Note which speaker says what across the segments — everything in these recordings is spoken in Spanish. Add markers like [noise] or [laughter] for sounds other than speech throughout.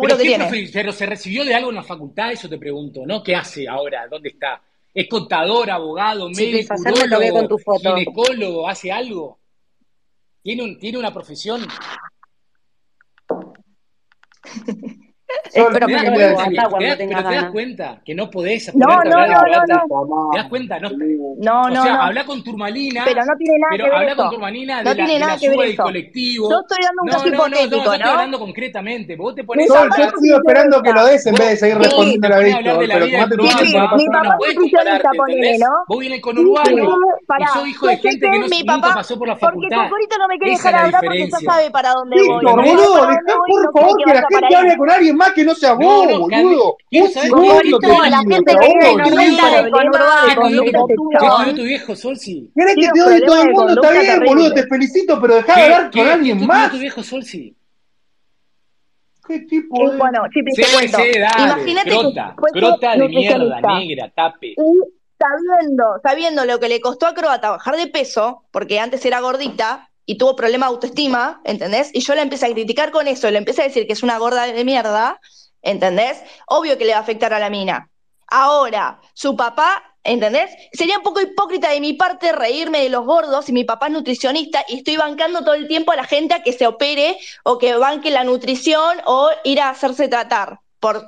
Speaker 1: Pero
Speaker 2: seguro que
Speaker 1: ¿qué
Speaker 2: tiene.
Speaker 1: profe- pero se recibió de algo en la facultad, eso te pregunto, ¿no? ¿Qué hace ahora? ¿Dónde está? ¿Es contador, abogado,
Speaker 2: Sí,
Speaker 1: médico,
Speaker 2: Pifa, ayer me lo vi con tu
Speaker 1: urólogo,
Speaker 2: foto.
Speaker 1: ginecólogo? ¿Hace algo? ¿Tiene, un, ¿Tiene una profesión?
Speaker 2: [laughs] Es
Speaker 3: Sol,
Speaker 1: ¿Te das
Speaker 3: Pero porque
Speaker 1: cuenta
Speaker 2: profesional,
Speaker 1: que-
Speaker 3: voy,
Speaker 2: hasta
Speaker 1: te
Speaker 2: cuando
Speaker 1: das-
Speaker 2: tengas
Speaker 1: pero te das
Speaker 2: ganas.
Speaker 1: cuenta que no podés
Speaker 2: No,
Speaker 1: ponerte a
Speaker 2: no,
Speaker 1: hablar de
Speaker 2: no,
Speaker 1: barata.
Speaker 2: no,
Speaker 3: no.
Speaker 1: ¿Te das cuenta? No,
Speaker 2: No,
Speaker 1: o
Speaker 2: no,
Speaker 1: sea,
Speaker 2: no.
Speaker 1: habla con Turmalina,
Speaker 2: Pero no tiene nada
Speaker 1: pero
Speaker 2: que ver
Speaker 1: habla con
Speaker 2: eso.
Speaker 1: Turmalina de
Speaker 2: No
Speaker 1: la,
Speaker 2: tiene
Speaker 1: de
Speaker 2: nada
Speaker 1: la
Speaker 2: que
Speaker 1: suba
Speaker 2: ver
Speaker 1: del
Speaker 2: eso.
Speaker 1: colectivo.
Speaker 2: Yo estoy dando un
Speaker 1: no,
Speaker 2: caso
Speaker 1: no, no, no,
Speaker 2: hipotético,
Speaker 1: yo estoy
Speaker 2: ¿no?
Speaker 1: hablando concretamente. Vos te
Speaker 2: Mi
Speaker 1: ponés a
Speaker 3: Sol,
Speaker 2: papá
Speaker 3: yo
Speaker 1: hablar
Speaker 2: es
Speaker 3: sigo esperando que lo des en vez de seguir
Speaker 1: No,
Speaker 3: respondiendo
Speaker 1: te
Speaker 3: a
Speaker 1: ponés a hablar
Speaker 3: Víctor,
Speaker 1: de la
Speaker 3: pero
Speaker 1: vida
Speaker 3: como no te
Speaker 1: del
Speaker 3: pongas
Speaker 1: prójimo,
Speaker 3: a
Speaker 1: no
Speaker 3: hablar, no pasa
Speaker 2: mi papá
Speaker 1: podés compararte, ¿entendés?
Speaker 2: es nutricionista, ponele, ¿no?
Speaker 1: Vos vienes con
Speaker 2: Dice
Speaker 1: Urbano
Speaker 2: que,
Speaker 1: y
Speaker 2: pará,
Speaker 1: sos hijo
Speaker 2: yo
Speaker 1: de
Speaker 2: sé
Speaker 1: gente
Speaker 2: que
Speaker 1: que no,
Speaker 2: es mi
Speaker 1: nunca
Speaker 2: papá,
Speaker 1: pasó por la
Speaker 2: porque
Speaker 1: facultad.
Speaker 2: Cocorito no me quiere
Speaker 1: Esa es
Speaker 2: dejar
Speaker 1: la
Speaker 2: hablar porque ya
Speaker 1: diferencia.
Speaker 2: sabe para dónde voy.
Speaker 3: Víctor,
Speaker 2: No sabe
Speaker 3: boludo,
Speaker 2: para dónde
Speaker 3: dejá
Speaker 2: voy y
Speaker 3: por
Speaker 2: no quiere
Speaker 3: favor
Speaker 2: que
Speaker 3: que la
Speaker 2: vaya para
Speaker 3: gente
Speaker 2: ahí.
Speaker 3: hable con alguien más que no sea
Speaker 1: No,
Speaker 3: vos,
Speaker 1: no,
Speaker 3: boludo.
Speaker 1: quiero
Speaker 3: Vos
Speaker 1: saber-
Speaker 3: boludo te
Speaker 2: Cocorito, la
Speaker 3: digo,
Speaker 2: gente
Speaker 3: pero
Speaker 2: que
Speaker 3: vos
Speaker 2: viene no
Speaker 1: boludo.
Speaker 2: anda
Speaker 3: boludo.
Speaker 2: con
Speaker 1: ¿Qué
Speaker 2: Urbano,
Speaker 1: estudió,
Speaker 2: nunca
Speaker 1: tu, qué estudió tu
Speaker 2: estuvo.
Speaker 1: viejo, Solsi?
Speaker 3: este ¿Querés que
Speaker 2: Tiene
Speaker 3: te
Speaker 2: un
Speaker 3: doy todo
Speaker 2: problema
Speaker 3: el mundo? Está
Speaker 2: de conducta
Speaker 3: bien, boludo,
Speaker 2: terrible.
Speaker 3: te felicito, pero dejá de
Speaker 1: ¿Qué,
Speaker 3: hablar con
Speaker 1: qué, qué
Speaker 3: alguien
Speaker 1: estudió tu
Speaker 3: más.
Speaker 1: viejo, Solsi?
Speaker 3: ¿Qué tipo
Speaker 2: Eh,
Speaker 3: de...?
Speaker 2: Bueno, Chipi,
Speaker 1: Sí,
Speaker 2: te cuento.
Speaker 1: sí, dale,
Speaker 2: Imagínate que
Speaker 1: crota,
Speaker 2: fuese
Speaker 1: crota de mierda,
Speaker 2: nutricionista.
Speaker 1: negra, tape.
Speaker 2: Y sabiendo, sabiendo lo que le costó a Croata bajar de peso, porque antes era gordita y tuvo problema de autoestima, ¿entendés? Y yo la empecé a criticar con eso, le empecé a decir que es una gorda de mierda, ¿entendés? Obvio que le va a afectar a la mina. Ahora, su papá, ¿entendés? Sería un poco hipócrita de mi parte reírme de los gordos y mi papá es nutricionista y estoy bancando todo el tiempo a la gente a que se opere o que banque la nutrición o ir a hacerse tratar por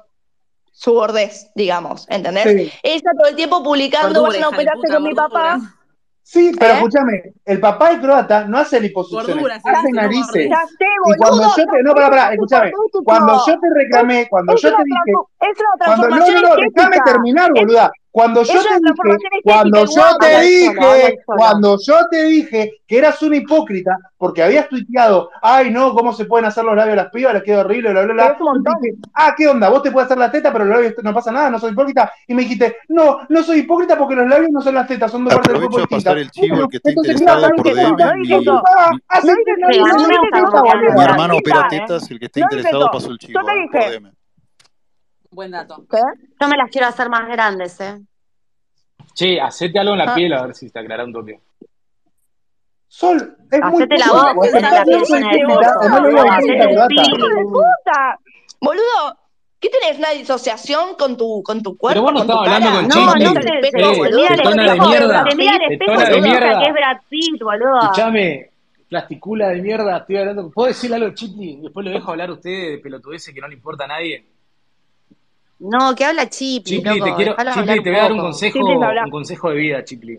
Speaker 2: su gordez, digamos, ¿entendés?
Speaker 3: Sí.
Speaker 2: Ella todo el tiempo publicando,
Speaker 4: Gordura,
Speaker 2: vayan a
Speaker 4: hija de
Speaker 2: operarse
Speaker 4: puta,
Speaker 2: con mi papá.
Speaker 4: gordura.
Speaker 3: Sí, pero
Speaker 2: ¿Eh?
Speaker 3: escúchame, el papá de croata no hace liposucciones,
Speaker 4: Gorduras,
Speaker 3: hace
Speaker 4: hace, no
Speaker 3: narices.
Speaker 4: gordes.
Speaker 2: Ya sé,
Speaker 3: Y cuando
Speaker 2: boludo.
Speaker 3: yo te, no, pará, pará, escúchame, cuando yo te reclamé, cuando
Speaker 2: es,
Speaker 3: yo
Speaker 2: una
Speaker 3: te dije,
Speaker 2: transfor- es
Speaker 3: cuando no,
Speaker 2: una transformación
Speaker 3: no, no, déjame
Speaker 2: estética.
Speaker 3: terminar,
Speaker 2: Es-
Speaker 3: boluda. Cuando yo
Speaker 2: es una
Speaker 3: te dije,
Speaker 2: transformación estética
Speaker 3: cuando
Speaker 2: y
Speaker 3: yo
Speaker 2: guapa.
Speaker 3: te
Speaker 2: Habla de
Speaker 3: dije,
Speaker 2: sola, habla de sola.
Speaker 3: cuando yo te dije que eras una hipócrita porque habías tuiteado, ay no, cómo se pueden hacer los labios a las pibas, les queda horrible, bla, bla, bla.
Speaker 2: Pero es un montón.
Speaker 3: Dije, ah, ¿qué onda? Vos te puedes hacer la teta, pero los labios no pasa nada, no soy hipócrita. Y me dijiste, no, no soy hipócrita porque los labios no son las tetas, son dos partes del
Speaker 5: Aprovecho
Speaker 3: cuerpo
Speaker 5: a pasar el
Speaker 3: distintas.
Speaker 5: chivo, el que esté
Speaker 3: Entonces,
Speaker 5: interesado
Speaker 3: claro,
Speaker 5: por
Speaker 2: dije eso,
Speaker 5: DM,
Speaker 2: no dije
Speaker 5: mi,
Speaker 2: eso.
Speaker 3: Ah, hace-
Speaker 2: No dije
Speaker 3: hace-
Speaker 2: eso, no
Speaker 3: hace-
Speaker 2: dije eso,
Speaker 3: hace-
Speaker 5: mi
Speaker 2: boluda.
Speaker 5: hermano
Speaker 2: ¿Qué
Speaker 5: opera
Speaker 2: tal, eh?
Speaker 5: tetas, el que esté
Speaker 2: No dije
Speaker 5: interesado
Speaker 2: eso.
Speaker 5: pasó el chivo,
Speaker 2: Yo te
Speaker 5: ¿eh? por
Speaker 2: dije,
Speaker 5: DM.
Speaker 4: Buen dato.
Speaker 2: ¿qué?
Speaker 6: Yo me las quiero hacer más grandes, ¿eh?
Speaker 1: Che, hacete algo en la
Speaker 2: Ah.
Speaker 1: piel a ver si te aclara un toque.
Speaker 3: Sol, es muy
Speaker 6: Hacete la
Speaker 3: poco,
Speaker 6: boca,
Speaker 3: porque
Speaker 6: hacete
Speaker 3: estás
Speaker 6: la
Speaker 3: bien
Speaker 6: pierna de
Speaker 3: hipócrita,
Speaker 6: coco,
Speaker 3: o no le digas
Speaker 6: hacete
Speaker 3: hipócrita,
Speaker 6: el
Speaker 3: croata.
Speaker 2: ¡Hijo de
Speaker 6: peeling.
Speaker 2: puta! Boludo, ¿qué tenés? ¿Una disociación con tu, con tu
Speaker 1: Pero
Speaker 2: cuerpo?
Speaker 1: vos no
Speaker 2: con tu
Speaker 1: estabas hablando
Speaker 2: cara?
Speaker 1: con
Speaker 6: No,
Speaker 1: Chiqui.
Speaker 6: no
Speaker 2: Mira el
Speaker 6: se, se,
Speaker 2: espejo,
Speaker 1: Eh,
Speaker 6: se
Speaker 2: boludo.
Speaker 6: mira al
Speaker 1: tetona de
Speaker 6: espejo,
Speaker 1: mierda.
Speaker 6: se mira al
Speaker 1: Tetona
Speaker 6: espejo y
Speaker 1: de
Speaker 6: piensa que es
Speaker 1: mierda.
Speaker 6: Brad Pitt,
Speaker 2: Ah.
Speaker 6: boludo.
Speaker 1: Escuchame, plasticula de mierda, estoy hablando. con- ¿Puedo decirle algo, Chiqui? Después lo dejo hablar a ustedes de pelotudeces que no le importa a nadie.
Speaker 6: No, que habla Chipi,
Speaker 1: Chipli, te
Speaker 6: loco,
Speaker 1: quiero,
Speaker 6: déjalo hablar
Speaker 1: Chipli,
Speaker 6: un
Speaker 1: te voy a dar un
Speaker 6: poco.
Speaker 2: Chiqui,
Speaker 1: consejo,
Speaker 2: habla.
Speaker 1: un consejo de vida, Chipli.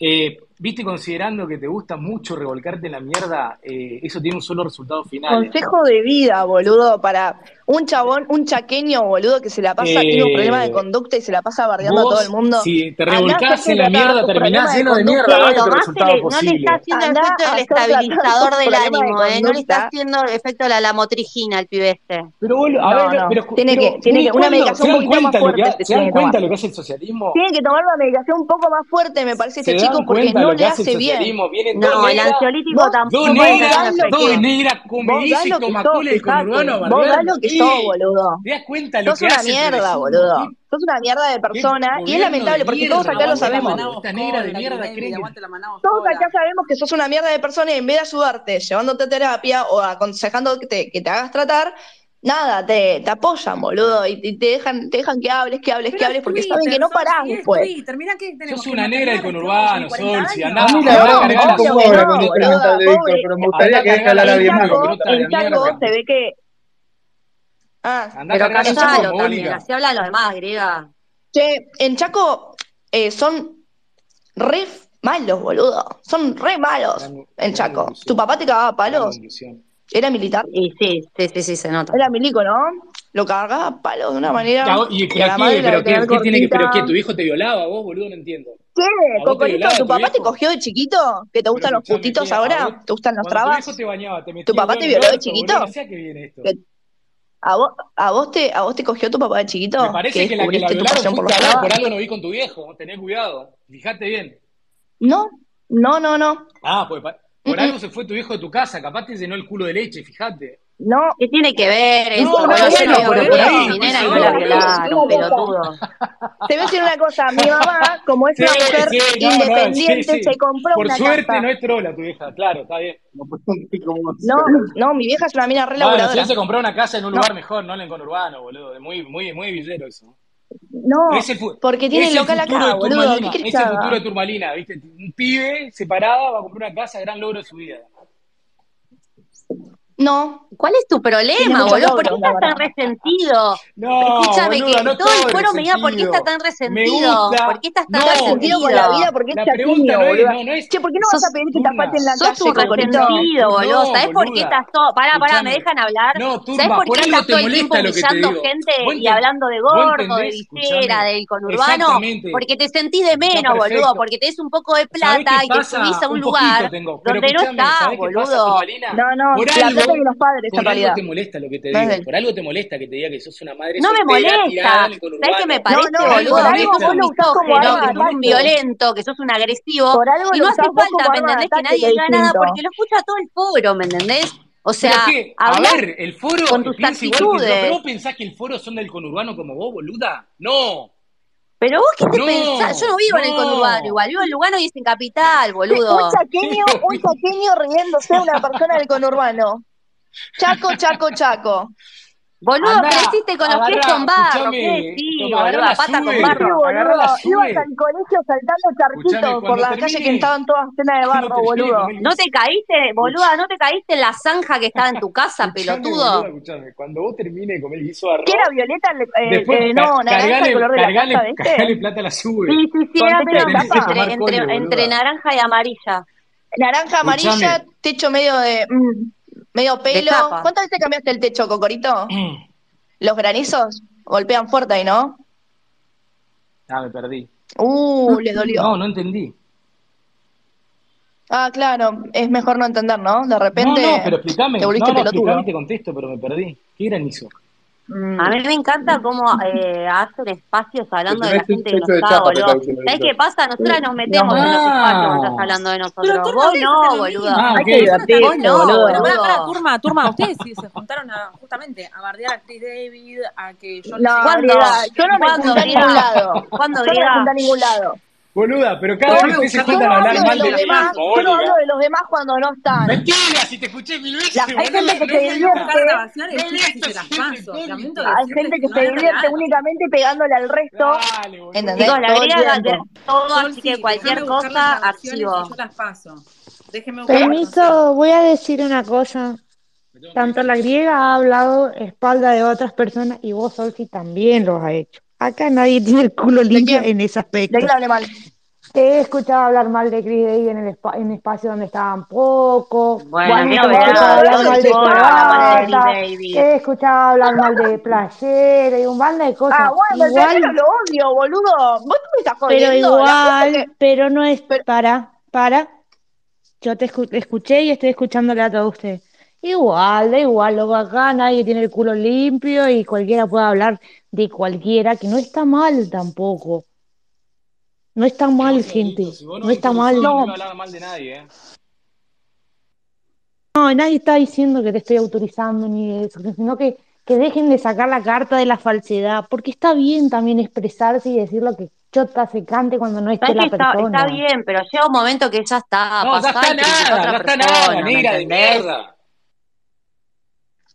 Speaker 1: Eh, viste, considerando que te gusta mucho revolcarte en la mierda, eh, eso tiene un solo resultado final. eh.
Speaker 2: Consejo de vida, boludo, para un chabón, un chaqueño, boludo, que se la pasa,
Speaker 1: Eh,
Speaker 2: tiene un problema de conducta y se la pasa bardeando a todo el
Speaker 1: Vos,
Speaker 2: mundo.
Speaker 1: si te
Speaker 2: Andá,
Speaker 1: revolcás
Speaker 2: hacete
Speaker 1: en la
Speaker 2: tratar
Speaker 1: mierda,
Speaker 2: tu
Speaker 1: terminás
Speaker 2: problema de
Speaker 1: lleno de
Speaker 2: conducta.
Speaker 1: mierda, no es
Speaker 6: Pero
Speaker 1: el
Speaker 6: más
Speaker 1: resultado
Speaker 6: no le está
Speaker 1: posible.
Speaker 6: haciendo
Speaker 2: Andá
Speaker 6: efecto del
Speaker 2: a hacer tratar
Speaker 6: estabilizador
Speaker 2: tu
Speaker 6: del
Speaker 2: problema de
Speaker 6: ánimo, ¿eh? No le está
Speaker 2: conducta.
Speaker 6: haciendo efecto de la, la motrigina al pibe este.
Speaker 1: Pero vos, lo- a
Speaker 2: No,
Speaker 1: ver,
Speaker 2: no.
Speaker 1: pero, pero
Speaker 2: Tiene que- tiene que-
Speaker 1: ¿ustedes
Speaker 2: una
Speaker 1: cuándo
Speaker 2: medicación
Speaker 1: se
Speaker 2: un
Speaker 1: dan
Speaker 2: poquito más
Speaker 1: cuenta lo que
Speaker 2: fuerte
Speaker 1: ha-
Speaker 2: te
Speaker 1: se dan
Speaker 2: tiene que tomar.
Speaker 1: cuenta lo que hace el socialismo?
Speaker 2: Tiene que tomar una medicación un poco más fuerte, me parece,
Speaker 1: ¿Se
Speaker 2: este
Speaker 1: dan
Speaker 2: chico, porque
Speaker 1: cuenta
Speaker 2: no
Speaker 1: lo que
Speaker 2: le
Speaker 1: hace el
Speaker 2: hace bien.
Speaker 1: socialismo? Vienen dos
Speaker 6: No, el
Speaker 1: negras,
Speaker 6: ansiolítico
Speaker 2: Vos-
Speaker 1: dos
Speaker 6: tampoco le
Speaker 2: vos
Speaker 6: hace
Speaker 1: negras,
Speaker 2: dalo
Speaker 6: efecto.
Speaker 1: dos
Speaker 2: que-
Speaker 1: negras,
Speaker 2: Vos
Speaker 1: comedizos
Speaker 2: das
Speaker 1: y
Speaker 2: lo que sos,
Speaker 1: Comacola y con
Speaker 2: fijate.
Speaker 1: Urbano a
Speaker 2: Vos das lo
Speaker 1: bardearlo.
Speaker 2: que
Speaker 1: Sí.
Speaker 2: sos, boludo.
Speaker 1: ¿Te das cuenta lo
Speaker 2: Sos
Speaker 1: que
Speaker 2: una
Speaker 1: hace el
Speaker 2: mierda,
Speaker 1: progresismo?
Speaker 2: boludo.
Speaker 1: ¿Qué-
Speaker 2: Sos una mierda de
Speaker 1: qué
Speaker 2: persona y es
Speaker 1: gobierno
Speaker 2: lamentable
Speaker 1: de
Speaker 2: porque todos
Speaker 1: mierda,
Speaker 2: acá lo
Speaker 1: boludo?
Speaker 2: sabemos.
Speaker 1: Esta negra de mierda creen que...
Speaker 4: Aguante la Manaos
Speaker 2: Todos acá
Speaker 4: Cola.
Speaker 2: sabemos que sos una mierda de persona y en vez de ayudarte, llevándote a terapia o aconsejando que te, que te hagas tratar, nada, te, te apoyan, boludo, y, y te dejan, te dejan que hables, que hables, que
Speaker 4: Pero
Speaker 2: hables,
Speaker 4: es
Speaker 2: porque saben que
Speaker 4: Twitter,
Speaker 2: no
Speaker 4: Sol,
Speaker 2: parás
Speaker 4: sí, es
Speaker 2: después.
Speaker 4: Twitter. Mirá que tenemos
Speaker 1: Sos
Speaker 4: que
Speaker 1: una negra de
Speaker 4: mantener
Speaker 1: conurbano,
Speaker 4: a todos en
Speaker 1: Sol, si
Speaker 4: 40
Speaker 1: andá,
Speaker 3: A mí
Speaker 1: andá
Speaker 3: la verdad
Speaker 1: a
Speaker 2: No,
Speaker 3: me
Speaker 1: cargar a
Speaker 3: costó
Speaker 2: obvio
Speaker 3: un
Speaker 2: que
Speaker 1: Sol,
Speaker 3: huevo
Speaker 2: no,
Speaker 3: que
Speaker 1: crota.
Speaker 3: estés
Speaker 2: boludo,
Speaker 3: cantando de Víctor,
Speaker 2: pobre.
Speaker 3: pero me
Speaker 1: Andá
Speaker 3: gustaría
Speaker 1: a
Speaker 3: que dejes
Speaker 1: cargar a
Speaker 3: hablar a
Speaker 2: En
Speaker 3: alguien más.
Speaker 1: Chaco,
Speaker 2: Chaco,
Speaker 1: crota de
Speaker 2: en Chaco
Speaker 1: mierda.
Speaker 2: se ve que. Ah,
Speaker 1: Andá a
Speaker 6: Pero
Speaker 1: cargar a Chaco,
Speaker 6: callalo también,
Speaker 1: mogólica.
Speaker 6: así hablan los demás, griega.
Speaker 2: che, en Chaco eh, son re malos, boludo. Son re malos
Speaker 1: Gran- gran
Speaker 2: en Chaco.
Speaker 1: conclusión.
Speaker 2: Tu papá te cagaba a
Speaker 1: Gran
Speaker 2: palos.
Speaker 1: conclusión.
Speaker 2: Era militar.
Speaker 6: Y sí, sí, sí, sí, se nota.
Speaker 2: Era milico, ¿no? Lo cagaba a palos de una manera.
Speaker 1: Ya, vos- y,
Speaker 2: que
Speaker 1: pero
Speaker 2: la
Speaker 1: qué,
Speaker 2: madre la
Speaker 1: pero
Speaker 2: de tener
Speaker 1: qué, qué tiene que, pero qué,
Speaker 2: cortita.
Speaker 1: tu hijo te violaba, vos, boludo, no entiendo.
Speaker 2: ¿Qué?
Speaker 1: ¿A vos te
Speaker 2: Cocorito,
Speaker 1: violaba
Speaker 2: ¿tu
Speaker 1: tu
Speaker 2: papá te
Speaker 1: viejo?
Speaker 2: cogió de chiquito? ¿Que te
Speaker 1: Pero
Speaker 2: gustan los
Speaker 1: escuchame,
Speaker 2: putitos
Speaker 1: ¿qué? ¿A
Speaker 2: ahora?
Speaker 1: vos-
Speaker 2: ¿Te gustan los
Speaker 1: Cuando tu viejo
Speaker 2: trabas?
Speaker 1: te bañaba, te metía
Speaker 2: ¿Tu
Speaker 1: un
Speaker 2: papá
Speaker 1: huevo
Speaker 2: te
Speaker 1: en el
Speaker 2: violó de
Speaker 1: orto, boludo,
Speaker 2: chiquito?
Speaker 1: no sé a qué viene esto.
Speaker 2: ¿Que- ¿A vos, a vos te, a vos te cogió tu papá de chiquito?
Speaker 1: Me
Speaker 2: ¿Que
Speaker 1: parece que la que la
Speaker 2: descubriste tu
Speaker 1: violaron
Speaker 2: pasión por los
Speaker 1: fuiste a vos,
Speaker 2: trabas?
Speaker 1: por algo no vi con tu viejo, tené cuidado, fíjate bien.
Speaker 2: No, no, no, no.
Speaker 1: Ah, pues pa- por
Speaker 2: Mm,
Speaker 1: algo se fue tu viejo de tu casa, capaz te llenó el culo de leche, fíjate.
Speaker 2: No.
Speaker 6: ¿Qué tiene que ver eso?
Speaker 2: No, no,
Speaker 6: Bueno, yo
Speaker 2: bueno,
Speaker 6: no
Speaker 2: pero
Speaker 6: veo
Speaker 2: por
Speaker 6: a
Speaker 2: ahí,
Speaker 6: mi nena
Speaker 2: sí,
Speaker 6: y no la
Speaker 2: sí, sí,
Speaker 6: violaron,
Speaker 2: sí,
Speaker 6: pelotudo.
Speaker 2: Te voy a decir una cosa,
Speaker 1: [laughs]
Speaker 2: mi mamá, como es
Speaker 1: Sí,
Speaker 2: una mujer
Speaker 1: sí, no, no,
Speaker 2: independiente,
Speaker 1: sí, sí.
Speaker 2: se compró
Speaker 1: Por
Speaker 2: una
Speaker 1: suerte
Speaker 2: casa.
Speaker 1: no es trola tu vieja, claro, está bien.
Speaker 2: pues, No, no, mi vieja es una mina re
Speaker 1: Bueno, si
Speaker 2: laburadora.
Speaker 1: él se compró una casa en un
Speaker 2: No.
Speaker 1: lugar mejor, no en el conurbano, boludo. Muy, muy, muy villero eso.
Speaker 2: No,
Speaker 1: Ese fu-
Speaker 2: porque tiene
Speaker 1: es
Speaker 2: el local
Speaker 1: futuro
Speaker 2: acá,
Speaker 1: de
Speaker 2: boludo.
Speaker 1: Turmalina,
Speaker 2: ¿Qué crees
Speaker 1: es el
Speaker 2: que haga?
Speaker 1: futuro de Turmalina, ¿viste? Un pibe separado va a comprar una casa, gran logro de su vida.
Speaker 2: No,
Speaker 6: ¿Cuál es tu
Speaker 2: Tiene
Speaker 6: problema,
Speaker 2: mucho
Speaker 6: boludo? ¿Por
Speaker 2: logro,
Speaker 6: qué estás tan
Speaker 2: la verdad.
Speaker 6: resentido?
Speaker 1: No,
Speaker 6: Escúchame,
Speaker 1: boluda,
Speaker 6: que
Speaker 1: no
Speaker 6: todo el
Speaker 1: todo
Speaker 6: cuero me diga
Speaker 1: resentido.
Speaker 6: por qué estás tan
Speaker 1: Me
Speaker 6: resentido.
Speaker 1: gusta.
Speaker 6: ¿Por qué estás tan
Speaker 1: No,
Speaker 2: resentido con la vida porque es
Speaker 1: La
Speaker 2: chatín,
Speaker 1: pregunta no es,
Speaker 2: boludo.
Speaker 1: no, no es
Speaker 2: Che, ¿por qué no vas
Speaker 6: Sos
Speaker 2: a pedir que te
Speaker 1: turna.
Speaker 2: apaten la
Speaker 6: Sos
Speaker 2: calle,
Speaker 6: un
Speaker 2: Cocorito?
Speaker 6: resentido, boludo.
Speaker 1: No,
Speaker 6: ¿Sabés por qué
Speaker 1: boluda.
Speaker 6: estás todo.? Pará, pará,
Speaker 1: Escuchame.
Speaker 6: me dejan hablar.
Speaker 1: No,
Speaker 6: ¿Sabés
Speaker 1: turma,
Speaker 6: por
Speaker 1: por
Speaker 6: qué
Speaker 1: algo
Speaker 6: estás
Speaker 1: te
Speaker 6: todo el tiempo
Speaker 1: molesta lo que te
Speaker 6: humillando
Speaker 1: digo.
Speaker 6: gente
Speaker 1: Vos
Speaker 6: y
Speaker 1: entendés-
Speaker 6: hablando de
Speaker 1: vos
Speaker 6: gordo, de
Speaker 1: entendés,
Speaker 6: visera,
Speaker 1: escuchame,
Speaker 6: del conurbano?
Speaker 1: exactamente.
Speaker 6: Porque te sentís de menos, boludo.
Speaker 1: perfecto.
Speaker 6: Porque tenés un poco de
Speaker 1: ¿Sabés
Speaker 6: plata
Speaker 1: qué
Speaker 6: y te
Speaker 1: pasa?
Speaker 6: subís a un,
Speaker 1: poquito
Speaker 6: lugar
Speaker 1: tengo, pero
Speaker 6: donde no
Speaker 1: escuchame, ¿sabés
Speaker 6: estás,
Speaker 1: qué pasa,
Speaker 6: boludo.
Speaker 1: Turmalina?
Speaker 2: No, no,
Speaker 1: por
Speaker 2: la
Speaker 1: algo,
Speaker 2: plata de los padres, en
Speaker 1: por algo
Speaker 2: realidad.
Speaker 1: te molesta lo que te
Speaker 2: No es
Speaker 1: digo,
Speaker 2: del-
Speaker 1: por algo te molesta que te diga que sos una madre
Speaker 6: No me
Speaker 1: soltera, tirada
Speaker 6: molesta.
Speaker 1: en el
Speaker 6: ¿Sabés qué
Speaker 1: conurbano.
Speaker 6: me parece,
Speaker 2: No, no,
Speaker 6: boludo?
Speaker 2: por
Speaker 6: Que
Speaker 2: algo
Speaker 6: sos
Speaker 2: vos
Speaker 6: un
Speaker 2: lo usás como
Speaker 6: misógeno,
Speaker 2: arma
Speaker 6: que
Speaker 2: de
Speaker 6: sos un
Speaker 2: ataque.
Speaker 6: violento, que sos un agresivo.
Speaker 2: Por algo
Speaker 6: Y
Speaker 2: lo
Speaker 6: no hace
Speaker 2: usás vos
Speaker 6: falta, ¿me
Speaker 2: como arma
Speaker 6: entendés? Que
Speaker 2: de ataque,
Speaker 6: nadie
Speaker 2: que es
Speaker 6: diga nada
Speaker 2: distinto.
Speaker 6: porque lo escucha todo el foro, ¿me entendés? O sea,
Speaker 1: Pero qué, a
Speaker 6: hablar
Speaker 1: ver, el foro
Speaker 6: con tus
Speaker 1: piensa igual que yo,
Speaker 6: actitudes.
Speaker 1: pero vos pensás que el foro son del conurbano como vos, boluda. No,
Speaker 6: Pero vos qué te
Speaker 1: No,
Speaker 6: pensás, yo no vivo en
Speaker 1: no.
Speaker 6: el conurbano igual, vivo en Lugano y es en capital,
Speaker 1: [laughs]
Speaker 6: boludo.
Speaker 2: Un chaqueño, un chaqueño riéndose de una persona del conurbano. Chaco, chaco, chaco.
Speaker 6: Boludo,
Speaker 1: Andá,
Speaker 6: ¿qué hiciste con los pies
Speaker 1: agarrá,
Speaker 6: con barro?
Speaker 1: escuchame,
Speaker 6: ¿Qué decís,
Speaker 1: toma,
Speaker 6: boludo?
Speaker 1: agarrá
Speaker 6: A pata
Speaker 1: la
Speaker 6: con
Speaker 1: sube.
Speaker 2: Sí,
Speaker 6: barro.
Speaker 1: agarrá
Speaker 2: boludo.
Speaker 1: la
Speaker 2: Ibas
Speaker 1: sube.
Speaker 2: al colegio saltando
Speaker 1: Escuchame,
Speaker 2: charquitos por
Speaker 1: cuando
Speaker 2: la calle
Speaker 1: termine-
Speaker 2: que estaban todas llenas de
Speaker 1: Cuando
Speaker 2: barro,
Speaker 1: termine de
Speaker 2: boludo.
Speaker 1: comer
Speaker 6: ¿No te caíste, boluda? ¿No te caíste en la zanja que estaba en tu casa,
Speaker 1: Escuchame,
Speaker 6: pelotudo?
Speaker 1: boluda, escuchame. Cuando vos termine de comer el guiso de arroz,
Speaker 2: ¿Qué era violeta? el- eh,
Speaker 1: después
Speaker 2: eh,
Speaker 1: ca-
Speaker 2: no, naranja
Speaker 1: cargale,
Speaker 2: el color de
Speaker 1: cargale-
Speaker 2: la casa,
Speaker 1: [laughs] cargale
Speaker 2: ¿viste?
Speaker 1: plata a la sube.
Speaker 6: Sí, sí, sí,
Speaker 2: Con
Speaker 6: era
Speaker 2: techo
Speaker 6: medio
Speaker 2: de tapa.
Speaker 6: entre,
Speaker 1: Tomar
Speaker 6: entre,
Speaker 1: cole, boluda.
Speaker 6: entre naranja y amarilla.
Speaker 2: Naranja, amarilla,
Speaker 1: Escuchame.
Speaker 2: techo medio de mm, medio pelo.
Speaker 6: tapa.
Speaker 2: ¿Cuántas veces cambiaste el techo, Cocorito? Los granizos golpean fuerte ahí, ¿no?
Speaker 1: Ah, me perdí.
Speaker 2: Uh, les dolió.
Speaker 1: No, no entendí.
Speaker 2: Ah, claro, es mejor no entender, ¿no? De repente
Speaker 1: no, no, pero explícame.
Speaker 2: te
Speaker 1: No,
Speaker 2: volviste
Speaker 1: no,
Speaker 2: pelotudo.
Speaker 1: explícame y te contesto, pero me perdí. ¿Qué granizo?
Speaker 2: Mm.
Speaker 6: A mí me encanta cómo eh, hacen espacios hablando de la
Speaker 3: Tenés un
Speaker 6: gente que no
Speaker 3: techo de
Speaker 6: está,
Speaker 3: chapa, te
Speaker 6: boludo.
Speaker 3: está diciendo
Speaker 6: ¿Sabés
Speaker 3: Víctor.
Speaker 6: qué pasa? Nosotras nos metemos
Speaker 2: No.
Speaker 6: en los espacios cuando estás hablando de
Speaker 4: Pero
Speaker 6: nosotros.
Speaker 4: Turma,
Speaker 6: Vos
Speaker 4: ustedes
Speaker 6: no,
Speaker 4: hacen lo mismo.
Speaker 6: boluda.
Speaker 1: Ah,
Speaker 2: Hay
Speaker 1: ok.
Speaker 2: que
Speaker 4: Nosotras
Speaker 2: divertirse,
Speaker 6: Vos
Speaker 4: también.
Speaker 6: no,
Speaker 2: boludo.
Speaker 4: Pero pará, pará,
Speaker 6: boludo.
Speaker 4: Turma, Turma, ustedes sí se juntaron a, justamente a bardear a Chris David, a que yo
Speaker 2: No,
Speaker 6: ¿Cuándo?
Speaker 2: Griega, yo no me
Speaker 6: ¿Cuándo,
Speaker 2: junté a
Speaker 6: Griega?
Speaker 2: ningún lado.
Speaker 6: ¿Cuándo,
Speaker 2: Yo no me
Speaker 6: Griega?
Speaker 2: junté a ningún lado.
Speaker 1: Boluda, pero
Speaker 2: Yo
Speaker 1: cada vez que
Speaker 2: no-
Speaker 1: ustedes se
Speaker 2: yo
Speaker 1: juntan
Speaker 2: no
Speaker 1: a hablar
Speaker 2: hablo de
Speaker 1: mal de
Speaker 2: los
Speaker 1: mí
Speaker 2: demás,
Speaker 1: mismo,
Speaker 2: yo no
Speaker 1: Olga.
Speaker 2: hablo de los demás cuando no están.
Speaker 1: Mentira, si te escuché mil veces,
Speaker 2: La- hay
Speaker 1: boluda,
Speaker 2: gente que
Speaker 1: no
Speaker 2: se
Speaker 1: me
Speaker 2: divierte.
Speaker 1: hagas-
Speaker 4: Empezaron a vaciar el
Speaker 1: Pero
Speaker 4: chiste
Speaker 1: esto
Speaker 4: y se
Speaker 1: es
Speaker 4: las
Speaker 1: siempre
Speaker 4: paso.
Speaker 1: cómico.
Speaker 4: Lamento
Speaker 2: Hay
Speaker 4: decirles
Speaker 2: gente que
Speaker 4: no
Speaker 2: se
Speaker 4: es
Speaker 2: divierte
Speaker 4: real.
Speaker 2: únicamente pegándole al resto.
Speaker 1: Dale, boluda.
Speaker 2: ¿Entendés?
Speaker 6: Chicos, la
Speaker 2: Todo el
Speaker 6: griega de
Speaker 2: tiempo.
Speaker 6: todo,
Speaker 4: Sol,
Speaker 6: así
Speaker 4: sí,
Speaker 6: que cualquier
Speaker 4: déjame buscar
Speaker 6: cosa,
Speaker 4: las traducciones y
Speaker 6: archivo.
Speaker 4: yo las paso. Déjenme buscar las traducciones.
Speaker 5: Permiso, voy a decir una cosa. Tanto la griega ha hablado a espalda de otras personas y vos, Solfi, también lo has hecho. Acá nadie tiene el culo limpio
Speaker 2: quién?
Speaker 5: en ese
Speaker 2: ¿De
Speaker 5: aspecto.
Speaker 2: qué le hablé mal?
Speaker 5: Te he escuchado hablar mal de Chris Day en el espa- en espacio donde estaban poco.
Speaker 6: Bueno,
Speaker 5: Bueno,
Speaker 6: ni
Speaker 5: te
Speaker 2: hablar,
Speaker 5: he escuchado
Speaker 2: boludo,
Speaker 5: hablar mal de
Speaker 2: yo no hablaba mal de
Speaker 6: Chris
Speaker 5: Plata,
Speaker 6: Davis.
Speaker 5: te he escuchado hablar mal de Playera y un bando de cosas.
Speaker 2: Ah, bueno, el
Speaker 5: Igual,
Speaker 2: tercero lo odio, boludo. Vos me estás
Speaker 5: pero
Speaker 2: jodiendo. La
Speaker 5: igual,
Speaker 2: gente que-
Speaker 5: pero no es
Speaker 2: Pero-
Speaker 5: para, para. Yo te escu- te escuché y estoy escuchándole a todos ustedes. Igual, da igual, luego acá nadie tiene el culo limpio y cualquiera puede hablar de cualquiera, que no está mal tampoco. No está mal, gente. No está
Speaker 1: No,
Speaker 5: mal.
Speaker 1: no iba a hablar mal de nadie, ¿eh?
Speaker 5: No, nadie está diciendo que te estoy autorizando ni eso, sino que, que dejen de sacar la carta de la falsedad, porque está bien también expresarse y decir lo que chota se cante cuando no esté
Speaker 6: Sabés
Speaker 5: la
Speaker 6: que está,
Speaker 5: persona.
Speaker 6: está bien, pero llega un momento que ya está,
Speaker 1: No, ya está
Speaker 6: pasá y criticá a
Speaker 1: nada,
Speaker 6: otra
Speaker 1: ya está
Speaker 6: persona,
Speaker 1: nada,
Speaker 6: ¿me
Speaker 1: negra de
Speaker 6: entendés?
Speaker 1: mierda.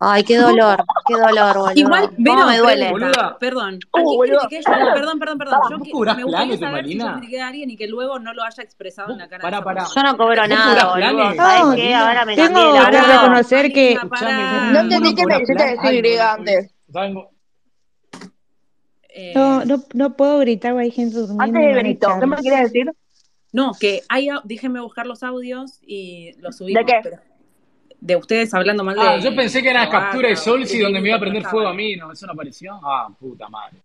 Speaker 6: Ay, qué dolor, qué dolor, boludo.
Speaker 4: Igual,
Speaker 6: ¿Cómo
Speaker 4: Vero,
Speaker 6: me duele?
Speaker 4: pregunta,
Speaker 1: Boluda.
Speaker 4: perdón.
Speaker 2: Uh,
Speaker 4: ¿A quién
Speaker 2: boluda.
Speaker 4: critiqué yo? Perdón, perdón, perdón.
Speaker 1: Pará,
Speaker 4: Yo
Speaker 1: ¿vos
Speaker 4: que-
Speaker 1: cobrás
Speaker 4: me gustaría
Speaker 1: planes,
Speaker 4: saber si yo
Speaker 1: Malina?
Speaker 4: critiqué a alguien y que luego no lo haya expresado en la cara
Speaker 1: Pará,
Speaker 4: de esa
Speaker 1: pará.
Speaker 6: Yo
Speaker 4: persona.
Speaker 6: no cobro
Speaker 1: ¿Vos cobrás
Speaker 6: nada, boludo.
Speaker 1: planes?
Speaker 6: ¿Sabés
Speaker 5: No,
Speaker 6: qué? Ahora me
Speaker 5: tengo
Speaker 6: cambié el
Speaker 5: que
Speaker 6: agrado.
Speaker 5: reconocer que
Speaker 4: Malena,
Speaker 1: Escuchame,
Speaker 4: pará.
Speaker 2: No
Speaker 1: uno
Speaker 2: entendí qué me
Speaker 1: cobra
Speaker 2: quisiste
Speaker 1: planes.
Speaker 2: decir,
Speaker 1: Ay,
Speaker 2: griega,
Speaker 1: boludo,
Speaker 2: antes.
Speaker 1: vengo-
Speaker 4: Eh,
Speaker 5: no, no, no puedo gritar, güey, hay gente durmiendo
Speaker 2: Antes
Speaker 5: y
Speaker 2: de
Speaker 5: me van a
Speaker 2: Benito,
Speaker 5: echar.
Speaker 2: ¿qué me querías decir?
Speaker 4: No, que hay, au- déjenme buscar los audios y los subimos.
Speaker 2: ¿De qué?
Speaker 4: pero- de ustedes hablando mal
Speaker 1: Ah,
Speaker 4: de.
Speaker 1: yo pensé que era
Speaker 4: Croacia,
Speaker 1: captura de Solsi
Speaker 4: de-
Speaker 1: donde me iba a
Speaker 4: de-
Speaker 1: prender
Speaker 4: de-
Speaker 1: fuego a mí, ¿no? ¿Eso no apareció? Ah, puta madre.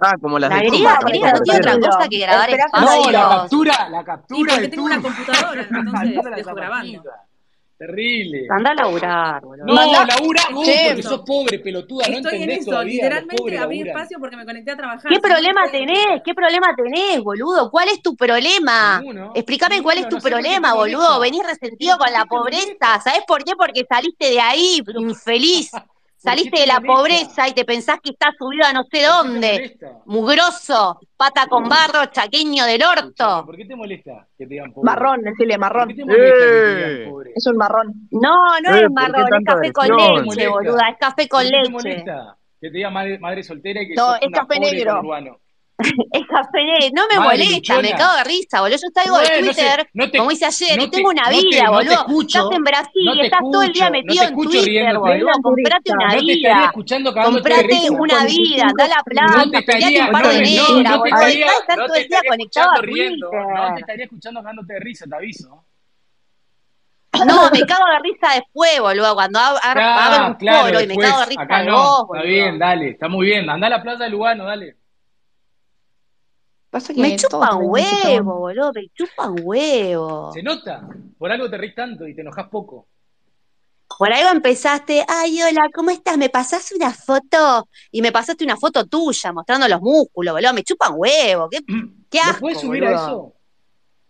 Speaker 7: Ah, como las
Speaker 6: La
Speaker 7: de
Speaker 6: griega,
Speaker 7: Turma,
Speaker 2: Vamos,
Speaker 6: griega, no tiene otra
Speaker 2: Cocorito.
Speaker 6: cosa que grabar
Speaker 2: Esperá que
Speaker 1: No, la
Speaker 6: espacios.
Speaker 1: captura, la
Speaker 4: Y
Speaker 1: captura
Speaker 4: porque
Speaker 1: de
Speaker 4: tengo una
Speaker 1: Turma.
Speaker 4: computadora, entonces
Speaker 1: Maldita la
Speaker 4: dejo grabando.
Speaker 1: zapatilla. Terrible.
Speaker 6: Anda a laburar, boludo.
Speaker 1: No,
Speaker 2: Mandá-
Speaker 1: labura vos
Speaker 2: Che.
Speaker 1: porque sos pobre, pelotuda, no
Speaker 4: Estoy en
Speaker 1: entendés
Speaker 4: eso,
Speaker 1: todavía, los
Speaker 4: literalmente
Speaker 1: pobres
Speaker 4: abrí
Speaker 1: laburan.
Speaker 4: espacio porque me conecté a trabajar.
Speaker 6: ¿Qué
Speaker 4: Si no,
Speaker 6: problema
Speaker 4: no sé.
Speaker 6: tenés? ¿Qué problema tenés, boludo? ¿Cuál es tu problema?
Speaker 1: Ninguno.
Speaker 6: Explícame cuál es
Speaker 1: Ninguno,
Speaker 6: tu
Speaker 1: no sé por qué
Speaker 6: problema,
Speaker 1: te molesta.
Speaker 6: boludo. Venís resentido con la
Speaker 1: ¿Por qué te
Speaker 6: pobreza.
Speaker 1: molesta?
Speaker 6: ¿Sabés por qué? Porque saliste
Speaker 1: [laughs]
Speaker 6: de ahí, infeliz. Saliste
Speaker 1: te
Speaker 6: de la
Speaker 1: molesta?
Speaker 6: pobreza y te pensás que estás subido a no sé
Speaker 1: ¿Por qué te
Speaker 6: dónde.
Speaker 1: molesta?
Speaker 6: Mugroso, pata con barro, chaqueño del
Speaker 1: Escuchame,
Speaker 6: orto.
Speaker 1: ¿Por qué te molesta que te digan pobre?
Speaker 2: Marrón,
Speaker 1: ¿Por
Speaker 2: decirle
Speaker 1: qué
Speaker 2: marrón.
Speaker 1: te molesta que te
Speaker 7: Eh.
Speaker 1: digan pobre?
Speaker 2: Es un marrón.
Speaker 6: No, no
Speaker 7: Eh,
Speaker 6: es
Speaker 7: ¿por qué
Speaker 6: marrón, es
Speaker 7: tanta
Speaker 6: café con
Speaker 7: agresión?
Speaker 6: leche,
Speaker 1: Molesta.
Speaker 6: boluda, es café con
Speaker 1: ¿Por qué te
Speaker 6: leche.
Speaker 1: molesta que te diga madre, madre soltera y que
Speaker 2: No,
Speaker 1: sos
Speaker 2: es
Speaker 1: una
Speaker 2: café
Speaker 1: pobre
Speaker 2: negro.
Speaker 1: conurbano?
Speaker 6: Es café negro. No me
Speaker 1: Madre
Speaker 6: molesta,
Speaker 1: luchona.
Speaker 6: me cago de risa, boludo. Yo salgo de
Speaker 1: Bueno, no sé,
Speaker 6: Twitter,
Speaker 1: no te-
Speaker 6: como hice ayer,
Speaker 1: no
Speaker 6: y
Speaker 1: te-
Speaker 6: tengo una
Speaker 1: no te-
Speaker 6: vida,
Speaker 1: no te
Speaker 6: boludo.
Speaker 1: escucho,
Speaker 6: estás en Brasil,
Speaker 1: no te
Speaker 6: estás todo el día
Speaker 1: escucho,
Speaker 6: metido
Speaker 1: no te
Speaker 6: en
Speaker 1: escucho
Speaker 6: Twitter,
Speaker 1: riéndote.
Speaker 6: boludo.
Speaker 2: Una
Speaker 6: Comprate una
Speaker 1: No te estaría
Speaker 6: vida.
Speaker 1: escuchando cagándote de
Speaker 6: Comprate
Speaker 1: risa.
Speaker 6: una vida, anda a la
Speaker 1: No
Speaker 6: playa,
Speaker 1: te
Speaker 6: peleate
Speaker 1: estaría,
Speaker 6: un par
Speaker 1: no,
Speaker 6: de
Speaker 1: me- no,
Speaker 6: negras,
Speaker 1: no te
Speaker 6: boludo. Dejá
Speaker 1: estaría,
Speaker 6: de estar
Speaker 1: no
Speaker 6: todo
Speaker 1: te
Speaker 6: el día
Speaker 1: estaría
Speaker 6: conectado a
Speaker 1: escuchando riendo, no te
Speaker 6: Twitter.
Speaker 1: estaría escuchando cagándote de risa, te aviso. [laughs]
Speaker 6: No, me cago de risa después, boludo. Cuando ab- ab- abro
Speaker 1: Ah,
Speaker 6: un
Speaker 1: claro,
Speaker 6: foro y me
Speaker 1: después,
Speaker 6: cago de risa
Speaker 1: acá
Speaker 6: de
Speaker 1: no,
Speaker 6: vos,
Speaker 1: está
Speaker 6: boludo.
Speaker 1: bien, dale, está muy bien, anda a la plaza de Lugano, dale.
Speaker 2: Pasa que
Speaker 6: Me
Speaker 2: todos
Speaker 6: chupan
Speaker 2: traen ese
Speaker 6: huevo,
Speaker 2: chabón.
Speaker 6: boludo, me chupan huevo.
Speaker 1: Se nota, por algo te reís tanto y te enojas poco.
Speaker 6: Por algo empezaste, ay, hola, ¿cómo estás? ¿Me pasaste una foto? Y me pasaste una foto tuya mostrando los músculos, boludo. Me chupan huevo,
Speaker 1: [clears throat]
Speaker 6: qué, qué
Speaker 1: ¿Lo
Speaker 6: asco,
Speaker 1: puedes subir a
Speaker 6: boludo.
Speaker 1: eso?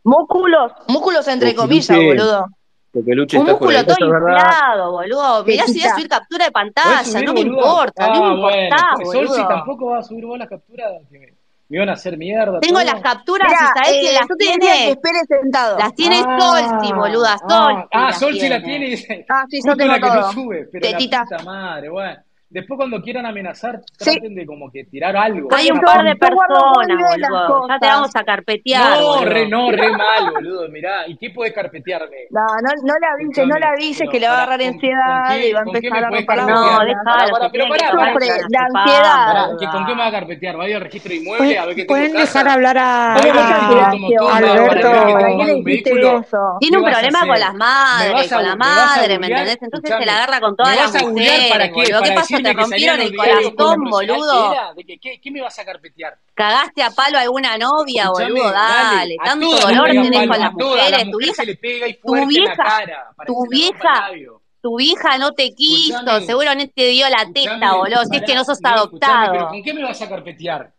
Speaker 2: Músculos, músculos entre
Speaker 7: Ojo,
Speaker 2: comillas,
Speaker 7: Luque.
Speaker 2: boludo.
Speaker 7: Coqueluche
Speaker 6: Un
Speaker 7: está por
Speaker 6: músculo
Speaker 7: ahí.
Speaker 6: todo
Speaker 7: Eso es verdad.
Speaker 6: inflado, boludo. Mirá si voy a
Speaker 2: Pechita.
Speaker 6: subir captura de
Speaker 1: ¿Podés
Speaker 6: pantalla,
Speaker 1: subir,
Speaker 6: no me
Speaker 1: boluda?
Speaker 6: importa, no me
Speaker 1: Ah, bueno.
Speaker 6: importás,
Speaker 1: Sol, si
Speaker 6: boludo.
Speaker 1: tampoco vas a subir vos las capturas, que me, me iban a hacer mierda
Speaker 6: Tengo las
Speaker 1: todo.
Speaker 6: capturas y
Speaker 2: Mira,
Speaker 6: sabés que las
Speaker 2: eh, yo te decía que
Speaker 6: tiene,
Speaker 2: espere sentado.
Speaker 6: las tiene Solsi,
Speaker 1: Ah,
Speaker 6: boluda,
Speaker 1: ah,
Speaker 6: Solsi
Speaker 1: ah,
Speaker 6: las
Speaker 1: Sol si la tiene
Speaker 6: tiene.
Speaker 1: y dice,
Speaker 2: Ah, sí, yo
Speaker 1: justo
Speaker 2: tengo
Speaker 1: la que no
Speaker 2: todo.
Speaker 1: sube, pero la
Speaker 2: Tetitas.
Speaker 1: puta madre, bueno. Después cuando quieran amenazar,
Speaker 2: Sí.
Speaker 1: traten de como que tirar algo,
Speaker 6: Hay
Speaker 2: Porque
Speaker 6: un
Speaker 1: una
Speaker 6: par de
Speaker 2: yo,
Speaker 1: punta.
Speaker 2: yo guardo
Speaker 6: personas,
Speaker 2: muy bien las
Speaker 6: boludo. Ya te
Speaker 2: cosas.
Speaker 6: vamos a carpetear,
Speaker 1: No, re,
Speaker 6: boludo.
Speaker 1: no, re mal, boludo, mirá. ¿Y qué podés carpetearme?
Speaker 2: No, no, no le avises, no le
Speaker 1: Escuchame,
Speaker 2: avises
Speaker 1: pero
Speaker 2: que le va a
Speaker 1: pará,
Speaker 2: agarrar
Speaker 1: ¿con, con
Speaker 2: ansiedad y va
Speaker 1: qué,
Speaker 2: a
Speaker 1: con qué
Speaker 2: empezar
Speaker 1: me
Speaker 2: a
Speaker 1: podés
Speaker 2: romper
Speaker 6: No,
Speaker 2: la
Speaker 1: carpetear? Pará,
Speaker 2: bola.
Speaker 6: déjalo, se
Speaker 1: pará, pero
Speaker 6: tiene que
Speaker 1: pará,
Speaker 6: tomar
Speaker 1: pará.
Speaker 2: Sufre
Speaker 6: hasta la
Speaker 2: la
Speaker 6: cepada,
Speaker 2: ansiedad.
Speaker 1: Pará, ¿qué- ¿con qué me va a
Speaker 6: boluda.
Speaker 1: carpetear? ¿Va a ir al registro de inmueble
Speaker 5: Pueden,
Speaker 1: a ver que tengo
Speaker 5: pueden dejar
Speaker 1: casa?
Speaker 5: hablar
Speaker 1: ¿Va a ir al
Speaker 2: Pobrecita,
Speaker 1: registro de
Speaker 5: a,
Speaker 2: Sebastián,
Speaker 1: Tomotoma
Speaker 5: a
Speaker 1: para ver que tengo
Speaker 5: Alberto.
Speaker 2: ¿para qué
Speaker 1: más
Speaker 2: le
Speaker 1: de un
Speaker 2: dijiste
Speaker 1: vehículo?
Speaker 2: eso?
Speaker 1: ¿Qué
Speaker 6: Tiene un
Speaker 1: vas a
Speaker 6: problema con las
Speaker 1: hacer? ¿Me
Speaker 6: madres,
Speaker 1: vas
Speaker 6: con
Speaker 1: a,
Speaker 6: la
Speaker 1: me vas a
Speaker 6: madre, ¿me
Speaker 1: bulear?
Speaker 6: entendés? Entonces se la
Speaker 1: Escuchame,
Speaker 6: agarra con
Speaker 1: ¿me
Speaker 6: todas las
Speaker 1: vas a bulear para
Speaker 6: mujeres,
Speaker 1: qué?
Speaker 6: boludo. ¿Qué
Speaker 1: ¿Para
Speaker 6: pasó? ¿Te
Speaker 1: decirme que salía
Speaker 6: rompieron
Speaker 1: en los
Speaker 6: el
Speaker 1: diarios con lo
Speaker 6: corazón,
Speaker 1: profesional que
Speaker 6: boludo?
Speaker 1: era? ¿De que, qué, qué me vas a carpetear?
Speaker 6: ¿Cagaste a palo a alguna novia, boludo?
Speaker 1: Escuchame, dale,
Speaker 6: Dale,
Speaker 1: a
Speaker 6: tanto
Speaker 1: todas nos
Speaker 6: dolor
Speaker 1: pega
Speaker 6: tenés
Speaker 1: palo,
Speaker 6: con
Speaker 1: a
Speaker 6: las
Speaker 1: todas, la
Speaker 6: mujeres, tu
Speaker 1: mujer
Speaker 6: vieja,
Speaker 1: se le pega y
Speaker 6: tu
Speaker 1: fuerte en la
Speaker 6: vieja,
Speaker 1: cara para que
Speaker 6: tu
Speaker 1: se le rompa el
Speaker 6: vieja,
Speaker 1: labio.
Speaker 6: tu vieja no te quiso,
Speaker 1: Escuchame,
Speaker 6: seguro no te dio la teta,
Speaker 1: escuchame,
Speaker 6: boludo, si es que
Speaker 1: pará,
Speaker 6: no sos
Speaker 1: no, escuchame, pero
Speaker 6: adoptado.
Speaker 1: ¿con qué me vas a carpetear?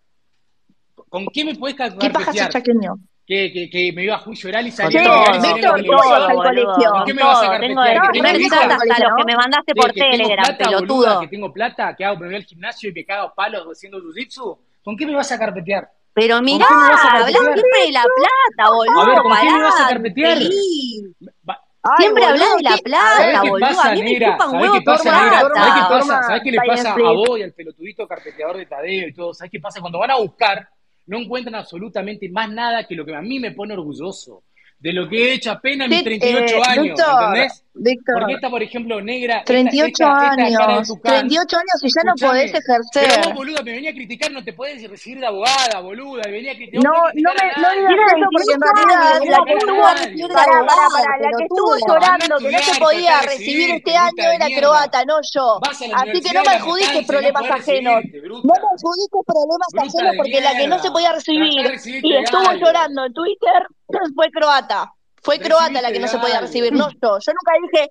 Speaker 1: ¿Con qué me podés
Speaker 2: ¿Qué paja sos
Speaker 1: carpetear?
Speaker 2: chaqueño?
Speaker 1: que, que- que me iba a juicio oral y
Speaker 6: Con
Speaker 1: salía en los
Speaker 2: Che,
Speaker 1: diarios y
Speaker 6: todo,
Speaker 1: en la
Speaker 2: Beto,
Speaker 6: con
Speaker 2: pollos
Speaker 1: televisión.
Speaker 6: todo,
Speaker 2: al
Speaker 6: boludo,
Speaker 2: colegio.
Speaker 1: ¿Con qué
Speaker 6: con
Speaker 1: me vas a
Speaker 6: todo. Tengo
Speaker 1: carpetear? ¿Que
Speaker 6: de
Speaker 2: No, no
Speaker 1: tengo
Speaker 2: me
Speaker 6: revisar
Speaker 2: al
Speaker 1: hijos?
Speaker 6: hasta
Speaker 2: colegio,
Speaker 6: los que
Speaker 2: ¿no?
Speaker 6: me mandaste por
Speaker 1: ¿De que tengo
Speaker 6: Telegram,
Speaker 1: plata, boluda? ¿Que
Speaker 6: pelotudo.
Speaker 1: tengo plata? ¿Que hago? ¿Me voy al gimnasio y me cago a palos haciendo jiu-jitsu? ¿Con qué me vas a carpetear?
Speaker 6: Pero mirá,
Speaker 1: ¿Con qué me vas a
Speaker 6: hablás
Speaker 1: carpetear?
Speaker 6: siempre de la
Speaker 1: A
Speaker 6: plata,
Speaker 1: ver,
Speaker 6: boludo,
Speaker 1: ¿con qué me vas a
Speaker 6: pará,
Speaker 1: carpetear?
Speaker 6: infeliz.
Speaker 1: Va-
Speaker 2: Ay,
Speaker 6: Siempre hablas
Speaker 2: boludo,
Speaker 6: de
Speaker 2: ¿qué?
Speaker 6: la
Speaker 2: A
Speaker 1: ¿Sabés
Speaker 6: plata,
Speaker 2: ver,
Speaker 1: qué
Speaker 6: boludo. A
Speaker 1: pasa,
Speaker 6: mí me
Speaker 1: negra?
Speaker 6: chupan
Speaker 1: ¿Sabés
Speaker 6: huevo
Speaker 1: qué
Speaker 6: por
Speaker 1: pasa, negra? ¿Sabés qué
Speaker 2: Norma,
Speaker 6: plata.
Speaker 1: pasa?
Speaker 2: Norma,
Speaker 1: ¿Sabés qué le
Speaker 2: Science
Speaker 1: pasa a
Speaker 2: Flip.
Speaker 1: vos y al pelotudito carpeteador de Tadeo y todo? ¿Sabés qué pasa? Cuando van a buscar, no encuentran absolutamente más nada que lo que a mí me pone orgulloso, de lo que he hecho apenas mis
Speaker 2: Che, eh,
Speaker 1: 38 años,
Speaker 2: Víctor,
Speaker 1: ¿entendés?
Speaker 2: Víctor,
Speaker 1: Porque esta, por ejemplo, negra, esta,
Speaker 2: 38
Speaker 1: esta, esta cara de
Speaker 2: años,
Speaker 1: tucán,
Speaker 2: 38 años y ya no podés
Speaker 1: escuchame, pero vos,
Speaker 2: ejercer.
Speaker 1: boluda, me venía a criticar, no te podés recibir de abogada, boluda, me venía a criticar,
Speaker 2: No,
Speaker 1: no podés
Speaker 2: no
Speaker 1: criticar
Speaker 2: me,
Speaker 1: a
Speaker 2: no
Speaker 1: nadie.
Speaker 6: Tiene
Speaker 2: digas eso
Speaker 1: No
Speaker 6: 28 años,
Speaker 2: porque en realidad la
Speaker 6: la
Speaker 2: que
Speaker 6: que
Speaker 1: criticar a nadie.
Speaker 6: estuvo a recibir de
Speaker 2: estuvo, para, para,
Speaker 6: abogado,
Speaker 2: para, la que estuvo
Speaker 6: pelotudo.
Speaker 1: Andá a
Speaker 2: llorando que no se
Speaker 1: estudiar, traté
Speaker 2: podía
Speaker 1: de
Speaker 2: recibir este
Speaker 1: recibirte,
Speaker 2: año
Speaker 1: bruta de
Speaker 2: era
Speaker 1: mierda.
Speaker 2: croata, no yo.
Speaker 1: Vas a la
Speaker 2: Así que no
Speaker 1: universidad
Speaker 2: me
Speaker 1: de la
Speaker 2: adjudiques
Speaker 1: matanza y no
Speaker 2: problemas
Speaker 1: podés
Speaker 2: ajenos.
Speaker 1: recibirte,
Speaker 2: No
Speaker 1: bruta.
Speaker 2: me adjudiques problemas
Speaker 1: Bruta
Speaker 2: ajenos
Speaker 1: de
Speaker 2: porque la que no se podía
Speaker 1: mierda. Tratá de
Speaker 2: recibir y
Speaker 1: recibirte de
Speaker 2: estuvo
Speaker 1: algo.
Speaker 2: llorando en
Speaker 6: [clears throat]
Speaker 2: Twitter fue croata. Fue croata la
Speaker 1: Recibite
Speaker 2: que
Speaker 1: de
Speaker 2: no se podía
Speaker 1: algo.
Speaker 2: recibir, no yo. Yo nunca dije,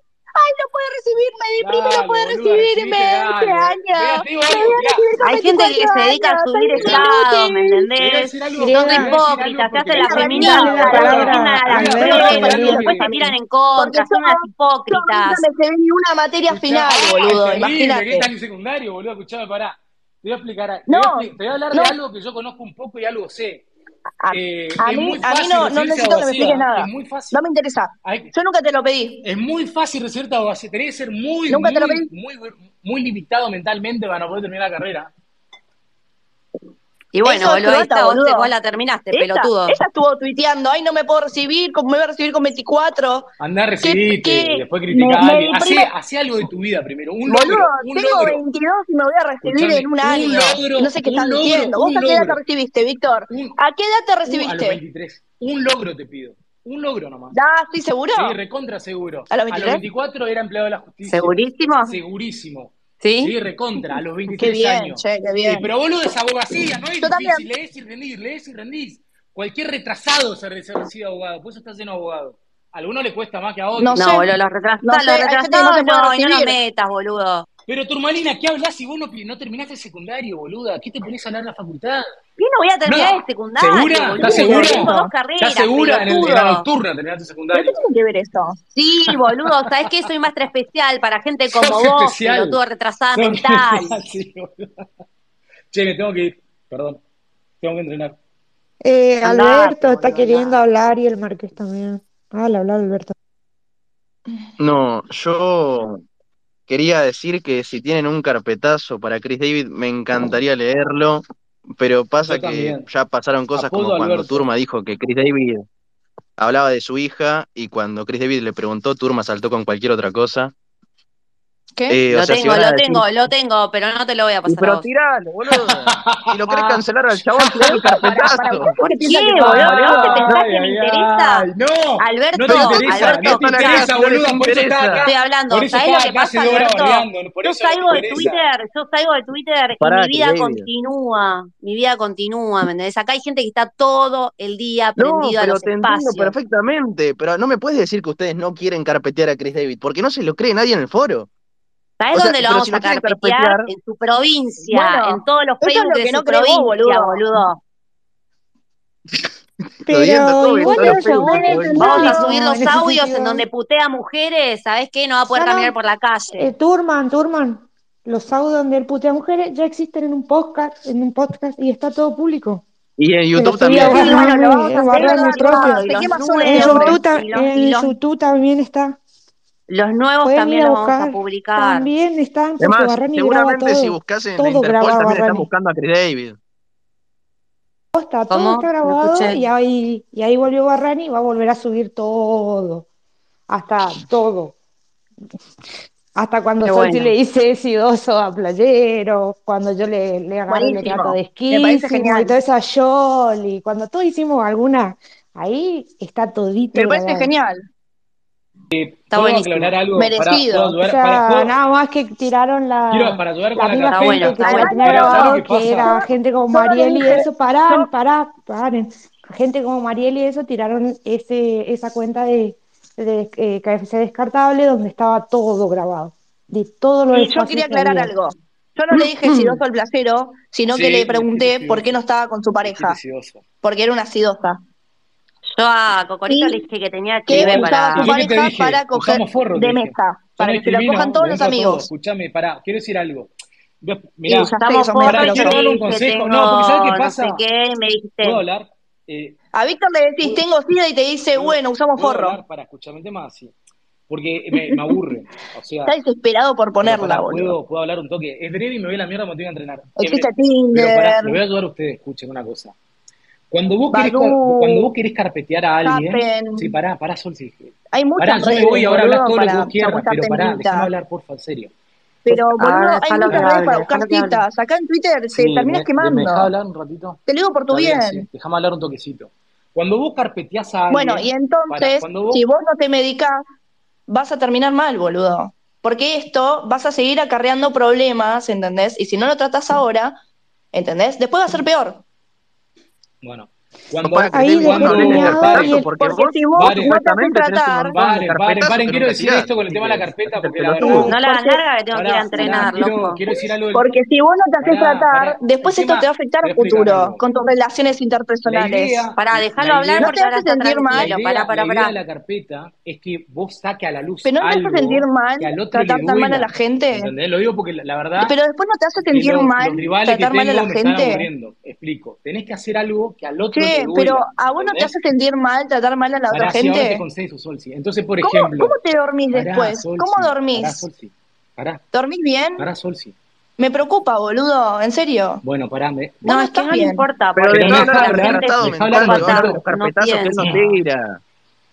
Speaker 2: ay, no puede recibirme, deprime, no
Speaker 1: Dale,
Speaker 2: puede
Speaker 1: boluda, recibite de
Speaker 2: recibirme este
Speaker 1: algo.
Speaker 2: año.
Speaker 1: Mira, te digo
Speaker 2: Me
Speaker 1: algo,
Speaker 2: voy a
Speaker 1: mirá.
Speaker 2: recibir con
Speaker 6: Hay gente
Speaker 2: 24
Speaker 6: que se dedica a
Speaker 2: años, soy
Speaker 6: subir
Speaker 2: una
Speaker 1: Mirá,
Speaker 6: estados, ¿me
Speaker 1: te
Speaker 2: inútil.
Speaker 1: voy a
Speaker 6: entendés?
Speaker 1: decir algo,
Speaker 5: Griega,
Speaker 6: Son
Speaker 1: te voy a decir algo
Speaker 6: hipócritas, se
Speaker 1: porque te
Speaker 6: hacen
Speaker 2: Una
Speaker 1: quiero
Speaker 6: las
Speaker 2: realidad
Speaker 1: mucho.
Speaker 2: me la
Speaker 1: Pará, te voy a,
Speaker 5: palabra. Alberto,
Speaker 6: feministas, se defienden a las
Speaker 1: pará,
Speaker 6: mujeres
Speaker 1: pará,
Speaker 6: y después
Speaker 2: Alberto.
Speaker 6: se
Speaker 1: Luque.
Speaker 6: tiran en
Speaker 2: Porque
Speaker 6: contra,
Speaker 2: yo,
Speaker 6: son unas
Speaker 2: yo nunca
Speaker 6: hipócritas.
Speaker 2: me llevé ni una materia
Speaker 1: Escuchá,
Speaker 2: final,
Speaker 1: ah, es
Speaker 2: boludo,
Speaker 1: terrible, que estás
Speaker 2: imagínate.
Speaker 1: en secundario, boludo, escuchame, pará. Te voy a explicar, a- te
Speaker 2: No,
Speaker 1: voy a, expli- te voy a hablar de
Speaker 2: no,
Speaker 1: algo que yo conozco un poco y algo sé.
Speaker 2: a,
Speaker 1: Eh,
Speaker 2: a
Speaker 1: es
Speaker 2: mí,
Speaker 1: muy
Speaker 2: a mí
Speaker 1: fácil
Speaker 2: no, no
Speaker 1: recibirse de
Speaker 2: necesito que me
Speaker 1: abogacía,
Speaker 2: expliques
Speaker 1: es
Speaker 2: nada.
Speaker 1: muy fácil.
Speaker 2: No me interesa.
Speaker 1: Hay-
Speaker 2: Yo nunca te lo pedí.
Speaker 1: es muy fácil recibirte de abogacía, tenés que ser muy,
Speaker 2: Nunca te lo
Speaker 1: muy,
Speaker 2: pedí.
Speaker 1: muy, muy limitado mentalmente para poder terminar la carrera.
Speaker 6: Y bueno,
Speaker 2: Eso es
Speaker 6: boludo, ahí
Speaker 2: croata,
Speaker 6: está, vos, te, vos
Speaker 2: boludo.
Speaker 6: la terminaste,
Speaker 2: Ella,
Speaker 6: pelotudo.
Speaker 2: ella estuvo tuiteando, ay, no me puedo recibir, ¿cómo me voy a recibir con 24?
Speaker 1: Andá,
Speaker 2: ¿Qué,
Speaker 1: recibite y
Speaker 2: qué?
Speaker 1: después
Speaker 2: Me,
Speaker 1: criticá a
Speaker 2: me
Speaker 1: alguien. Hacé,
Speaker 2: deprime.
Speaker 1: hacé algo de tu vida primero, un
Speaker 2: Boludo,
Speaker 1: logro, un
Speaker 2: tengo
Speaker 1: logro.
Speaker 2: 22 y me voy a recibir en
Speaker 1: Escuchame,
Speaker 2: un
Speaker 1: un
Speaker 2: año. No
Speaker 1: logro,
Speaker 2: sé qué
Speaker 1: un
Speaker 2: están
Speaker 1: logro,
Speaker 2: diciendo. ¿Vos
Speaker 1: un
Speaker 2: a qué edad te
Speaker 1: logro.
Speaker 2: recibiste, Víctor?
Speaker 1: Un,
Speaker 2: ¿A qué edad te
Speaker 1: un- Uh, a los
Speaker 2: recibiste?
Speaker 1: 23. Un logro te pido. Un logro nomás.
Speaker 2: ¿Da, estoy seguro?
Speaker 1: Sí, recontra seguro.
Speaker 2: ¿A
Speaker 1: A los
Speaker 2: los 23?
Speaker 1: 24 era empleado de la justicia.
Speaker 6: ¿Segurísimo?
Speaker 1: Segurísimo. Sí,
Speaker 6: ¿Sí?
Speaker 1: recontra, a los
Speaker 2: Qué
Speaker 1: 23
Speaker 2: bien,
Speaker 1: años.
Speaker 2: che, qué
Speaker 1: Eh,
Speaker 2: bien.
Speaker 1: pero vos lo abogacía, no es
Speaker 2: Yo también.
Speaker 1: difícil, lees y rendís, lees y rendís. Cualquier retrasado se recibe abogado, por eso estás lleno de abogado. A algunos le cuesta más que a otros.
Speaker 2: No,
Speaker 6: No,
Speaker 2: sé.
Speaker 6: boludo, los retrasados,
Speaker 2: No sé,
Speaker 6: los
Speaker 2: hay gente que
Speaker 6: retrasados
Speaker 2: no te puede
Speaker 6: no, y no los
Speaker 2: recibir.
Speaker 6: metas, boludo.
Speaker 1: Pero Turmalina, ¿qué hablas si vos no, no terminaste el secundario, boluda? ¿Qué te pones a hablar en la facultad?
Speaker 6: Yo no voy a terminar
Speaker 1: No.
Speaker 6: el secundario,
Speaker 1: ¿Segura?
Speaker 6: boludo.
Speaker 1: ¿Estás segura?
Speaker 6: Tengo dos carreras,
Speaker 1: ¿Estás segura? En, el, en la
Speaker 6: pelotudo.
Speaker 1: nocturna terminaste el
Speaker 2: ¿Pero qué
Speaker 1: secundario.
Speaker 2: tiene que ver esto?
Speaker 6: Sí, boludo, ¿sabés qué? Soy maestra especial para gente como
Speaker 1: Sos
Speaker 6: vos,
Speaker 1: especial.
Speaker 6: pelotudo retrasada
Speaker 1: Son-
Speaker 6: mental.
Speaker 1: [laughs] Sí, boluda. che, me tengo que ir. Perdón. Tengo que entrenar.
Speaker 5: Eh,
Speaker 6: Andá,
Speaker 5: Alberto está
Speaker 6: boludo,
Speaker 5: queriendo
Speaker 6: andá.
Speaker 5: hablar y el Marqués también. Habla, habla, Alberto.
Speaker 7: No, yo quería decir que si tienen un carpetazo para Chris David, me encantaría leerlo, pero pasa
Speaker 1: Yo
Speaker 7: que
Speaker 1: también.
Speaker 7: ya pasaron cosas
Speaker 1: Apodo
Speaker 7: como cuando
Speaker 1: Alberto.
Speaker 7: Turma dijo que Chris David hablaba de su hija y cuando Chris David le preguntó, Turma saltó con cualquier otra cosa.
Speaker 2: ¿Qué?
Speaker 7: Eh, o
Speaker 6: Lo
Speaker 7: sea, si
Speaker 6: tengo,
Speaker 7: van a
Speaker 6: lo
Speaker 7: decir-
Speaker 6: tengo, lo tengo, pero no te lo voy a
Speaker 7: Y
Speaker 6: pasar a
Speaker 7: pero
Speaker 6: vos.
Speaker 7: tiralo, boludo. Si lo querés cancelar al
Speaker 6: [laughs]
Speaker 7: chabón, tirale el
Speaker 6: Para,
Speaker 7: carpetazo.
Speaker 6: para, [laughs] ¿Por qué,
Speaker 5: piensan que
Speaker 6: boludo?
Speaker 5: para-
Speaker 6: ¿No te pensás
Speaker 1: Ay,
Speaker 6: que me
Speaker 1: ay,
Speaker 6: interesa?
Speaker 1: ay, No, no
Speaker 6: Alberto,
Speaker 1: te interesa, no
Speaker 6: Alberto.
Speaker 1: te interesa,
Speaker 7: No les
Speaker 1: boluda, por eso
Speaker 7: interesa.
Speaker 1: está acá.
Speaker 6: Estoy hablando,
Speaker 1: por eso
Speaker 6: ¿sabés
Speaker 1: estaba
Speaker 6: lo que
Speaker 1: acá hace
Speaker 6: pasa,
Speaker 1: dos horas
Speaker 6: Alberto?
Speaker 1: bardeando, por
Speaker 6: Yo
Speaker 1: eso no te
Speaker 6: salgo de
Speaker 1: interesa.
Speaker 6: Twitter, yo salgo de Twitter
Speaker 7: Pará,
Speaker 6: y mi vida
Speaker 7: David.
Speaker 6: continúa, mi vida continúa, ¿me entendés? Acá hay gente que está todo el día
Speaker 7: No,
Speaker 6: prendido a
Speaker 7: pero
Speaker 6: los
Speaker 7: te entiendo
Speaker 6: espacios.
Speaker 7: perfectamente, pero no me puedes decir que ustedes no quieren carpetear a Chris David, porque no se lo cree nadie en el foro.
Speaker 6: ¿Sabés
Speaker 7: O sea,
Speaker 6: dónde lo
Speaker 7: pero
Speaker 6: vamos
Speaker 7: si lo
Speaker 6: a
Speaker 7: quieren
Speaker 6: carpetear?
Speaker 7: carpetear-
Speaker 6: En su provincia,
Speaker 2: Bueno,
Speaker 6: en todos los
Speaker 2: eso es lo
Speaker 6: Facebook
Speaker 2: que
Speaker 6: de
Speaker 2: no
Speaker 6: su
Speaker 2: crees
Speaker 6: provincia,
Speaker 2: vos, boludo.
Speaker 6: boludo.
Speaker 7: Lo viendo todo
Speaker 5: Pero
Speaker 7: en
Speaker 5: igual
Speaker 7: todos los
Speaker 5: los chabones
Speaker 7: Facebook,
Speaker 5: están
Speaker 7: boludo.
Speaker 6: Vamos a
Speaker 5: todos
Speaker 6: subir los
Speaker 5: en ese
Speaker 6: audios en
Speaker 5: sentido.
Speaker 6: donde putea a mujeres, ¿sabés qué? No va a poder
Speaker 5: No, no.
Speaker 6: caminar por la calle.
Speaker 5: Eh, Turman, Turman, los audios donde él putea a mujeres ya existen en un podcast, en un podcast y está todo público.
Speaker 7: Y en
Speaker 5: Pero
Speaker 7: YouTube
Speaker 5: sí,
Speaker 7: también.
Speaker 5: ahora-
Speaker 6: Sí, bueno, lo
Speaker 5: muy-
Speaker 6: vamos a
Speaker 5: eh,
Speaker 6: hacer
Speaker 5: barra
Speaker 6: en
Speaker 5: mi
Speaker 6: otro
Speaker 5: propia.
Speaker 6: lado. Y los
Speaker 2: ¿Qué pasó con
Speaker 5: En
Speaker 2: el
Speaker 6: nuevos,
Speaker 2: hombre?
Speaker 5: YouTube, ta-
Speaker 6: y los, y
Speaker 5: en
Speaker 6: los,
Speaker 5: YouTube también está.
Speaker 6: los nuevos
Speaker 5: Pueden ir
Speaker 6: también
Speaker 5: a
Speaker 6: los vamos a
Speaker 5: buscar.
Speaker 6: publicar.
Speaker 5: También están, porque
Speaker 7: Además,
Speaker 5: Barrani graba
Speaker 7: seguramente si
Speaker 5: todo.
Speaker 7: buscas en la
Speaker 5: Todo
Speaker 7: Interpol
Speaker 5: graba
Speaker 7: también están
Speaker 5: Barrani.
Speaker 7: buscando a Chris David.
Speaker 5: Posta, todo
Speaker 6: ¿Cómo?
Speaker 5: está
Speaker 6: No
Speaker 5: grabado
Speaker 6: escuché.
Speaker 5: y ahí, y ahí volvió Barrani y va a volver a subir todo. Hasta todo. Hasta cuando
Speaker 6: Qué
Speaker 5: Santi
Speaker 6: bueno.
Speaker 5: le dice sidoso a Playero, cuando yo le, le agarro y le trato de
Speaker 6: Buenísimo. Me parece
Speaker 5: esquísimo
Speaker 6: genial.
Speaker 5: y todo eso a Yoli. Cuando todos hicimos alguna, ahí está todito
Speaker 2: Me parece
Speaker 5: grabado.
Speaker 2: genial.
Speaker 6: Está
Speaker 1: ¿Puedo
Speaker 6: buenísimo.
Speaker 1: Eh, aclarar algo? Para,
Speaker 2: Merecido.
Speaker 1: ¿puedo
Speaker 5: O
Speaker 1: ayudar? Para,
Speaker 5: sea,
Speaker 1: ¿puedo-
Speaker 5: nada más que tiraron
Speaker 1: quiero,
Speaker 5: la,
Speaker 1: para ayudar con
Speaker 5: la
Speaker 1: la
Speaker 5: misma
Speaker 6: Está
Speaker 1: carpeta.
Speaker 6: bueno,
Speaker 5: gente que
Speaker 6: está
Speaker 5: se la
Speaker 6: bueno.
Speaker 5: tenía
Speaker 1: Pero ¿sabes lo
Speaker 5: grabado,
Speaker 1: que
Speaker 5: que
Speaker 1: pasa?
Speaker 5: era gente como
Speaker 2: Solo le
Speaker 5: Mariel y
Speaker 2: dije,
Speaker 5: eso, parán, pará, paren. Gente como Mariel y eso tiraron ese, esa cuenta de, de eh, KFC descartable donde estaba todo grabado, de todos los
Speaker 2: Y yo
Speaker 5: espacios
Speaker 2: quería
Speaker 5: que
Speaker 2: aclarar
Speaker 5: había.
Speaker 2: algo. Yo no le dije
Speaker 1: [clears throat]
Speaker 2: sidoso al placero, sino
Speaker 1: Sí,
Speaker 2: que le
Speaker 1: le
Speaker 2: pregunté
Speaker 1: dijiste
Speaker 2: por qué no
Speaker 1: sidoso.
Speaker 2: estaba con su pareja,
Speaker 1: Dijiste sidoso.
Speaker 2: porque era una sidosa.
Speaker 6: Yo a Cocorito
Speaker 2: Y
Speaker 6: le dije que tenía que
Speaker 2: que
Speaker 6: ver
Speaker 2: usaba
Speaker 6: para.
Speaker 2: a
Speaker 1: ¿Y
Speaker 2: su
Speaker 1: yo qué te
Speaker 2: pareja
Speaker 1: dije?
Speaker 2: para coger
Speaker 1: Usamos forro, te
Speaker 2: de
Speaker 1: dije.
Speaker 2: mesa,
Speaker 1: Yo no
Speaker 2: para que se lo cojan
Speaker 1: discrimino,
Speaker 2: todos
Speaker 1: le
Speaker 2: los
Speaker 1: entro a todo.
Speaker 2: amigos.
Speaker 1: Escuchame, pará, quiero decir algo. Yo-
Speaker 2: Y
Speaker 1: Mirá,
Speaker 2: ya sé que
Speaker 6: Usamos
Speaker 2: sos medio
Speaker 6: porro
Speaker 1: pará,
Speaker 6: y yo
Speaker 1: quiero
Speaker 2: asqueroso.
Speaker 6: te
Speaker 1: darle un
Speaker 6: dije
Speaker 1: consejo. No, porque ¿sabes qué
Speaker 6: tengo no sé
Speaker 1: pasa?
Speaker 6: qué y me
Speaker 1: ¿Puedo
Speaker 6: dijiste.
Speaker 1: hablar? Eh,
Speaker 2: A Víctor le decís,
Speaker 1: ¿puedo,
Speaker 2: tengo sida y te dice,
Speaker 1: puedo-
Speaker 2: bueno, usamos
Speaker 1: puedo
Speaker 2: forro.
Speaker 1: hablar para escucharme el tema así? Porque me, me aburre. O sea,
Speaker 2: [laughs] Está desesperado por
Speaker 1: pero
Speaker 2: ponerla,
Speaker 1: pará,
Speaker 2: boludo.
Speaker 1: puedo, puedo hablar un toque. Es breve y me voy a la mierda me tengo que entrenar. Es
Speaker 2: Existe
Speaker 1: breve. Pero pará,
Speaker 2: Tinder,
Speaker 1: le voy a ayudar a ustedes, escuchen una cosa. Cuando vos querés, car- cuando vos
Speaker 2: Badoo,
Speaker 1: querés carpetear a alguien, sí,
Speaker 2: Happen.
Speaker 1: pará, pará, Sol, sí.
Speaker 2: Hay
Speaker 1: Pará,
Speaker 2: muchas
Speaker 1: yo me
Speaker 2: redes,
Speaker 1: voy, ahora hablas
Speaker 2: boludo,
Speaker 1: todo lo que
Speaker 2: para,
Speaker 1: vos
Speaker 2: para
Speaker 1: quieras,
Speaker 2: buscarte
Speaker 1: pero pará, déjame
Speaker 2: minita.
Speaker 1: hablar, porfa, en serio.
Speaker 2: Pero,
Speaker 6: Ahora
Speaker 2: boludo,
Speaker 6: déjalo
Speaker 2: hay
Speaker 6: que
Speaker 2: muchas redes
Speaker 6: hable,
Speaker 2: para buscar
Speaker 6: déjalo que hable.
Speaker 2: citas. Acá en Twitter te
Speaker 1: Sí,
Speaker 2: terminas
Speaker 1: ¿me, de- me dejás
Speaker 2: quemando.
Speaker 1: hablar un ratito?
Speaker 2: Te lo digo por tu
Speaker 1: Está bien, sí,
Speaker 2: bien.
Speaker 1: déjame hablar un toquecito. Cuando vos carpeteás a
Speaker 2: Bueno, y
Speaker 1: alguien, para,
Speaker 2: entonces,
Speaker 1: cuando
Speaker 2: si
Speaker 1: vos,
Speaker 2: vos no te medicás, vas a terminar mal, boludo. Porque esto vas a seguir acarreando problemas, ¿entendés? Y si no lo tratás ahora, ¿entendés? Después va a ser peor.
Speaker 1: bueno,
Speaker 7: No para
Speaker 1: cuando,
Speaker 7: Chris
Speaker 5: Ahí
Speaker 7: David, vos
Speaker 5: dejé
Speaker 7: no
Speaker 1: cuando
Speaker 7: le des
Speaker 1: vos,
Speaker 5: planeado y
Speaker 7: carpetazo,
Speaker 1: paren,
Speaker 5: el...
Speaker 7: porque
Speaker 2: Porque
Speaker 7: vos
Speaker 2: si vos
Speaker 1: paren,
Speaker 2: no te haces
Speaker 7: supuestamente tenés un
Speaker 2: tratar,
Speaker 7: montón de
Speaker 1: paren, paren,
Speaker 7: carpetazos
Speaker 1: paren,
Speaker 7: que
Speaker 1: quiero
Speaker 7: nunca
Speaker 1: decir
Speaker 7: tirás,
Speaker 1: esto con el
Speaker 7: así
Speaker 1: tema de la
Speaker 7: que
Speaker 1: carpeta,
Speaker 7: hacete el
Speaker 1: porque la
Speaker 7: pelotudo.
Speaker 1: verdad,
Speaker 6: No la hagas
Speaker 2: porque,
Speaker 6: larga que tengo que ir a
Speaker 1: pará, pará,
Speaker 6: entrenar,
Speaker 1: quiero,
Speaker 6: loco.
Speaker 1: quiero decir algo del,
Speaker 2: porque si vos no te haces
Speaker 1: pará,
Speaker 2: tratar,
Speaker 1: pará,
Speaker 2: después
Speaker 1: el
Speaker 2: esto
Speaker 1: tema,
Speaker 2: te va a afectar
Speaker 1: te voy
Speaker 2: a
Speaker 1: a explicar
Speaker 2: futuro,
Speaker 1: algo.
Speaker 2: con tus relaciones
Speaker 1: La
Speaker 2: interpersonales.
Speaker 1: idea,
Speaker 6: Pará,
Speaker 1: la
Speaker 6: déjalo hablar
Speaker 1: idea,
Speaker 2: No te
Speaker 6: porque ahora
Speaker 2: hace
Speaker 6: está
Speaker 2: sentir mal,
Speaker 1: la
Speaker 6: tranquilo. Pará,
Speaker 1: idea, la
Speaker 6: pará,
Speaker 1: idea de
Speaker 6: pará.
Speaker 1: la carpeta es que vos saque a la luz
Speaker 2: pero no te hace sentir
Speaker 1: algo
Speaker 2: mal
Speaker 1: que al otro le
Speaker 2: tratar tan mal a la
Speaker 1: duela.
Speaker 2: gente.
Speaker 1: ¿Entendés? Lo digo porque la, la verdad
Speaker 2: Pero después no te hace
Speaker 1: que
Speaker 2: sentir
Speaker 1: los,
Speaker 2: mal
Speaker 1: los rivales que
Speaker 2: tratar mal a
Speaker 1: tengo
Speaker 2: la
Speaker 1: me están
Speaker 2: gente.
Speaker 1: aburriendo. Explico. Tenés que hacer algo que al otro le
Speaker 2: Che, pero
Speaker 1: duela.
Speaker 2: ¿a vos no te hace
Speaker 1: ¿Entendés?
Speaker 2: sentir mal tratar mal a la otra
Speaker 1: Pará, si ahora te
Speaker 2: gente?
Speaker 1: consenso, Solsi. Entonces, por
Speaker 2: ¿Cómo, cómo
Speaker 1: ejemplo,
Speaker 2: te dormís
Speaker 1: pará,
Speaker 2: después? ¿Cómo
Speaker 1: Solsi, pará,
Speaker 2: dormís?
Speaker 1: Solsi, pará,
Speaker 2: ¿Dormís bien?
Speaker 1: pará, Solsi.
Speaker 2: Me preocupa, boludo, en serio.
Speaker 1: Bueno, pará, me-
Speaker 2: Vos
Speaker 6: No,
Speaker 2: no
Speaker 6: es que
Speaker 2: estás
Speaker 6: no le
Speaker 2: bien.
Speaker 6: importa,
Speaker 7: Pero
Speaker 6: porque
Speaker 1: Pero
Speaker 7: dejá
Speaker 1: me
Speaker 6: piensa
Speaker 7: hablar
Speaker 6: que
Speaker 7: al
Speaker 1: dejá
Speaker 6: la
Speaker 1: hablar,
Speaker 6: gente es
Speaker 7: retrasado
Speaker 1: dejá hablar
Speaker 7: mental, que va
Speaker 1: un
Speaker 7: a
Speaker 6: psicópata,
Speaker 7: hablar de
Speaker 1: ratito.
Speaker 7: los
Speaker 6: no
Speaker 7: carpetazos que él no
Speaker 6: piensa.
Speaker 7: tira.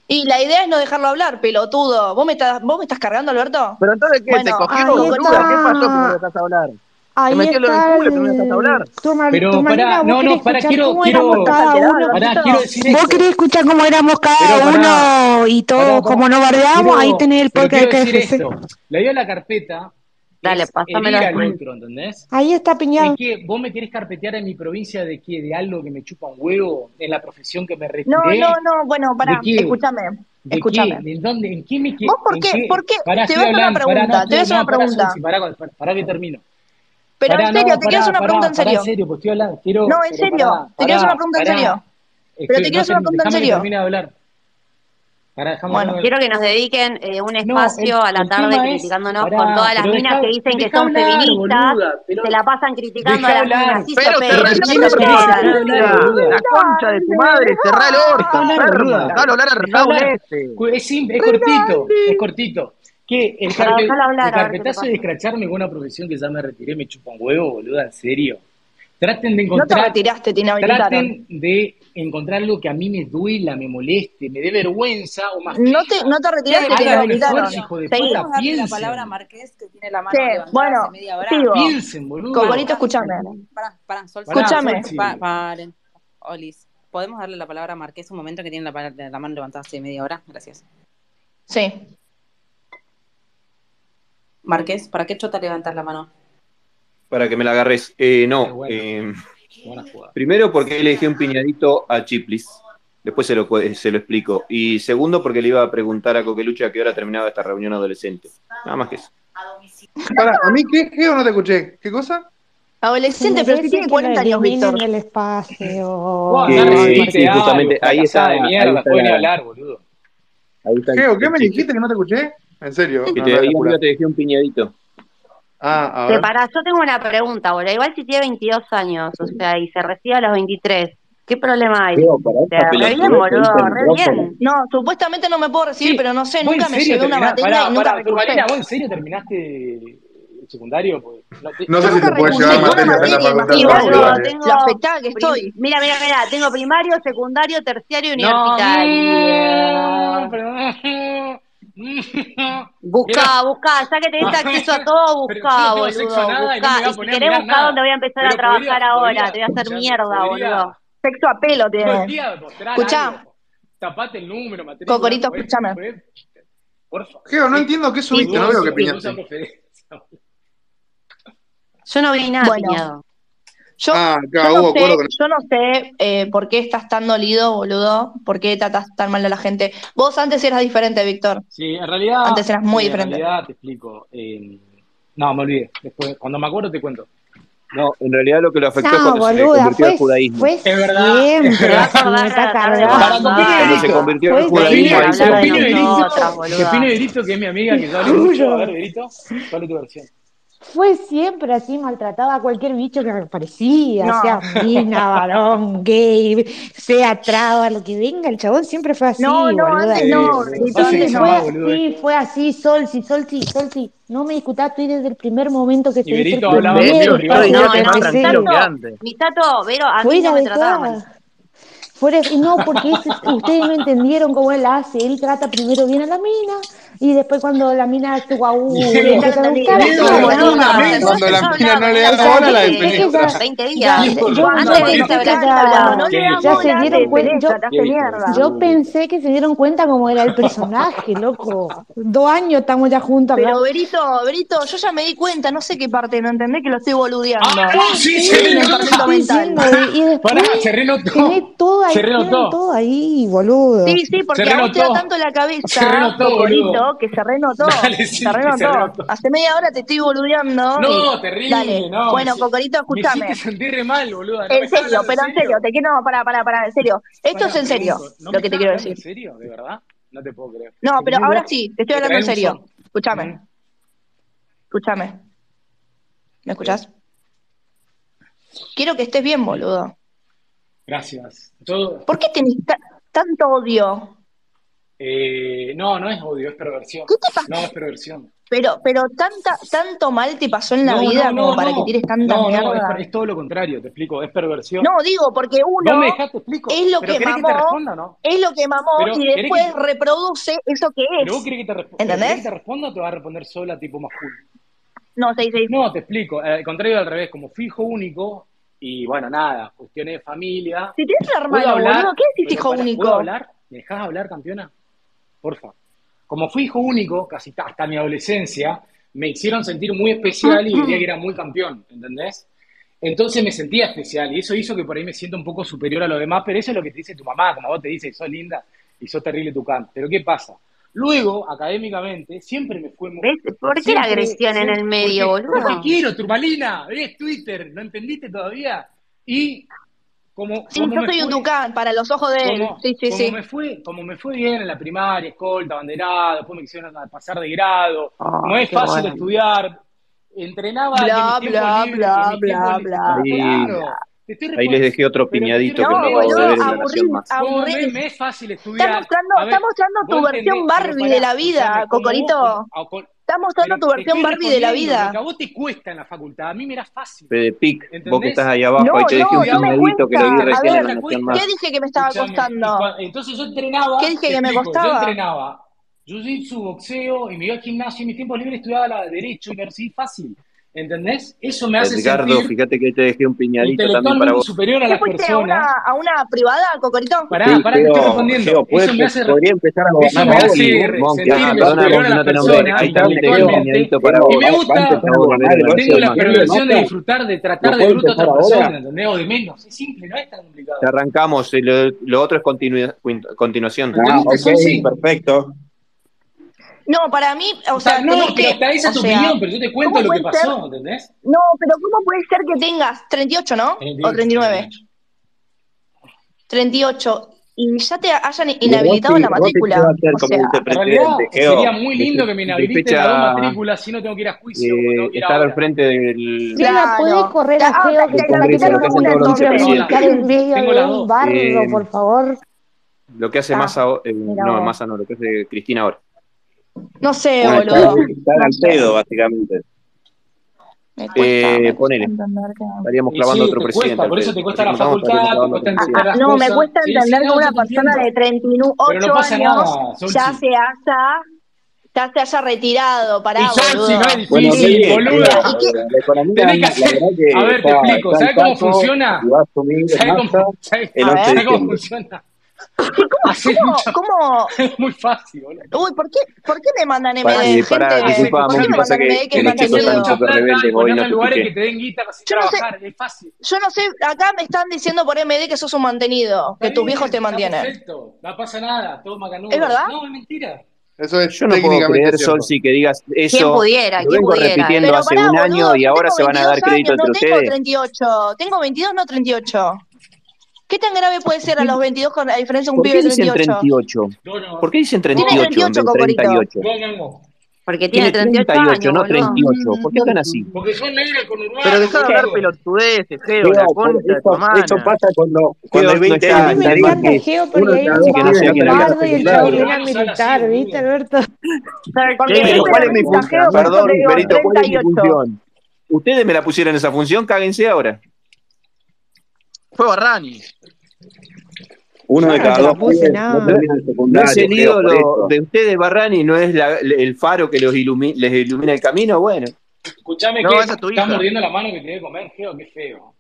Speaker 2: Y la idea es no dejarlo hablar, pelotudo. ¿Vos me estás, vos me estás cargando, Alberto?
Speaker 7: Pero entonces, ¿qué? ¿Te
Speaker 2: Bueno, ah,
Speaker 7: cogió,
Speaker 5: Ahí
Speaker 7: boluda? ¿Qué pasó que no
Speaker 5: está.
Speaker 7: dejas hablar? Te
Speaker 5: Ahí
Speaker 7: metió lo en el
Speaker 5: está
Speaker 7: culo y no dejas hablar.
Speaker 5: el... Turma-
Speaker 1: Pero
Speaker 5: Turmalina,
Speaker 1: pará,
Speaker 5: vos
Speaker 1: no,
Speaker 5: querés
Speaker 1: no, pará,
Speaker 5: escuchar
Speaker 1: quiero,
Speaker 5: cómo éramos
Speaker 1: quiero,
Speaker 5: cada uno.
Speaker 1: pará, quiero decir
Speaker 5: Vos querés
Speaker 1: esto.
Speaker 5: escuchar cómo éramos
Speaker 1: Pero
Speaker 5: cada
Speaker 1: pará,
Speaker 5: uno y
Speaker 1: pará,
Speaker 5: todo,
Speaker 1: pará.
Speaker 5: como nos bardeamos, ahí
Speaker 1: Quiero,
Speaker 5: tenés el
Speaker 1: pero quiero
Speaker 5: podcast de
Speaker 1: decir
Speaker 5: KFC.
Speaker 1: esto. La idea de la carpeta
Speaker 6: Dale,
Speaker 1: es
Speaker 6: pásamelo
Speaker 1: herir al
Speaker 6: después.
Speaker 1: otro, ¿entendés?
Speaker 5: Ahí está
Speaker 1: Es
Speaker 5: piñado.
Speaker 1: que vos me querés carpetear en mi provincia de qué, de algo que me chupa un huevo, en la profesión que me
Speaker 2: no, no,
Speaker 1: retiré,
Speaker 2: no, bueno,
Speaker 1: de
Speaker 2: pará,
Speaker 1: qué,
Speaker 2: escúchame.
Speaker 1: ¿De
Speaker 2: Escúchame.
Speaker 1: qué? ¿De dónde? ¿En qué me qué-
Speaker 2: ¿Vos por
Speaker 1: en
Speaker 2: qué- por qué?
Speaker 1: Pará,
Speaker 2: Te
Speaker 1: estoy
Speaker 2: voy a hacer una
Speaker 1: hablando, pará,
Speaker 2: pregunta,
Speaker 1: no,
Speaker 2: te voy a hacer
Speaker 1: no,
Speaker 2: una
Speaker 1: pará,
Speaker 2: pregunta.
Speaker 1: Susi, pará, pará, pará que termino.
Speaker 2: Pero
Speaker 1: Pará,
Speaker 2: en serio,
Speaker 1: no,
Speaker 2: te quiero
Speaker 1: pará,
Speaker 2: hacer una
Speaker 1: pará,
Speaker 2: pregunta en
Speaker 1: pará,
Speaker 2: serio.
Speaker 1: serio, pues estoy hablando, quiero-
Speaker 2: No, en
Speaker 1: pero
Speaker 2: serio,
Speaker 1: pará,
Speaker 2: te quiero hacer
Speaker 1: pará,
Speaker 2: una pregunta en
Speaker 1: pará.
Speaker 2: serio.
Speaker 1: Estoy-
Speaker 2: Pero te quiero hacer una
Speaker 1: termi- dejame
Speaker 2: pregunta en
Speaker 1: que
Speaker 2: serio.
Speaker 1: termine de hablar. Pará, dejame que
Speaker 2: Bueno,
Speaker 1: termine de
Speaker 6: Quiero que nos dediquen eh, un
Speaker 1: No, el-
Speaker 6: espacio a la
Speaker 1: el
Speaker 6: tarde
Speaker 1: tema es-
Speaker 6: criticándonos
Speaker 1: pará,
Speaker 6: con todas las
Speaker 1: pero
Speaker 6: minas
Speaker 1: dejá-
Speaker 6: que dicen que
Speaker 1: dejá
Speaker 6: son
Speaker 1: hablar,
Speaker 6: feministas,
Speaker 1: boluda, pero-
Speaker 6: se la pasan
Speaker 1: dejá
Speaker 6: criticando a las
Speaker 1: hablar.
Speaker 6: minas,
Speaker 7: Pero cerrá
Speaker 6: hizo pelo,
Speaker 7: el
Speaker 6: hizo
Speaker 7: orto,
Speaker 1: dejá
Speaker 6: pelo.
Speaker 1: hablar,
Speaker 7: boluda.
Speaker 1: boluda.
Speaker 7: La concha de tu madre, cerrá el
Speaker 1: Dejá
Speaker 7: orto,
Speaker 1: hablar,
Speaker 7: enferma.
Speaker 1: boluda.
Speaker 7: Dale hablar al
Speaker 1: Dejá
Speaker 7: Raúl
Speaker 1: hablar.
Speaker 7: este.
Speaker 1: Cu- Es, simple, es cortito, es cortito. Que el,
Speaker 6: Pero
Speaker 1: carpe-
Speaker 6: déjalo hablar,
Speaker 1: el
Speaker 6: a ver qué te
Speaker 1: carpetazo
Speaker 6: pasa.
Speaker 1: de escracharme con una profesión que ya me retiré me chupa un huevo, boluda, en serio. Traten de
Speaker 2: no te
Speaker 1: encontrar,
Speaker 2: retiraste, te inhabilitaron.
Speaker 1: traten de encontrar algo que a mí me duela, me moleste, me dé vergüenza o más
Speaker 2: No te, no te retiraste, te
Speaker 1: Hagan un
Speaker 2: inhabilitaron.
Speaker 1: esfuerzo, hijo de puta,
Speaker 2: Seguí.
Speaker 4: Podemos darle la
Speaker 1: piensen.
Speaker 4: palabra a Marqués, que tiene la mano
Speaker 2: Sí,
Speaker 4: levantada
Speaker 2: bueno,
Speaker 4: hace media hora.
Speaker 2: sigo.
Speaker 1: Piensen, boludo.
Speaker 2: Cocorito,
Speaker 4: Pará.
Speaker 2: escúchame.
Speaker 4: Pará, pará, Sol,
Speaker 1: Pará,
Speaker 2: Escúchame.
Speaker 1: Sol, sí.
Speaker 4: Pa- paren. Olis, ¿podemos darle la palabra a Marqués un momento que tiene la, pala- la mano levantada hace media hora? Gracias.
Speaker 2: Sí.
Speaker 4: Marqués, ¿para qué chota levantas la mano?
Speaker 8: Para que me la agarres. Eh,
Speaker 1: Qué
Speaker 8: no.
Speaker 1: bueno.
Speaker 8: eh,
Speaker 1: Buena jugada.
Speaker 8: primero porque le dejé un piñadito a Chiplis. Después se lo, cu- se lo explico. Y segundo porque le iba a preguntar a Coqueluche a qué hora terminaba esta reunión adolescente. Nada más que eso.
Speaker 3: Pará, ¿a mí qué, qué o no te escuché? ¿Qué cosa?
Speaker 2: Adolescente, pero si tiene 40 años, Víctor.
Speaker 5: en el espacio.
Speaker 1: Vos
Speaker 8: Eh,
Speaker 1: andá,
Speaker 5: Ay,
Speaker 8: sí,
Speaker 1: recibite
Speaker 5: Martín.
Speaker 8: justamente
Speaker 1: algo,
Speaker 8: ahí
Speaker 1: fracasada
Speaker 8: está-
Speaker 1: de
Speaker 8: ahí
Speaker 1: mierda,
Speaker 8: está
Speaker 1: después ni
Speaker 8: la-
Speaker 1: hablar, boludo.
Speaker 8: Ahí está el-
Speaker 3: ¿Qué, o qué
Speaker 8: el
Speaker 3: me
Speaker 8: chiste.
Speaker 3: dijiste que no te escuché? ¿En serio?
Speaker 8: Que
Speaker 3: No,
Speaker 8: te,
Speaker 3: no,
Speaker 8: ahí
Speaker 3: la
Speaker 8: arriba
Speaker 3: pura.
Speaker 8: te dejé un piñadito.
Speaker 3: Ah, a
Speaker 6: Te
Speaker 3: ver.
Speaker 6: parás, yo tengo una pregunta, boludo. Igual si tiene 22 años, o sea, y se recibe a los 23, ¿qué problema hay?
Speaker 8: Digo, para
Speaker 6: Te
Speaker 8: esta
Speaker 6: re bien,
Speaker 8: pelotudez que dice
Speaker 6: boludo,
Speaker 8: el
Speaker 6: re
Speaker 8: micrófono.
Speaker 6: bien.
Speaker 2: No, supuestamente no me puedo recibir,
Speaker 1: Sí,
Speaker 2: pero no sé,
Speaker 1: ¿Vos en
Speaker 2: nunca me
Speaker 1: serio
Speaker 2: llevé una
Speaker 1: terminás?
Speaker 2: materia
Speaker 1: Pará,
Speaker 2: y nunca
Speaker 1: pará,
Speaker 2: recursé.
Speaker 1: Turbalina, ¿vos en serio terminaste el secundario? Porque no te-
Speaker 3: No
Speaker 2: Yo
Speaker 3: sé si
Speaker 2: nunca
Speaker 3: te puedes llevar
Speaker 2: recursé ni una
Speaker 3: materias en la
Speaker 2: materia,
Speaker 3: facultad
Speaker 6: Y
Speaker 3: de
Speaker 2: imagínate,
Speaker 6: boludo,
Speaker 2: boludo.
Speaker 3: particulares.
Speaker 6: tengo.
Speaker 2: Lo afectada que
Speaker 6: prim-
Speaker 2: estoy.
Speaker 6: Mira, mira, mira, tengo primario, secundario, terciario y
Speaker 1: No, mm,
Speaker 6: universitario.
Speaker 1: pero- mm,
Speaker 6: Buscá, buscá, ya
Speaker 1: [laughs]
Speaker 6: que tenés acceso a todo,
Speaker 1: Pero yo
Speaker 6: buscá,
Speaker 1: no tengo sexo
Speaker 6: boludo,
Speaker 1: nada y no me
Speaker 6: buscá.
Speaker 1: voy a
Speaker 6: Y si
Speaker 1: poner a
Speaker 6: querés
Speaker 1: mirar
Speaker 6: buscar
Speaker 1: nada.
Speaker 6: dónde voy a empezar a
Speaker 1: Pero
Speaker 6: trabajar
Speaker 1: podría,
Speaker 6: ahora,
Speaker 1: podría,
Speaker 6: te voy a hacer
Speaker 1: escuchame,
Speaker 6: mierda,
Speaker 1: podría,
Speaker 6: boludo.
Speaker 2: Sexo a pelo tiene.
Speaker 1: podría mostrar
Speaker 2: Escuchá.
Speaker 1: algo. Tapate el número, matrícula,
Speaker 2: Cocorito,
Speaker 1: podés-
Speaker 2: escúchame.
Speaker 1: podés- por favor.
Speaker 3: Geo, no entiendo qué subiste, no veo
Speaker 1: Dudoso,
Speaker 3: qué
Speaker 1: dudosa
Speaker 3: piñaste.
Speaker 1: preferencia.
Speaker 6: Yo no vi nada,
Speaker 2: Bueno.
Speaker 6: piñado.
Speaker 2: Yo,
Speaker 3: Ah,
Speaker 2: yo
Speaker 3: acá
Speaker 2: no
Speaker 3: hubo acuerdo
Speaker 2: sé,
Speaker 3: con
Speaker 2: yo no sé eh, por qué estás tan dolido, boludo, por qué tratás tan mal a la gente. Vos antes eras diferente, Víctor.
Speaker 1: Sí, en realidad.
Speaker 2: Antes eras muy
Speaker 1: sí, en
Speaker 2: diferente.
Speaker 1: realidad te explico. eh, no, me olvidé. Después, cuando me acuerdo te cuento.
Speaker 8: No, en realidad lo que lo afectó es
Speaker 5: No,
Speaker 8: cuando se
Speaker 5: boluda,
Speaker 8: convirtió
Speaker 5: fue,
Speaker 8: al judaísmo.
Speaker 5: fue
Speaker 1: Es verdad, es
Speaker 5: siempre
Speaker 1: verdad.
Speaker 8: [laughs]
Speaker 5: así, me está
Speaker 6: Tarde
Speaker 5: cargando.
Speaker 1: Para
Speaker 6: para
Speaker 1: Copino y
Speaker 8: Cuando se
Speaker 1: Brito.
Speaker 8: convirtió al
Speaker 5: Fue
Speaker 1: Te
Speaker 8: judaísmo,
Speaker 6: Venían a
Speaker 8: ahí se
Speaker 6: hablar de
Speaker 1: opino
Speaker 8: convirtió.
Speaker 1: de Brito.
Speaker 6: nosotras,
Speaker 1: Te opino
Speaker 6: boluda.
Speaker 1: de Brito, que es mi amiga, que yo hablo mucho. A
Speaker 5: Juro.
Speaker 1: ver, Brito, ¿cuál es tu versión?
Speaker 5: Fue siempre así, maltrataba a cualquier bicho que me parecía,
Speaker 2: No,
Speaker 5: sea [laughs] mina, varón, gay, sea traba, lo que venga, el chabón siempre fue
Speaker 2: no,
Speaker 5: así,
Speaker 2: no,
Speaker 5: boluda.
Speaker 2: antes
Speaker 1: Sí,
Speaker 2: no,
Speaker 1: boludo.
Speaker 2: Brito,
Speaker 1: Pasa que
Speaker 5: Sí,
Speaker 2: antes
Speaker 1: se
Speaker 5: fue
Speaker 1: más,
Speaker 2: no.
Speaker 1: boludo. eh.
Speaker 5: así, fue así, Sol, sí, Sol, sí, Sol, sí. No me discutás Twitter desde el primer momento que
Speaker 1: Y
Speaker 5: te dije el
Speaker 1: Brito hablaba
Speaker 5: primer
Speaker 1: conmigo en
Speaker 5: espacio
Speaker 7: Estoy,
Speaker 1: privado.
Speaker 5: que
Speaker 6: No,
Speaker 5: te
Speaker 7: es más
Speaker 6: no, mi
Speaker 5: empecé.
Speaker 7: tranquilo que
Speaker 6: tato,
Speaker 7: antes.
Speaker 6: mi tato, Vero, a mí no
Speaker 5: Fuera
Speaker 6: me
Speaker 5: de
Speaker 6: trataba mal.
Speaker 5: acá. Fuera, no, porque ese- ustedes no entendieron cómo él hace. Él trata primero bien a la mina y después cuando la mina hace guau,
Speaker 1: Diego,
Speaker 5: le
Speaker 6: Nunca lo
Speaker 5: empieza a
Speaker 6: entendí.
Speaker 5: gustar,
Speaker 6: Vení
Speaker 5: así
Speaker 3: Diego,
Speaker 6: vos,
Speaker 5: como
Speaker 3: la
Speaker 5: que
Speaker 3: toma
Speaker 6: boluda.
Speaker 3: bien.
Speaker 5: ella.
Speaker 3: Cuando
Speaker 6: Yo
Speaker 3: la mina
Speaker 6: hablaba
Speaker 3: no
Speaker 6: con
Speaker 3: le
Speaker 6: él
Speaker 3: da
Speaker 5: Ya,
Speaker 3: bola,
Speaker 6: hace
Speaker 3: la
Speaker 5: viste que
Speaker 3: defendí.
Speaker 5: ya,
Speaker 6: 20 días.
Speaker 5: ya,
Speaker 1: Diego,
Speaker 5: yo
Speaker 1: la
Speaker 6: Antes
Speaker 5: no,
Speaker 6: de
Speaker 1: concha
Speaker 6: irse
Speaker 5: viste
Speaker 6: a
Speaker 5: que
Speaker 1: de-
Speaker 6: Brasil hablaba,
Speaker 5: ya,
Speaker 6: no le
Speaker 1: Qué
Speaker 6: da
Speaker 5: ya se
Speaker 1: hijo
Speaker 6: bola,
Speaker 1: de
Speaker 5: dieron
Speaker 1: puta.
Speaker 5: cuenta,
Speaker 6: te
Speaker 5: yo,
Speaker 6: trataste
Speaker 1: Qué hijo de
Speaker 6: mierda.
Speaker 5: yo
Speaker 1: puta.
Speaker 5: pensé que se dieron cuenta cómo era el personaje, loco. Dos años estamos ya juntos acá.
Speaker 2: Pero Brito, Brito, yo ya me di cuenta, no sé qué parte, no entendés que lo estoy boludeando.
Speaker 1: ¡Ah, sí,
Speaker 2: Estoy
Speaker 1: se
Speaker 2: en el
Speaker 1: renotó!
Speaker 2: tormento
Speaker 5: Estoy
Speaker 2: mental.
Speaker 5: diciendo, y,
Speaker 1: [laughs]
Speaker 5: y
Speaker 1: Pará,
Speaker 5: después
Speaker 1: se
Speaker 5: tenés
Speaker 1: renotó.
Speaker 5: todo
Speaker 1: Se
Speaker 5: ahí, tienen
Speaker 1: renotó.
Speaker 5: todo ahí, boludo.
Speaker 2: Sí, sí,
Speaker 1: Se
Speaker 2: porque a vos te da
Speaker 1: renotó.
Speaker 2: tanto la
Speaker 1: Se
Speaker 2: cabeza,
Speaker 1: renotó, boludo.
Speaker 2: Cocorito, que se renotó,
Speaker 1: Dale,
Speaker 2: se
Speaker 1: sí, que se
Speaker 2: renotó.
Speaker 1: renotó.
Speaker 2: Hace media hora te estoy boludeando y
Speaker 1: No, terrible,
Speaker 2: dale.
Speaker 1: no. Me,
Speaker 2: Bueno,
Speaker 1: hici-
Speaker 2: Cocorito,
Speaker 1: me hiciste
Speaker 2: escúchame.
Speaker 1: sentir re mal, boluda. ¿No me
Speaker 2: En
Speaker 1: estás hablando
Speaker 2: serio,
Speaker 1: en
Speaker 2: pero en serio,
Speaker 1: serio?
Speaker 2: te quiero, no, pará, pará, pará, en serio. Esto es
Speaker 1: Pará,
Speaker 2: en serio,
Speaker 1: pregunto. ¿No me
Speaker 2: lo que te
Speaker 1: estás
Speaker 2: quiero
Speaker 1: hablando en
Speaker 2: decir.
Speaker 1: serio? ¿De verdad? No te puedo creer.
Speaker 2: No,
Speaker 1: ¿Te
Speaker 2: pero
Speaker 1: querés
Speaker 2: ahora
Speaker 1: ver?
Speaker 2: sí, te estoy
Speaker 1: ¿Te
Speaker 2: hablando en
Speaker 1: traemos
Speaker 2: serio.
Speaker 1: un
Speaker 2: Escúchame,
Speaker 1: ¿Mm?
Speaker 2: escúchame. ¿Me
Speaker 1: ¿Qué?
Speaker 2: escuchás? Quiero que estés bien, boludo.
Speaker 1: Gracias. Yo,
Speaker 2: ¿Por qué tenés ta- tanto odio?
Speaker 1: eh, no, no es odio, es perversión.
Speaker 2: ¿Qué te pasa?
Speaker 1: No, es perversión.
Speaker 2: Pero, pero tanta, tanto mal te pasó en la
Speaker 1: No,
Speaker 2: vida
Speaker 1: no,
Speaker 2: como
Speaker 1: no,
Speaker 2: para que
Speaker 1: no.
Speaker 2: tires tanta
Speaker 1: No, no, es,
Speaker 2: mierda.
Speaker 1: per- es todo lo contrario, te explico, es perversión.
Speaker 2: No, digo, porque
Speaker 1: Vos
Speaker 2: uno
Speaker 1: me dejás, te explico.
Speaker 2: es lo
Speaker 1: Pero
Speaker 2: que
Speaker 1: querés que te
Speaker 2: mamó,
Speaker 1: responda, o ¿no?
Speaker 2: es lo que mamó
Speaker 1: Pero
Speaker 2: y
Speaker 1: querés que
Speaker 2: después
Speaker 1: te-
Speaker 2: reproduce eso que
Speaker 1: pero vos
Speaker 2: es.
Speaker 1: querés que te, resp- pero querés que
Speaker 2: ¿Entendés?
Speaker 1: te responda o te va a responder sola tipo más cool.
Speaker 2: No, seis, seis.
Speaker 1: No, te explico. eh, Al contrario, al revés, como fijo único, y bueno, nada, cuestiones de familia.
Speaker 2: Si tenés un
Speaker 1: ¿Puedo
Speaker 2: hermano,
Speaker 1: hablar?
Speaker 2: boludo, ¿qué decís
Speaker 1: Pero
Speaker 2: este hijo
Speaker 1: para, ¿puedo
Speaker 2: único?
Speaker 1: hablar? ¿Me dejás hablar, campeona? Porfa. Como fui hijo único, casi ta- hasta mi adolescencia, me hicieron sentir muy especial y diría que era muy campeón, ¿entendés? Entonces me sentía especial y eso hizo que por ahí me siento un poco superior a los demás, pero eso es lo que te dice tu mamá, como vos te dices, sos linda, y sos terrible tucán. Pero ¿qué pasa? Luego, académicamente, siempre me fue muy...
Speaker 6: ¿Por qué la agresión en el medio,
Speaker 1: porque,
Speaker 6: boludo?
Speaker 1: Porque quiero, turmalina, es Twitter, ¿no entendiste todavía? Y como...
Speaker 2: Sí,
Speaker 1: como
Speaker 2: yo
Speaker 1: me
Speaker 2: soy un
Speaker 1: fue-
Speaker 2: tucán para los ojos de él.
Speaker 1: como,
Speaker 2: Sí, sí,
Speaker 1: como
Speaker 2: sí.
Speaker 1: Me fue, como me fue bien en la primaria, escolta, banderado, después me quisieron a- pasar de grado, no es
Speaker 6: qué
Speaker 1: fácil
Speaker 6: bueno.
Speaker 1: entrenaba Entrenaba
Speaker 2: Ah, Bla,
Speaker 1: y en mis tiempos
Speaker 2: bla,
Speaker 1: libres- y en mis
Speaker 2: bla,
Speaker 1: tiempos
Speaker 2: bla,
Speaker 1: libres-
Speaker 8: bla,
Speaker 1: Claro, te estoy
Speaker 8: Ahí les dejé otro
Speaker 1: Pero-
Speaker 8: piñadito
Speaker 1: No,
Speaker 8: que no va a
Speaker 1: boludo,
Speaker 8: volver en la
Speaker 2: aburrí-
Speaker 8: nación más.
Speaker 1: Como
Speaker 2: aburrí-
Speaker 1: me, me es fácil estudiar.
Speaker 2: Está mostrando,
Speaker 1: A ver,
Speaker 2: está mostrando tu
Speaker 1: vos
Speaker 2: versión
Speaker 1: entendés, pero
Speaker 2: Barbie
Speaker 1: pará,
Speaker 2: de la vida,
Speaker 1: escuchame, como
Speaker 2: Cocorito.
Speaker 1: vos- o con-
Speaker 2: Está mostrando
Speaker 1: pero
Speaker 2: tu
Speaker 1: te
Speaker 2: versión
Speaker 1: estoy
Speaker 2: Barbie de la
Speaker 1: respondiendo,
Speaker 2: vida.
Speaker 1: Lo que a vos te cuesta en la facultad, a mí me era fácil.
Speaker 8: Fede Pic, vos
Speaker 1: ¿Entendés?
Speaker 8: que estás ahí abajo,
Speaker 2: No,
Speaker 8: ahí te dejé
Speaker 2: no,
Speaker 8: un
Speaker 2: no me
Speaker 8: piñadito que lo vi
Speaker 2: cuesta. A
Speaker 8: recién en
Speaker 2: ver,
Speaker 8: la nación más.
Speaker 2: ¿Qué dije que me estaba
Speaker 1: Escuchame, y
Speaker 2: costando?
Speaker 1: cua- Entonces yo entrenaba.
Speaker 2: ¿Qué dije
Speaker 1: te
Speaker 2: que me
Speaker 1: explico,
Speaker 2: costaba?
Speaker 1: Yo entrenaba jiu-jitsu, boxeo y me iba al gimnasio. Y en mis tiempos libres estudiaba la derecho y me recibí fácil. ¿Entendés? Eso me hace
Speaker 8: Edgardo,
Speaker 1: sentir
Speaker 8: fíjate que ahé te dejé un piñadito también
Speaker 1: intelectualmente
Speaker 8: para vos.
Speaker 1: superior a
Speaker 2: ¿Qué
Speaker 1: las
Speaker 2: fuiste a una,
Speaker 1: personas.
Speaker 2: a una privada, Cocorito?
Speaker 1: Pará,
Speaker 8: Sí,
Speaker 1: pará, que
Speaker 8: Geo,
Speaker 1: estoy respondiendo.
Speaker 8: Geo, puedes-
Speaker 1: eso me hace.
Speaker 7: Podría empezar a
Speaker 1: Eso me
Speaker 7: gobernar vos,
Speaker 1: hace
Speaker 7: Limón, que-
Speaker 1: sentirme
Speaker 7: Ah,
Speaker 8: perdóname
Speaker 1: superior a
Speaker 8: que
Speaker 1: las
Speaker 8: no te nombré.
Speaker 1: personas
Speaker 8: Ahí también te dejé un
Speaker 1: intelectualmente.
Speaker 8: piñadito para vos.
Speaker 1: Y
Speaker 7: va-
Speaker 1: me
Speaker 7: va a
Speaker 1: gusta,
Speaker 7: empezar a gobernar el
Speaker 8: Gracias,
Speaker 7: ocio,
Speaker 1: tengo la
Speaker 7: Martín,
Speaker 1: perversión de
Speaker 7: ¿no?
Speaker 1: disfrutar, de tratar
Speaker 7: ¿Lo
Speaker 1: de
Speaker 7: puedo
Speaker 1: bruto a otra
Speaker 7: empezar
Speaker 1: persona,
Speaker 7: ahora?
Speaker 1: ¿entendés? O de menos. Es simple, no es tan complicado.
Speaker 8: Te arrancamos, y lo, lo otro es continui- cuint- continuación.
Speaker 1: Ah, ¿Entendiste, Susi?
Speaker 7: perfecto.
Speaker 2: No, para mí, o
Speaker 1: O sea,
Speaker 2: sea,
Speaker 1: no,
Speaker 2: tenés
Speaker 1: pero
Speaker 2: que-
Speaker 1: está esa
Speaker 2: o
Speaker 1: tu
Speaker 2: sea,
Speaker 1: opinión, pero yo te cuento
Speaker 2: ¿cómo
Speaker 1: lo que
Speaker 2: puede ser?
Speaker 1: pasó, ¿entendés?
Speaker 2: No, pero ¿cómo puede ser que tengas 38, no? o 39. 38. Y ya te hayan inhabilitado
Speaker 7: Rossi-
Speaker 2: la
Speaker 7: Rossi,
Speaker 2: matrícula.
Speaker 7: ¿qué va a hacer
Speaker 2: O
Speaker 7: como
Speaker 2: sea,
Speaker 1: En realidad,
Speaker 7: vicepresidente? Geo,
Speaker 1: sería muy lindo que me inhabiliten las dos
Speaker 8: fecha-
Speaker 1: matrículas si no tengo que ir a juicio. como
Speaker 8: Eh,
Speaker 1: tengo que ir
Speaker 8: estar al
Speaker 1: ahora.
Speaker 8: frente del.
Speaker 5: No la
Speaker 2: Claro.
Speaker 5: puede correr
Speaker 2: Ah,
Speaker 5: a Geo
Speaker 2: te
Speaker 5: que
Speaker 8: inhabilitaron
Speaker 5: te sacaron
Speaker 8: una,
Speaker 5: una
Speaker 8: entonces.
Speaker 5: estar en medio
Speaker 1: Tengo
Speaker 5: de
Speaker 1: las dos.
Speaker 5: un bardo,
Speaker 8: Eh,
Speaker 5: por favor.
Speaker 8: Lo que hace
Speaker 5: Ah,
Speaker 8: Massa. o- eh,
Speaker 5: mira
Speaker 8: no,
Speaker 5: vos.
Speaker 8: Massa no, lo que hace Cristina ahora.
Speaker 2: no sé,
Speaker 7: Ah, está-
Speaker 2: boludo.
Speaker 7: está al pedo, básicamente.
Speaker 2: Me cuesta,
Speaker 8: Eh,
Speaker 2: me cuesta
Speaker 8: ponele.
Speaker 2: entender que-
Speaker 8: Estaríamos
Speaker 1: Y
Speaker 8: clavando
Speaker 1: sí,
Speaker 8: otro
Speaker 1: te
Speaker 8: presidente.
Speaker 1: cuesta, por eso
Speaker 8: Alfredo.
Speaker 1: te cuesta la
Speaker 8: Nos estamos
Speaker 1: facultad,
Speaker 8: clavando
Speaker 1: te
Speaker 8: otro
Speaker 1: cuesta
Speaker 8: presidente.
Speaker 1: entrar-
Speaker 2: Ah,
Speaker 1: las
Speaker 2: no, me
Speaker 1: cosas.
Speaker 2: cuesta
Speaker 1: Sí, sí,
Speaker 2: entender
Speaker 1: no,
Speaker 2: que una
Speaker 1: yo te
Speaker 2: persona
Speaker 1: entiendo.
Speaker 2: de 38
Speaker 1: Pero no pasa
Speaker 2: años
Speaker 1: nada, Solsi.
Speaker 2: ya se haya, ya se haya retirado, pará,
Speaker 1: Y Solsi
Speaker 2: boludo.
Speaker 1: no es
Speaker 7: Bueno,
Speaker 1: difícil,
Speaker 7: qué bien,
Speaker 1: boluda.
Speaker 7: eh, la economía,
Speaker 1: Tenés que
Speaker 7: la
Speaker 1: hacer-
Speaker 7: verdad que
Speaker 1: A ver, te
Speaker 7: está-
Speaker 1: explico,
Speaker 7: está en
Speaker 1: ¿sabés cómo
Speaker 7: Tato,
Speaker 1: funciona?
Speaker 7: y va a asumir
Speaker 1: ¿Sabes cómo,
Speaker 7: Massa
Speaker 1: sabes-
Speaker 7: el
Speaker 6: A
Speaker 7: 11 de
Speaker 1: sabes cómo
Speaker 7: diciembre.
Speaker 1: funciona? Haces
Speaker 2: ¿Cómo,
Speaker 1: mucho-
Speaker 2: cómo,
Speaker 1: [laughs] Es muy fácil, boludo.
Speaker 2: Uy, ¿por qué, ¿por qué me mandan MD?
Speaker 8: Pará,
Speaker 2: Gente,
Speaker 8: pará, disculpame,
Speaker 2: ¿por qué me
Speaker 8: pasa
Speaker 2: mandan
Speaker 8: que
Speaker 2: MD que es
Speaker 1: Tenés
Speaker 8: los
Speaker 1: que hacer
Speaker 8: chicos están
Speaker 2: mantenido?
Speaker 1: mucha
Speaker 8: súper
Speaker 1: plata
Speaker 8: rebeldes
Speaker 1: y
Speaker 8: hoy,
Speaker 1: ponerla
Speaker 8: no
Speaker 1: en
Speaker 8: te
Speaker 1: lugares que
Speaker 8: escuché.
Speaker 1: te den guita para
Speaker 2: Yo no sé-
Speaker 1: trabajar, es fácil.
Speaker 2: Yo no sé, acá me están diciendo por MD que sos un mantenido, que
Speaker 1: Está
Speaker 2: tus
Speaker 1: bien,
Speaker 2: viejos te
Speaker 1: está
Speaker 2: mantienen.
Speaker 1: perfecto, no pasa nada, todo macanudo.
Speaker 2: ¿Es verdad?
Speaker 1: No, es mentira.
Speaker 9: Eso es
Speaker 8: Yo no puedo
Speaker 9: técnicamente
Speaker 8: creer,
Speaker 9: cierto.
Speaker 8: Solsi, que digas
Speaker 6: ¿Quién
Speaker 8: eso.
Speaker 6: pudiera?
Speaker 8: Lo
Speaker 6: ¿Quién
Speaker 8: vengo
Speaker 6: pudiera?
Speaker 8: repitiendo hace un año y
Speaker 2: yo
Speaker 8: ahora
Speaker 2: tengo
Speaker 8: se van a dar
Speaker 2: 22
Speaker 8: crédito
Speaker 2: años, no
Speaker 8: entre
Speaker 2: tengo
Speaker 8: ustedes.
Speaker 2: 38, tengo 22, no 38. ¿Qué tan grave puede ser a los 22 con la diferencia de un
Speaker 8: ¿Por
Speaker 2: pibe
Speaker 8: qué
Speaker 2: de
Speaker 8: dicen 38?
Speaker 2: 38?
Speaker 1: No, no,
Speaker 8: ¿Por qué dicen
Speaker 2: Tiene
Speaker 8: 38 en vez
Speaker 2: 38,
Speaker 8: de
Speaker 2: Cocorito.
Speaker 8: 38?
Speaker 1: no, no, no.
Speaker 6: Porque tiene 38 años,
Speaker 8: no
Speaker 6: boludo.
Speaker 8: 38. ¿Por qué están así?
Speaker 1: Porque son negros con urbano.
Speaker 7: Pero dejá de hablar
Speaker 1: boludo.
Speaker 7: pelotudeces, Geo,
Speaker 10: Digo,
Speaker 7: la
Speaker 10: por
Speaker 7: concha de tu
Speaker 10: esto, esto
Speaker 7: hermana.
Speaker 10: pasa cuando, cuando hay
Speaker 8: no
Speaker 10: 20
Speaker 8: está,
Speaker 10: años
Speaker 5: A mí me
Speaker 10: de
Speaker 8: está
Speaker 5: encanta
Speaker 8: bien
Speaker 10: margen.
Speaker 5: Geo
Speaker 10: Uno
Speaker 5: porque hay
Speaker 10: está
Speaker 5: un
Speaker 8: Así que no
Speaker 5: bardo,
Speaker 8: sea
Speaker 5: un
Speaker 8: que la
Speaker 5: bardo y el
Speaker 8: clasificada.
Speaker 1: Los urbanos
Speaker 5: chavo viene a
Speaker 1: son así,
Speaker 5: militar,
Speaker 1: boludo.
Speaker 5: ¿viste, Alberto?
Speaker 2: Porque
Speaker 7: Sí,
Speaker 2: siempre
Speaker 7: pero
Speaker 2: me
Speaker 7: ¿cuál es mi
Speaker 2: revisa
Speaker 7: función?
Speaker 2: Geo, por eso
Speaker 8: Perdón,
Speaker 2: te digo
Speaker 8: Berito, ¿cuál es mi
Speaker 2: 38.
Speaker 8: función? Ustedes me la pusieron en esa función, cáguense ahora.
Speaker 7: Fue Barrani.
Speaker 10: Uno de
Speaker 5: no
Speaker 10: cada
Speaker 5: te la
Speaker 10: dos
Speaker 5: puse,
Speaker 10: pibes
Speaker 5: no.
Speaker 10: no termina el
Speaker 8: No es
Speaker 10: secundario,
Speaker 8: el
Speaker 10: Geo, por
Speaker 8: ídolo
Speaker 10: eso.
Speaker 8: de ustedes, Barrani, no es la- el faro que los ilumi- les ilumina el camino. Bueno,
Speaker 1: Escuchame
Speaker 7: No,
Speaker 1: que
Speaker 7: esa es tu
Speaker 1: estás
Speaker 7: hija.
Speaker 1: mordiendo la mano que te debe comer, Geo, qué feo.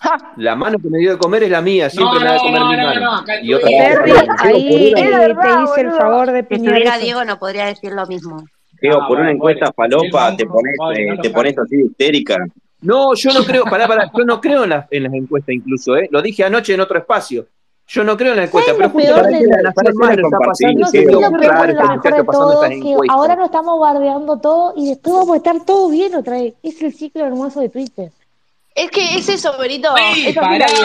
Speaker 2: Ja,
Speaker 8: la mano que me dio de comer es la mía,
Speaker 1: No,
Speaker 8: siempre me da de
Speaker 1: no,
Speaker 8: comer
Speaker 1: no,
Speaker 8: mi
Speaker 1: no,
Speaker 8: mano.
Speaker 1: no, acá
Speaker 8: y otra
Speaker 1: estoy-
Speaker 8: cosa
Speaker 5: Perry,
Speaker 8: también.
Speaker 5: ahí
Speaker 2: Es
Speaker 5: eh, te
Speaker 2: verdad,
Speaker 5: hice el
Speaker 2: boludo.
Speaker 5: favor de
Speaker 6: Si
Speaker 5: piñar
Speaker 6: estuviera
Speaker 5: eso.
Speaker 6: Diego no podría decir lo mismo.
Speaker 10: Geo,
Speaker 1: Ah,
Speaker 10: por una
Speaker 1: bueno,
Speaker 10: encuesta
Speaker 1: bueno.
Speaker 10: falopa
Speaker 1: Él
Speaker 10: te
Speaker 1: no-
Speaker 10: pones,
Speaker 1: bueno,
Speaker 10: eh,
Speaker 1: no
Speaker 10: te
Speaker 1: lo
Speaker 10: pones
Speaker 1: cambio.
Speaker 10: así histérica.
Speaker 8: No, yo no creo, pará, pará, yo no creo en, las- en las encuestas incluso, ¿eh? Lo dije anoche en otro espacio. Yo no creo en la encuesta, pero
Speaker 5: ¿Sabes lo
Speaker 8: justo
Speaker 5: peor
Speaker 8: la
Speaker 5: de
Speaker 8: gente
Speaker 5: la-
Speaker 8: de la
Speaker 10: para qué
Speaker 8: semana
Speaker 10: la
Speaker 8: está
Speaker 10: compartís,
Speaker 8: pasando
Speaker 5: No
Speaker 10: Sí,
Speaker 5: sé si
Speaker 10: Geo?
Speaker 8: haciendo
Speaker 5: lo peor
Speaker 8: raro
Speaker 5: y
Speaker 8: estos
Speaker 5: lo mejor
Speaker 8: muchachos
Speaker 5: de
Speaker 8: pasando
Speaker 5: todo
Speaker 8: estas
Speaker 5: es que ahora
Speaker 8: encuestas.
Speaker 5: lo estamos bardeando todo y después vamos a estar todo bien otra vez. Es el ciclo hermoso de Twitter.
Speaker 2: Es que es eso, Berito.
Speaker 1: ¡Ey,
Speaker 2: Es así
Speaker 1: pará!
Speaker 2: la vida. de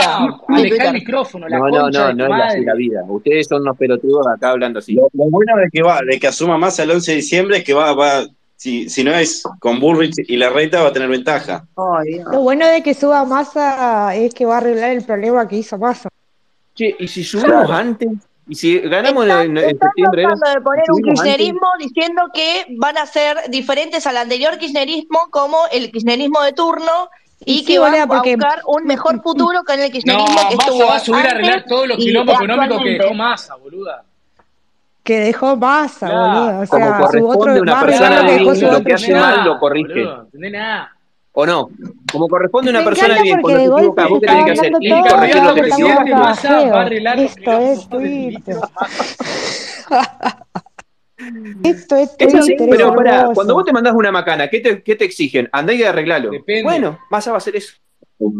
Speaker 1: Alejá el
Speaker 2: Twitter.
Speaker 1: micrófono, la
Speaker 8: No, no,
Speaker 1: concha
Speaker 8: no,
Speaker 1: de tu
Speaker 8: no es así la
Speaker 1: madre.
Speaker 8: vida. Ustedes son unos pelotudos acá hablando así.
Speaker 10: Lo, lo bueno de que va, de que asuma Massa el 11 de diciembre es que va, va si, si no es con Bullrich y la reta va a tener ventaja.
Speaker 5: Lo bueno de que suba Massa es que va a arreglar el problema que hizo Massa.
Speaker 8: Che, ¿y si subimos antes? ¿Y si ganamos en- en, en
Speaker 2: Están
Speaker 8: septiembre?
Speaker 2: tratando de poner un
Speaker 8: subimos antes?
Speaker 2: kirchnerismo diciendo que van a ser diferentes al anterior kirchnerismo como el kirchnerismo de turno y
Speaker 5: Sí,
Speaker 2: que van
Speaker 5: boluda, porque-
Speaker 2: a buscar
Speaker 5: [laughs]
Speaker 2: un mejor futuro con el
Speaker 1: No,
Speaker 2: kirchnerismo que
Speaker 1: Massa
Speaker 2: estuvo
Speaker 1: va a subir a
Speaker 2: antes
Speaker 1: arreglar todos los
Speaker 2: y
Speaker 1: quilombos económicos que
Speaker 2: actualmente.
Speaker 1: dejó Massa, boluda.
Speaker 5: Que dejó Massa,
Speaker 1: Claro,
Speaker 5: boludo. O
Speaker 8: como
Speaker 5: sea, su
Speaker 8: corresponde
Speaker 5: otro
Speaker 8: a una
Speaker 5: va a
Speaker 8: persona
Speaker 5: arreglar lo que
Speaker 8: de
Speaker 5: dejó su
Speaker 8: bien, lo
Speaker 5: otro
Speaker 8: que hace
Speaker 5: yo.
Speaker 8: mal lo corrige.
Speaker 1: boludo, ¿entendés nada?
Speaker 8: ¿O no? Como corresponde a una
Speaker 5: Me
Speaker 8: persona de
Speaker 5: encanta
Speaker 8: bien,
Speaker 5: porque
Speaker 8: cuando se
Speaker 5: de
Speaker 8: equivoca,
Speaker 5: golpe se
Speaker 8: vos que
Speaker 5: estaba
Speaker 8: tenés que hacer
Speaker 5: hablando
Speaker 8: clic y
Speaker 5: todo
Speaker 8: corregir
Speaker 5: lo
Speaker 8: lo
Speaker 1: candidato
Speaker 5: que
Speaker 8: que te
Speaker 5: estaba
Speaker 1: presidente
Speaker 8: equivocaste.
Speaker 1: Massa
Speaker 5: hablando
Speaker 1: va a
Speaker 5: feo.
Speaker 1: arreglar los
Speaker 5: Esto
Speaker 1: quilombos
Speaker 5: es
Speaker 1: del
Speaker 5: Twitter.
Speaker 1: ministro Massa.
Speaker 5: [laughs] Esto es
Speaker 8: Es así,
Speaker 5: Twitter, es
Speaker 8: pero pará, cuando vos
Speaker 5: hermoso.
Speaker 8: te mandás una macana, ¿qué te, qué te exigen? Andá y arreglalo.
Speaker 1: Depende.
Speaker 8: Bueno, Massa va a hacer eso.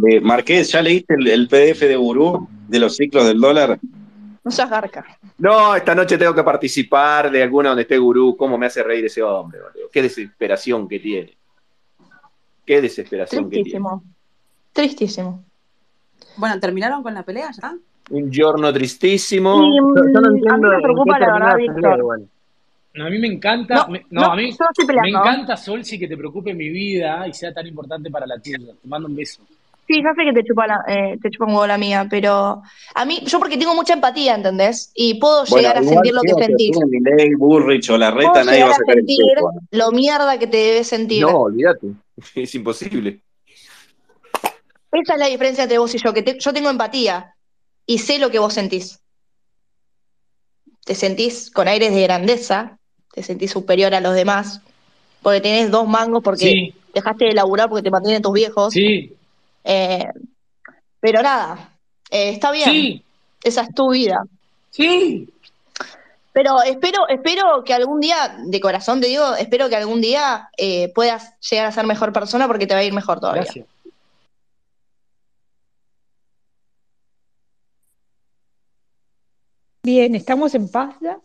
Speaker 10: Eh, Marqués, ¿ya leíste el, el PDF de Gurú de los ciclos del dólar?
Speaker 2: No seas garca.
Speaker 8: No, esta noche tengo que participar de alguna donde esté Gurú. ¿Cómo me hace reír ese hombre, boludo? Qué desesperación que tiene. Qué desesperación que tiene.
Speaker 2: Tristísimo. Tristísimo.
Speaker 4: Bueno, ¿terminaron con la pelea ya?
Speaker 8: Un giorno tristísimo.
Speaker 2: Y, mm,
Speaker 7: Yo- yo no entiendo
Speaker 2: a mí me
Speaker 7: en
Speaker 2: preocupa
Speaker 7: qué
Speaker 2: la
Speaker 7: terminó
Speaker 2: verdad,
Speaker 7: la pelea,
Speaker 2: Víctor.
Speaker 7: igual.
Speaker 1: No, a mí me encanta.
Speaker 2: No,
Speaker 1: me- no,
Speaker 2: no,
Speaker 1: a mí
Speaker 2: yo no estoy
Speaker 1: me
Speaker 2: peleando.
Speaker 1: encanta, Solsi, que te preocupe mi vida y sea tan importante para la tuya. Te mando un beso.
Speaker 2: Sí, ya sé que te chupa, la- eh, te chupa un huevo la mía, pero a mí, yo porque tengo mucha empatía, ¿entendés? Y puedo llegar a sentir lo que sentís.
Speaker 10: Miley, Burrich o la reta,
Speaker 2: Puedo
Speaker 10: nadie
Speaker 2: llegar
Speaker 10: va a
Speaker 2: a
Speaker 10: sacar el
Speaker 2: sentir [laughs]
Speaker 10: truco.
Speaker 2: lo mierda que te debes sentir.
Speaker 7: No, olvídate.
Speaker 8: Es imposible.
Speaker 2: Esa es la diferencia entre vos y yo, que te- yo tengo empatía y sé lo que vos sentís. Te sentís con aires de grandeza, te sentís superior a los demás, porque tenés dos mangos, porque
Speaker 1: Sí.
Speaker 2: dejaste de laburar, porque te mantienen tus viejos.
Speaker 1: Sí,
Speaker 2: Eh, pero nada, eh, está bien,
Speaker 1: sí,
Speaker 2: esa es tu vida.
Speaker 1: sí.
Speaker 2: Pero espero, espero que algún día, de corazón te digo, espero que algún día eh, puedas llegar a ser mejor persona porque te va a ir mejor todavía.
Speaker 1: Gracias.
Speaker 5: Bien, estamos en paz ya.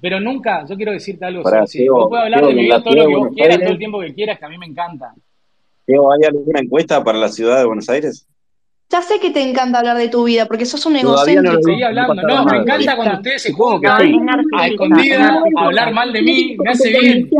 Speaker 1: Pero nunca, yo quiero decirte algo,
Speaker 10: Pará,
Speaker 1: Solsi.
Speaker 10: Teo,
Speaker 1: Vos podés hablar
Speaker 10: Teo,
Speaker 1: de mi
Speaker 10: en
Speaker 1: vida
Speaker 10: la
Speaker 1: todo lo
Speaker 10: ciudad
Speaker 1: que
Speaker 10: de
Speaker 1: vos
Speaker 10: Buenos
Speaker 1: quieras,
Speaker 10: Aires.
Speaker 1: todo el tiempo que quieras, que a mí me encanta.
Speaker 10: Diego, ¿hay alguna encuesta para la ciudad de Buenos Aires?
Speaker 2: Ya sé que te encanta hablar de tu vida porque sos un
Speaker 7: Todavía no lo
Speaker 2: egocéntrico.
Speaker 1: Seguí hablando.
Speaker 7: No
Speaker 1: No,
Speaker 7: pasaba
Speaker 1: me
Speaker 7: nada,
Speaker 1: encanta
Speaker 7: Solsi.
Speaker 1: cuando ustedes se
Speaker 7: Supongo que
Speaker 1: juntan
Speaker 7: sí.
Speaker 1: a escondidas a hablar mal de mí. Me hace bien.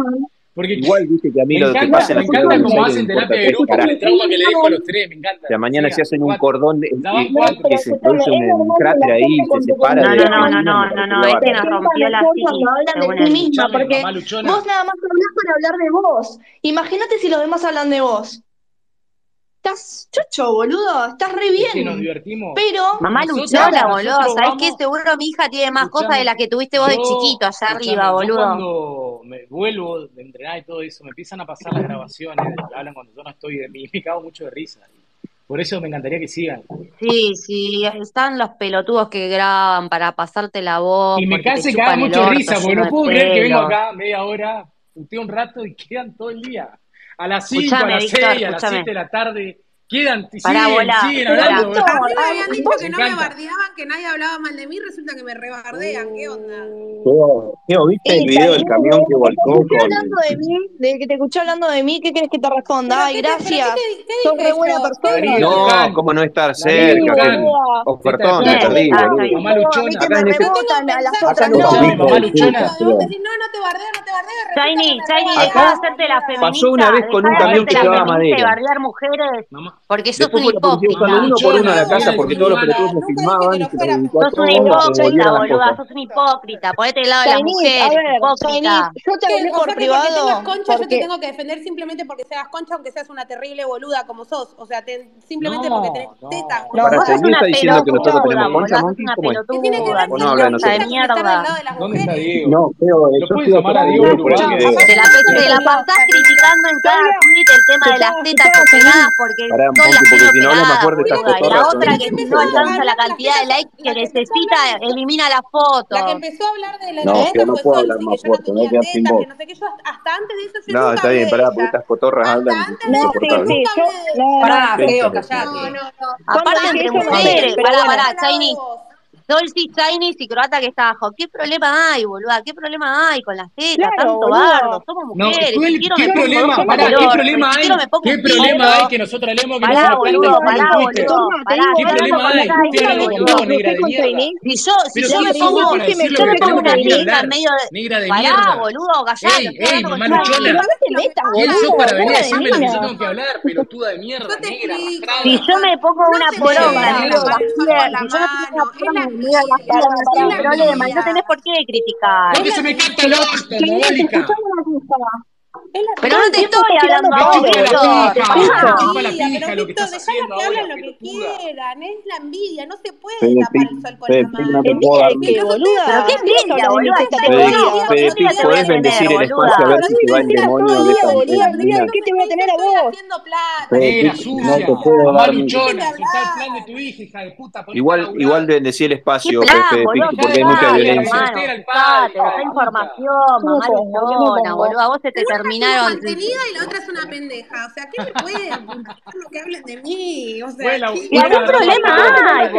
Speaker 1: Porque
Speaker 8: Igual viste que a mí
Speaker 1: me
Speaker 8: lo que
Speaker 1: encanta,
Speaker 8: pasa en
Speaker 1: me
Speaker 8: la ciudad de
Speaker 1: encanta
Speaker 8: Buenos
Speaker 1: cómo
Speaker 8: Aires
Speaker 1: hacen
Speaker 8: me importa
Speaker 1: terapia de
Speaker 8: tres
Speaker 1: grupo con el
Speaker 8: carajos.
Speaker 1: trauma que le dejo a los tres. Me encanta.
Speaker 8: O sea, mañana
Speaker 1: Mira,
Speaker 8: se hacen un
Speaker 1: cuatro.
Speaker 8: cordón eh,
Speaker 1: Ya van
Speaker 8: eh,
Speaker 1: cuatro.
Speaker 8: que se produce un, un cráter ahí, se separa
Speaker 6: No,
Speaker 8: de
Speaker 6: no,
Speaker 8: la
Speaker 6: no, no, no,
Speaker 8: me
Speaker 6: no, no,
Speaker 8: pareció
Speaker 6: este
Speaker 8: bárbaro.
Speaker 6: nos rompió la psiquis, según
Speaker 2: de
Speaker 6: él.
Speaker 2: ti misma
Speaker 1: Escuchame,
Speaker 2: porque
Speaker 1: mamá luchona.
Speaker 2: vos nada más hablás para hablar de vos. Imagínate si los demás hablan de vos. Estás chocho, boludo. Estás re
Speaker 1: Es que nos
Speaker 2: bien.
Speaker 1: divertimos.
Speaker 2: Pero
Speaker 6: Mamá
Speaker 1: Nosotros-
Speaker 6: luchona,
Speaker 1: nosotros
Speaker 6: boludo. ¿Sabés
Speaker 1: vamos-
Speaker 6: qué? Seguro mi hija tiene más
Speaker 1: Escuchame,
Speaker 6: cosas de las que tuviste vos de
Speaker 1: Yo-
Speaker 6: chiquito allá arriba,
Speaker 1: escuchame, Yo
Speaker 6: boludo.
Speaker 1: cuando me vuelvo de entrenar y todo eso, me empiezan a pasar las grabaciones de lo que hablan cuando yo no estoy de mí, [laughs] me cago mucho de risa. Por eso me encantaría que sigan.
Speaker 6: Sí, sí, están los pelotudos que graban para pasarte la voz,
Speaker 1: Y me
Speaker 6: porque te
Speaker 1: casi caga
Speaker 6: chupan el
Speaker 1: mucho de
Speaker 6: orto
Speaker 1: risa, porque
Speaker 6: lleno
Speaker 1: no
Speaker 6: de
Speaker 1: puedo creer que vengo
Speaker 6: pelo.
Speaker 1: acá media hora, puteo un rato y quedan todo el día. A las 5, a
Speaker 6: Escuchame,
Speaker 1: las 6,
Speaker 6: Víctor,
Speaker 1: a las
Speaker 6: escuchame.
Speaker 1: 7 de la tarde, quedan, y
Speaker 6: Pará,
Speaker 1: siguen,
Speaker 6: bola,
Speaker 1: siguen
Speaker 6: pará.
Speaker 1: hablando.
Speaker 6: Víctor,
Speaker 2: a
Speaker 9: A mí
Speaker 2: mí
Speaker 9: me habían dicho
Speaker 1: Me
Speaker 9: que no me
Speaker 1: encanta.
Speaker 9: bardeaban, que nadie hablaba mal de mí, resulta que me rebardean, ¿qué onda?
Speaker 10: Teo, Teo, ¿viste el
Speaker 2: Y
Speaker 10: video del
Speaker 2: también,
Speaker 10: camión que
Speaker 2: desde que te
Speaker 10: volcó
Speaker 2: escuché
Speaker 10: con...?
Speaker 2: hablando de mí, desde que te escuché hablando de mí, ¿qué querés que te responda? Ay,
Speaker 9: ¿Pero qué te- pero qué
Speaker 2: gracias.
Speaker 9: te- qué
Speaker 2: Sos
Speaker 9: dije
Speaker 2: re buena
Speaker 9: yo?
Speaker 2: persona.
Speaker 9: ¿Qué dije
Speaker 1: Darío,
Speaker 9: yo?
Speaker 8: No,
Speaker 1: Tucán.
Speaker 8: cómo no estar
Speaker 1: La
Speaker 2: Sí,
Speaker 8: cerca,
Speaker 1: Tucán.
Speaker 8: qué
Speaker 2: boluda.
Speaker 8: ofertón,
Speaker 1: Bien,
Speaker 8: me perdí,
Speaker 6: está,
Speaker 8: boludo.
Speaker 1: Mamá
Speaker 6: está bien.
Speaker 2: A mí
Speaker 1: luchona.
Speaker 2: que me
Speaker 8: Acá en este-
Speaker 9: Yo tengo
Speaker 2: rebotan, a las
Speaker 9: pensado
Speaker 2: otras
Speaker 8: Acá
Speaker 9: que
Speaker 8: no
Speaker 9: no,
Speaker 8: está
Speaker 1: Escuchame,
Speaker 2: no.
Speaker 10: Hijo
Speaker 1: mamá
Speaker 10: de
Speaker 1: luchona.
Speaker 10: puta,
Speaker 9: boludo, vos
Speaker 10: Teo.
Speaker 9: decís, no, no te bardeo, no te bardeo, resulta que
Speaker 6: Shiny,
Speaker 9: me
Speaker 6: Shiny,
Speaker 9: rebardean.
Speaker 6: deja de
Speaker 8: Acá
Speaker 6: hacerte la
Speaker 8: pasó
Speaker 6: feminista,
Speaker 8: una vez con
Speaker 6: deja
Speaker 8: un
Speaker 6: de
Speaker 8: camión
Speaker 6: hacerte
Speaker 8: que
Speaker 6: la
Speaker 8: llevaba
Speaker 6: feminista y
Speaker 8: madera.
Speaker 6: bardear mujeres,
Speaker 1: Mamá,
Speaker 6: porque
Speaker 8: Después fue la policía
Speaker 6: sos un hipócrita.
Speaker 8: usando uno por uno a la
Speaker 9: Boludo,
Speaker 8: casa porque todos los
Speaker 9: boluda,
Speaker 8: pelotudos me
Speaker 9: nunca dije que
Speaker 8: filmaban y
Speaker 9: no
Speaker 8: se
Speaker 9: fuera
Speaker 8: perjudicó a
Speaker 6: Sos una
Speaker 8: todos, las
Speaker 6: hipócrita,
Speaker 8: devolvieron las
Speaker 6: boluda,
Speaker 8: cosas.
Speaker 6: sos una hipócrita. Ponete del lado de las
Speaker 2: Shinice, a
Speaker 6: mujeres,
Speaker 2: ver, Shinice,
Speaker 6: hipócrita.
Speaker 2: yo te
Speaker 9: que,
Speaker 2: hablé por
Speaker 9: Oferta, porque tengas
Speaker 2: privado,
Speaker 9: concha, yo te
Speaker 2: porque
Speaker 9: tengo que defender simplemente porque seas concha, aunque seas una terrible boluda como sos. O sea, te- simplemente
Speaker 1: No,
Speaker 9: porque tenés
Speaker 1: no.
Speaker 9: tetas,
Speaker 2: No,
Speaker 9: boluda.
Speaker 8: Para
Speaker 6: Vos sos
Speaker 8: seguir
Speaker 6: una
Speaker 8: está diciendo que nosotros
Speaker 6: pelotuda,
Speaker 8: tenemos concha,
Speaker 6: boluda, sos
Speaker 8: Monty,
Speaker 6: una
Speaker 8: ¿cómo es?
Speaker 9: ¿Qué tiene que
Speaker 6: pelotuda,
Speaker 9: ver
Speaker 8: ¿O
Speaker 9: mi
Speaker 8: no habla de
Speaker 9: concha
Speaker 6: mentirosa de
Speaker 8: nosotros?
Speaker 9: con estar al lado
Speaker 6: mierda.
Speaker 9: de las
Speaker 1: ¿Dónde está
Speaker 9: mujeres?
Speaker 1: Diego?
Speaker 10: No, Teo, eh,
Speaker 1: ¿Lo
Speaker 10: yo
Speaker 1: pueden
Speaker 10: quiero
Speaker 1: llamar a
Speaker 10: sacar el
Speaker 1: Diego
Speaker 10: grupo
Speaker 2: Pará,
Speaker 10: por
Speaker 1: Uruguay?
Speaker 10: ese video.
Speaker 6: Te
Speaker 2: pará, aparte
Speaker 6: la,
Speaker 2: yo
Speaker 6: te la
Speaker 2: tengo una
Speaker 6: pasás
Speaker 2: familia,
Speaker 6: criticando en cada
Speaker 2: Claudia,
Speaker 6: tweet el tema
Speaker 2: que
Speaker 6: de las
Speaker 2: todas, que
Speaker 6: tetas
Speaker 2: todas
Speaker 6: operadas
Speaker 2: seguís.
Speaker 6: porque
Speaker 8: Pará,
Speaker 6: soy
Speaker 8: Monty,
Speaker 6: las
Speaker 8: porque
Speaker 6: tengo
Speaker 8: si no hablamos
Speaker 6: operadas,
Speaker 8: fuerte estas
Speaker 9: Mira,
Speaker 6: boluda. Y la
Speaker 8: cotorras,
Speaker 6: otra
Speaker 9: la que
Speaker 6: que si
Speaker 9: empezó
Speaker 6: no
Speaker 9: a
Speaker 8: son...
Speaker 6: alcanza la
Speaker 9: hablar de las
Speaker 6: cantidad de
Speaker 9: tetas,
Speaker 6: likes que
Speaker 9: la que empezó a hablar
Speaker 6: necesita,
Speaker 9: de eso.
Speaker 6: elimina las
Speaker 9: La que
Speaker 6: fotos.
Speaker 9: empezó a hablar de la-
Speaker 10: No,
Speaker 9: las
Speaker 2: ¿Eh?
Speaker 10: Teo,
Speaker 9: tetas
Speaker 10: no
Speaker 9: fue
Speaker 10: puedo hablar
Speaker 9: Solsi,
Speaker 10: más
Speaker 9: que yo no
Speaker 10: fuerte, me voy a
Speaker 9: tenía
Speaker 10: quedar sin
Speaker 9: tetas,
Speaker 10: voz.
Speaker 9: que no sé qué. Yo hasta, hasta antes de eso yo
Speaker 8: No,
Speaker 9: nunca
Speaker 8: está
Speaker 9: hablé
Speaker 8: bien,
Speaker 9: de
Speaker 8: pará, porque
Speaker 9: ella.
Speaker 8: estas cotorras
Speaker 9: Hasta
Speaker 8: hablan
Speaker 9: antes de
Speaker 2: No,
Speaker 9: eso yo
Speaker 2: sí,
Speaker 8: insoportable.
Speaker 2: sí,
Speaker 9: nunca
Speaker 2: yo,
Speaker 9: hablé de
Speaker 2: no,
Speaker 9: ella.
Speaker 4: Pará,
Speaker 2: no,
Speaker 10: Esta
Speaker 4: Geo,
Speaker 10: es la
Speaker 9: No,
Speaker 4: callate.
Speaker 9: no, no.
Speaker 2: cuando
Speaker 6: Aparte
Speaker 2: dije
Speaker 6: entre
Speaker 2: eso no
Speaker 10: Vale.
Speaker 2: sé,
Speaker 6: mujeres, pará,
Speaker 2: pero bueno.
Speaker 9: Nunca
Speaker 6: pará,
Speaker 9: hablaba de
Speaker 6: Shiny,
Speaker 9: vos.
Speaker 6: Dolce, Shiny y Croata que está abajo. ¿Qué problema hay, boluda? ¿Qué problema hay con las tetas?
Speaker 2: Claro,
Speaker 6: Tanto
Speaker 2: boludo.
Speaker 6: bardo, somos
Speaker 1: No,
Speaker 6: mujeres. Si
Speaker 1: ¿cuál-
Speaker 6: quiero
Speaker 1: ¿qué
Speaker 6: me pongo dos
Speaker 1: problema?
Speaker 6: cosas en
Speaker 1: Pará,
Speaker 6: el
Speaker 1: ¿qué
Speaker 6: orto. Y
Speaker 1: problema
Speaker 6: si quiero
Speaker 1: hay?
Speaker 6: me pongo
Speaker 1: ¿Qué
Speaker 6: un
Speaker 1: problema hay
Speaker 6: filtro.
Speaker 1: que nosotros hablemos que no se
Speaker 6: Pará,
Speaker 1: nos prenda
Speaker 6: boludo,
Speaker 1: el
Speaker 6: pará,
Speaker 1: culo, ¿viste?
Speaker 6: boludo,
Speaker 2: Torna, te
Speaker 6: pará,
Speaker 1: ¿Qué
Speaker 2: digo
Speaker 6: estoy hablando
Speaker 2: algo,
Speaker 1: problema
Speaker 6: con
Speaker 1: hay?
Speaker 2: pará,
Speaker 1: Usted
Speaker 2: una
Speaker 1: habla
Speaker 6: Shiny,
Speaker 2: vez
Speaker 1: con
Speaker 2: que
Speaker 1: vos,
Speaker 6: boludo.
Speaker 1: negra
Speaker 2: crucé
Speaker 1: de
Speaker 2: con
Speaker 1: mierda.
Speaker 2: Tainí,
Speaker 6: Si yo, si
Speaker 1: Pero ¿quién
Speaker 6: yo me
Speaker 1: sos
Speaker 2: Trini,
Speaker 6: pongo
Speaker 1: vos
Speaker 6: un
Speaker 1: para
Speaker 2: que
Speaker 1: decir lo que
Speaker 6: filtro,
Speaker 2: me
Speaker 6: me pongo
Speaker 2: choque
Speaker 1: tenemos que venir a
Speaker 6: una teja
Speaker 2: Tainí.
Speaker 6: en
Speaker 1: hablar?
Speaker 6: medio de.
Speaker 1: Negra de
Speaker 6: Pará,
Speaker 1: mierda.
Speaker 6: boludo, callá, lo
Speaker 1: Ey,
Speaker 6: estoy
Speaker 1: ey,
Speaker 6: hablando con
Speaker 1: mamá
Speaker 9: Ay,
Speaker 6: Shiny.
Speaker 1: luchona.
Speaker 2: No
Speaker 9: ¿sabés lo
Speaker 2: te
Speaker 9: que
Speaker 2: metas,
Speaker 1: Vos
Speaker 9: pasa?
Speaker 1: sos para
Speaker 2: boludo,
Speaker 1: venir a decirme lo
Speaker 2: una de
Speaker 1: que yo
Speaker 2: mina.
Speaker 1: tengo que hablar, pelotuda de mierda,
Speaker 9: Yo te
Speaker 1: negra,
Speaker 9: explico,
Speaker 6: Si
Speaker 1: arrastrada.
Speaker 6: yo me
Speaker 9: Juan.
Speaker 6: pongo
Speaker 9: No
Speaker 6: una
Speaker 9: se
Speaker 1: Hija
Speaker 9: puede
Speaker 1: de
Speaker 6: poronga en
Speaker 9: pegar
Speaker 6: la
Speaker 9: la
Speaker 1: mierda.
Speaker 9: panza con la
Speaker 6: cualquier, si yo me pongo una
Speaker 1: Pará, pará, pará,
Speaker 9: mano. Es la piel, es la
Speaker 6: poronga en el medio de la cara, tengo un problema. No
Speaker 1: pará.
Speaker 6: tenés
Speaker 9: vida.
Speaker 6: por qué criticar.
Speaker 1: Porque se me canta el orto,
Speaker 2: Trini, te
Speaker 1: mogólica.
Speaker 2: escuchamos una cosa.
Speaker 10: Fede, Fede, Pic, no te puedo dar
Speaker 1: Me chupa la pija, me chupa la pija lo que estás haciendo ahora, pelotuda. Eh,
Speaker 9: Es la Es la envidia, pero Víctor, dejalos que hablan lo que quieran, es la envidia, no se puede tapar el sol con la mano. Mientras ustedes
Speaker 6: Pero no te estoy hablando a vos, Víctor. Pará. Pero qué
Speaker 2: Todo el tiempo estás tirando flores, boludo. ¿Envidia de qué, boluda? ¿Qué
Speaker 8: Fede, Fede, Pic, ¿podés bendecir el espacio a alguien que va en demonio de esta mujer indigna?
Speaker 9: hablan ustedes están todo el día hablando mierda. No digan que las todo el día, boluda, pero digan lo que estoy, yo
Speaker 6: envidia, boluda, ¿Qué envidia te voy a tener, boluda?
Speaker 2: estás hablando? ¿Qué estás jodido? ¿Qué te voy a tener a
Speaker 9: estoy
Speaker 2: vos?
Speaker 9: haciendo plata.
Speaker 10: Fede,
Speaker 1: Negra
Speaker 10: Pic, no
Speaker 1: sucia,
Speaker 10: te puedo
Speaker 1: mamá
Speaker 10: dar mi...
Speaker 9: Déjenme
Speaker 1: luchona, si está el plan de
Speaker 9: hablar.
Speaker 1: tu hija, hija de puta, ponete a
Speaker 8: Igual, igual
Speaker 1: laburar.
Speaker 8: bendecí el
Speaker 6: ¿Qué
Speaker 8: espacio, Fe-
Speaker 6: plan,
Speaker 8: Fede,
Speaker 6: boludo?
Speaker 1: Hija de
Speaker 8: Pic, porque hay mucha
Speaker 6: Juzgá,
Speaker 1: madre,
Speaker 8: violencia.
Speaker 6: hermano,
Speaker 1: grosera el padre,
Speaker 6: juzgate,
Speaker 1: hija
Speaker 6: buscá
Speaker 1: de puta.
Speaker 6: información,
Speaker 2: ¿Cómo
Speaker 6: mamá
Speaker 2: te- ¿Por qué me
Speaker 6: luchona,
Speaker 2: pongo?
Speaker 6: boludo. A vos se te
Speaker 9: Una
Speaker 6: terminaron.
Speaker 9: mantenida y la otra es una pendeja. O sea, ¿qué me puede
Speaker 2: [laughs]
Speaker 9: apuntar lo que hablan de mí? O sea,
Speaker 1: Bueno,
Speaker 9: ¿qué-
Speaker 6: ¿Y algún
Speaker 1: Bueno,
Speaker 6: problema hay,
Speaker 1: no, no, no, no,
Speaker 6: boluda?
Speaker 9: no,
Speaker 6: ¿Qué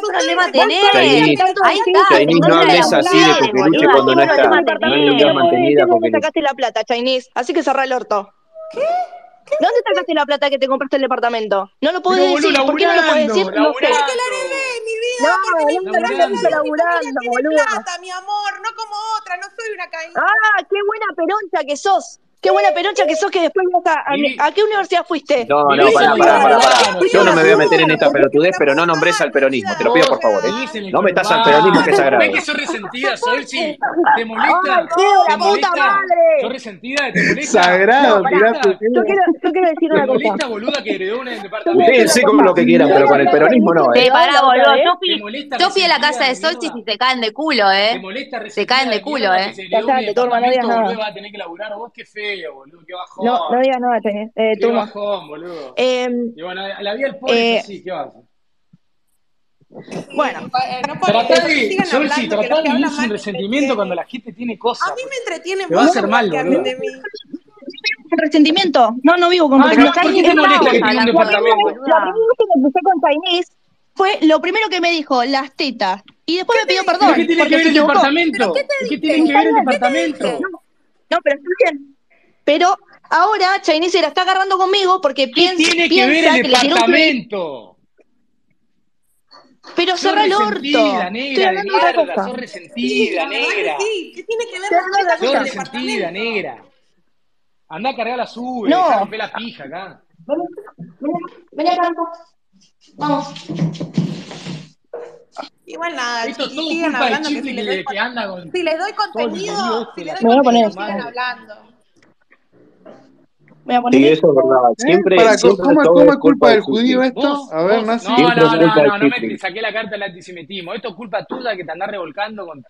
Speaker 9: no,
Speaker 6: problema
Speaker 9: no,
Speaker 6: tenés?
Speaker 8: Cainis,
Speaker 6: Ahí está, en
Speaker 8: Cainis, no
Speaker 6: contra de
Speaker 8: hables
Speaker 6: la
Speaker 8: así de tu
Speaker 6: mujer,
Speaker 8: peluche
Speaker 6: boluda.
Speaker 8: cuando no
Speaker 6: ¿Qué
Speaker 8: está.
Speaker 6: problema
Speaker 8: No
Speaker 6: tenés?
Speaker 8: le digas mantenida
Speaker 2: ¿Dónde
Speaker 8: porque le-
Speaker 2: sacaste la plata, Chainés? Así que cerrá el orto. ¿Qué? ¿Dónde sacaste la plata que te compraste el departamento? No lo puedo
Speaker 1: Pero, boludo,
Speaker 2: decir. ¿Por qué no lo puedes
Speaker 1: laburando,
Speaker 2: decir? No sé.
Speaker 1: laburando.
Speaker 9: Arreglé mi vida, porque me
Speaker 2: No, no,
Speaker 1: Laburando.
Speaker 2: gracias
Speaker 9: interesa
Speaker 2: por
Speaker 9: la vida de mi familia,
Speaker 2: laburando,
Speaker 9: tiene
Speaker 2: boluda.
Speaker 9: plata, mi amor, no como otra, no soy una caída.
Speaker 2: Ah, qué buena peroncha que sos. Qué buena peroncha que sos que después vas a... ¿A,
Speaker 1: Viví.
Speaker 2: ¿a qué universidad fuiste?
Speaker 8: No,
Speaker 1: Vivís
Speaker 8: no,
Speaker 1: en
Speaker 8: pará,
Speaker 1: el
Speaker 8: pará, pará, pará.
Speaker 1: urbano,
Speaker 8: Yo no me voy a meter en
Speaker 1: boludo.
Speaker 8: esta pelotudez, pero no nombres al peronismo, te lo pido por favor, ¿eh?
Speaker 1: Vivís en el
Speaker 8: No metas al
Speaker 1: conurbano.
Speaker 8: peronismo, que es sagrado.
Speaker 1: ¿Ves que sos resentida, Solsi? ¿Te molesta?
Speaker 2: tío, la
Speaker 1: ¿Te
Speaker 2: puta
Speaker 1: molesta?
Speaker 2: madre!
Speaker 1: ¿Sos resentida? ¿Te molesta?
Speaker 3: Sagrado,
Speaker 1: ¿Te molesta?
Speaker 3: tirá tu-
Speaker 2: Yo quiero, yo quiero decir
Speaker 1: ¿Te
Speaker 2: una cosa.
Speaker 1: molesta, boluda, que heredó un departamento?
Speaker 8: Ustedes sí como lo que quieran, pero con el peronismo no, ¿eh?
Speaker 6: Che, pará, boludo.
Speaker 1: ¿Te
Speaker 6: Sofi,
Speaker 1: molesta
Speaker 6: Sofi a la casa de
Speaker 1: resentida de
Speaker 6: Soltis y
Speaker 1: mierda?
Speaker 6: se caen de culo,
Speaker 1: ¿Te
Speaker 6: ¿eh?
Speaker 1: molesta
Speaker 6: Se
Speaker 1: resentida
Speaker 6: caen de culo,
Speaker 1: mierda
Speaker 6: eh.
Speaker 1: que se heredó un
Speaker 2: Callate, Torma, no digas
Speaker 1: departamento,
Speaker 2: nada.
Speaker 1: boludo, va a tener que laburar vos? Qué feo, boludo, qué bajón.
Speaker 2: No, no digas nada, Chainés. Eh,
Speaker 1: Qué
Speaker 2: Turma.
Speaker 1: bajón, boludo.
Speaker 2: Eh,
Speaker 1: Y bueno, la vida del pobre
Speaker 2: Eh,
Speaker 1: es así, ¿qué vas?
Speaker 2: bueno,
Speaker 9: Eh, no puedo-
Speaker 1: Tratá de,
Speaker 9: sigan
Speaker 1: Solsi,
Speaker 9: hablando, que
Speaker 1: tratá de
Speaker 9: los que
Speaker 1: vivir
Speaker 9: hablan mal
Speaker 1: sin
Speaker 9: me
Speaker 1: resentimiento cuando
Speaker 9: entretienen.
Speaker 1: la gente tiene cosas.
Speaker 9: A mí me
Speaker 1: boludo.
Speaker 9: entretiene
Speaker 1: Te va a
Speaker 9: mucho
Speaker 1: hacer
Speaker 9: lo
Speaker 1: mal,
Speaker 9: que hablen
Speaker 1: boludo.
Speaker 9: de mí.
Speaker 2: resentimiento. No, no vivo con
Speaker 1: Ay,
Speaker 2: resentimiento.
Speaker 1: Ah, no, ¿por qué te
Speaker 6: Estamos
Speaker 1: molesta que tiene un
Speaker 6: hablando,
Speaker 1: departamento?
Speaker 6: boludo.
Speaker 2: La primera vez que me empecé con Tainés fue lo primero que me dijo, las tetas. Y después me pidió perdón.
Speaker 1: ¿Pero qué tiene
Speaker 2: porque
Speaker 1: que ver
Speaker 2: se
Speaker 1: el
Speaker 2: equivocó.
Speaker 1: departamento?
Speaker 9: ¿Pero qué te
Speaker 1: ¿Y qué
Speaker 9: dije?
Speaker 1: tiene que ver el
Speaker 2: Está bien, ¿qué
Speaker 1: departamento?
Speaker 2: No, no, pero está bien. Pero ahora Chainés se la está agarrando conmigo porque
Speaker 1: ¿Qué
Speaker 2: piensa,
Speaker 1: tiene que ver
Speaker 2: piensa
Speaker 1: el
Speaker 2: que le tiró un tweet.
Speaker 1: departamento?
Speaker 2: Pero
Speaker 1: Sos
Speaker 2: cerrá el orto.
Speaker 1: resentida,
Speaker 2: Estoy
Speaker 1: negra, de
Speaker 2: hablando de otra
Speaker 1: mierda,
Speaker 2: cosa.
Speaker 1: sos
Speaker 9: Sí,
Speaker 1: resentida,
Speaker 9: la verdad
Speaker 1: negra.
Speaker 9: que sí. ¿Qué tiene que ver
Speaker 2: Te hablo
Speaker 9: las
Speaker 2: de
Speaker 9: tetas
Speaker 2: la
Speaker 1: Sos
Speaker 9: con
Speaker 2: puta.
Speaker 9: el
Speaker 1: resentida,
Speaker 9: departamento?
Speaker 1: negra. Andá a cargar la sube,
Speaker 2: No.
Speaker 1: dejá romper la pija acá.
Speaker 2: Ven acá. Vamos.
Speaker 9: Igual nada,
Speaker 1: Esto es
Speaker 9: sí,
Speaker 1: todo
Speaker 9: sigan
Speaker 1: culpa de
Speaker 9: hablando que
Speaker 1: Chiple
Speaker 9: si
Speaker 1: que,
Speaker 9: les doy,
Speaker 1: que
Speaker 9: con-
Speaker 1: anda con
Speaker 9: si les doy
Speaker 1: todo el contenido
Speaker 9: contenido,
Speaker 1: este
Speaker 9: si
Speaker 1: de
Speaker 9: les
Speaker 1: la
Speaker 9: doy
Speaker 2: Me voy a poner
Speaker 9: contenido,
Speaker 2: así.
Speaker 9: sigan hablando.
Speaker 2: Me voy a poner
Speaker 10: Sí, eso es
Speaker 1: ¿Eh?
Speaker 10: verdad. Siempre,
Speaker 3: Para,
Speaker 10: siempre
Speaker 3: ¿cómo,
Speaker 10: todo
Speaker 3: cómo
Speaker 10: es
Speaker 3: es culpa del
Speaker 10: Chiqui.
Speaker 3: judío esto?
Speaker 1: Vos,
Speaker 3: A ver,
Speaker 1: vos,
Speaker 3: Nancy.
Speaker 1: no,
Speaker 10: Siempre
Speaker 1: no,
Speaker 10: es
Speaker 1: no,
Speaker 10: culpa
Speaker 1: no,
Speaker 10: del
Speaker 1: no me te
Speaker 10: Chiqui.
Speaker 1: saqué la carta del antisemitismo. Esto es culpa tuya que te andás revolcando con,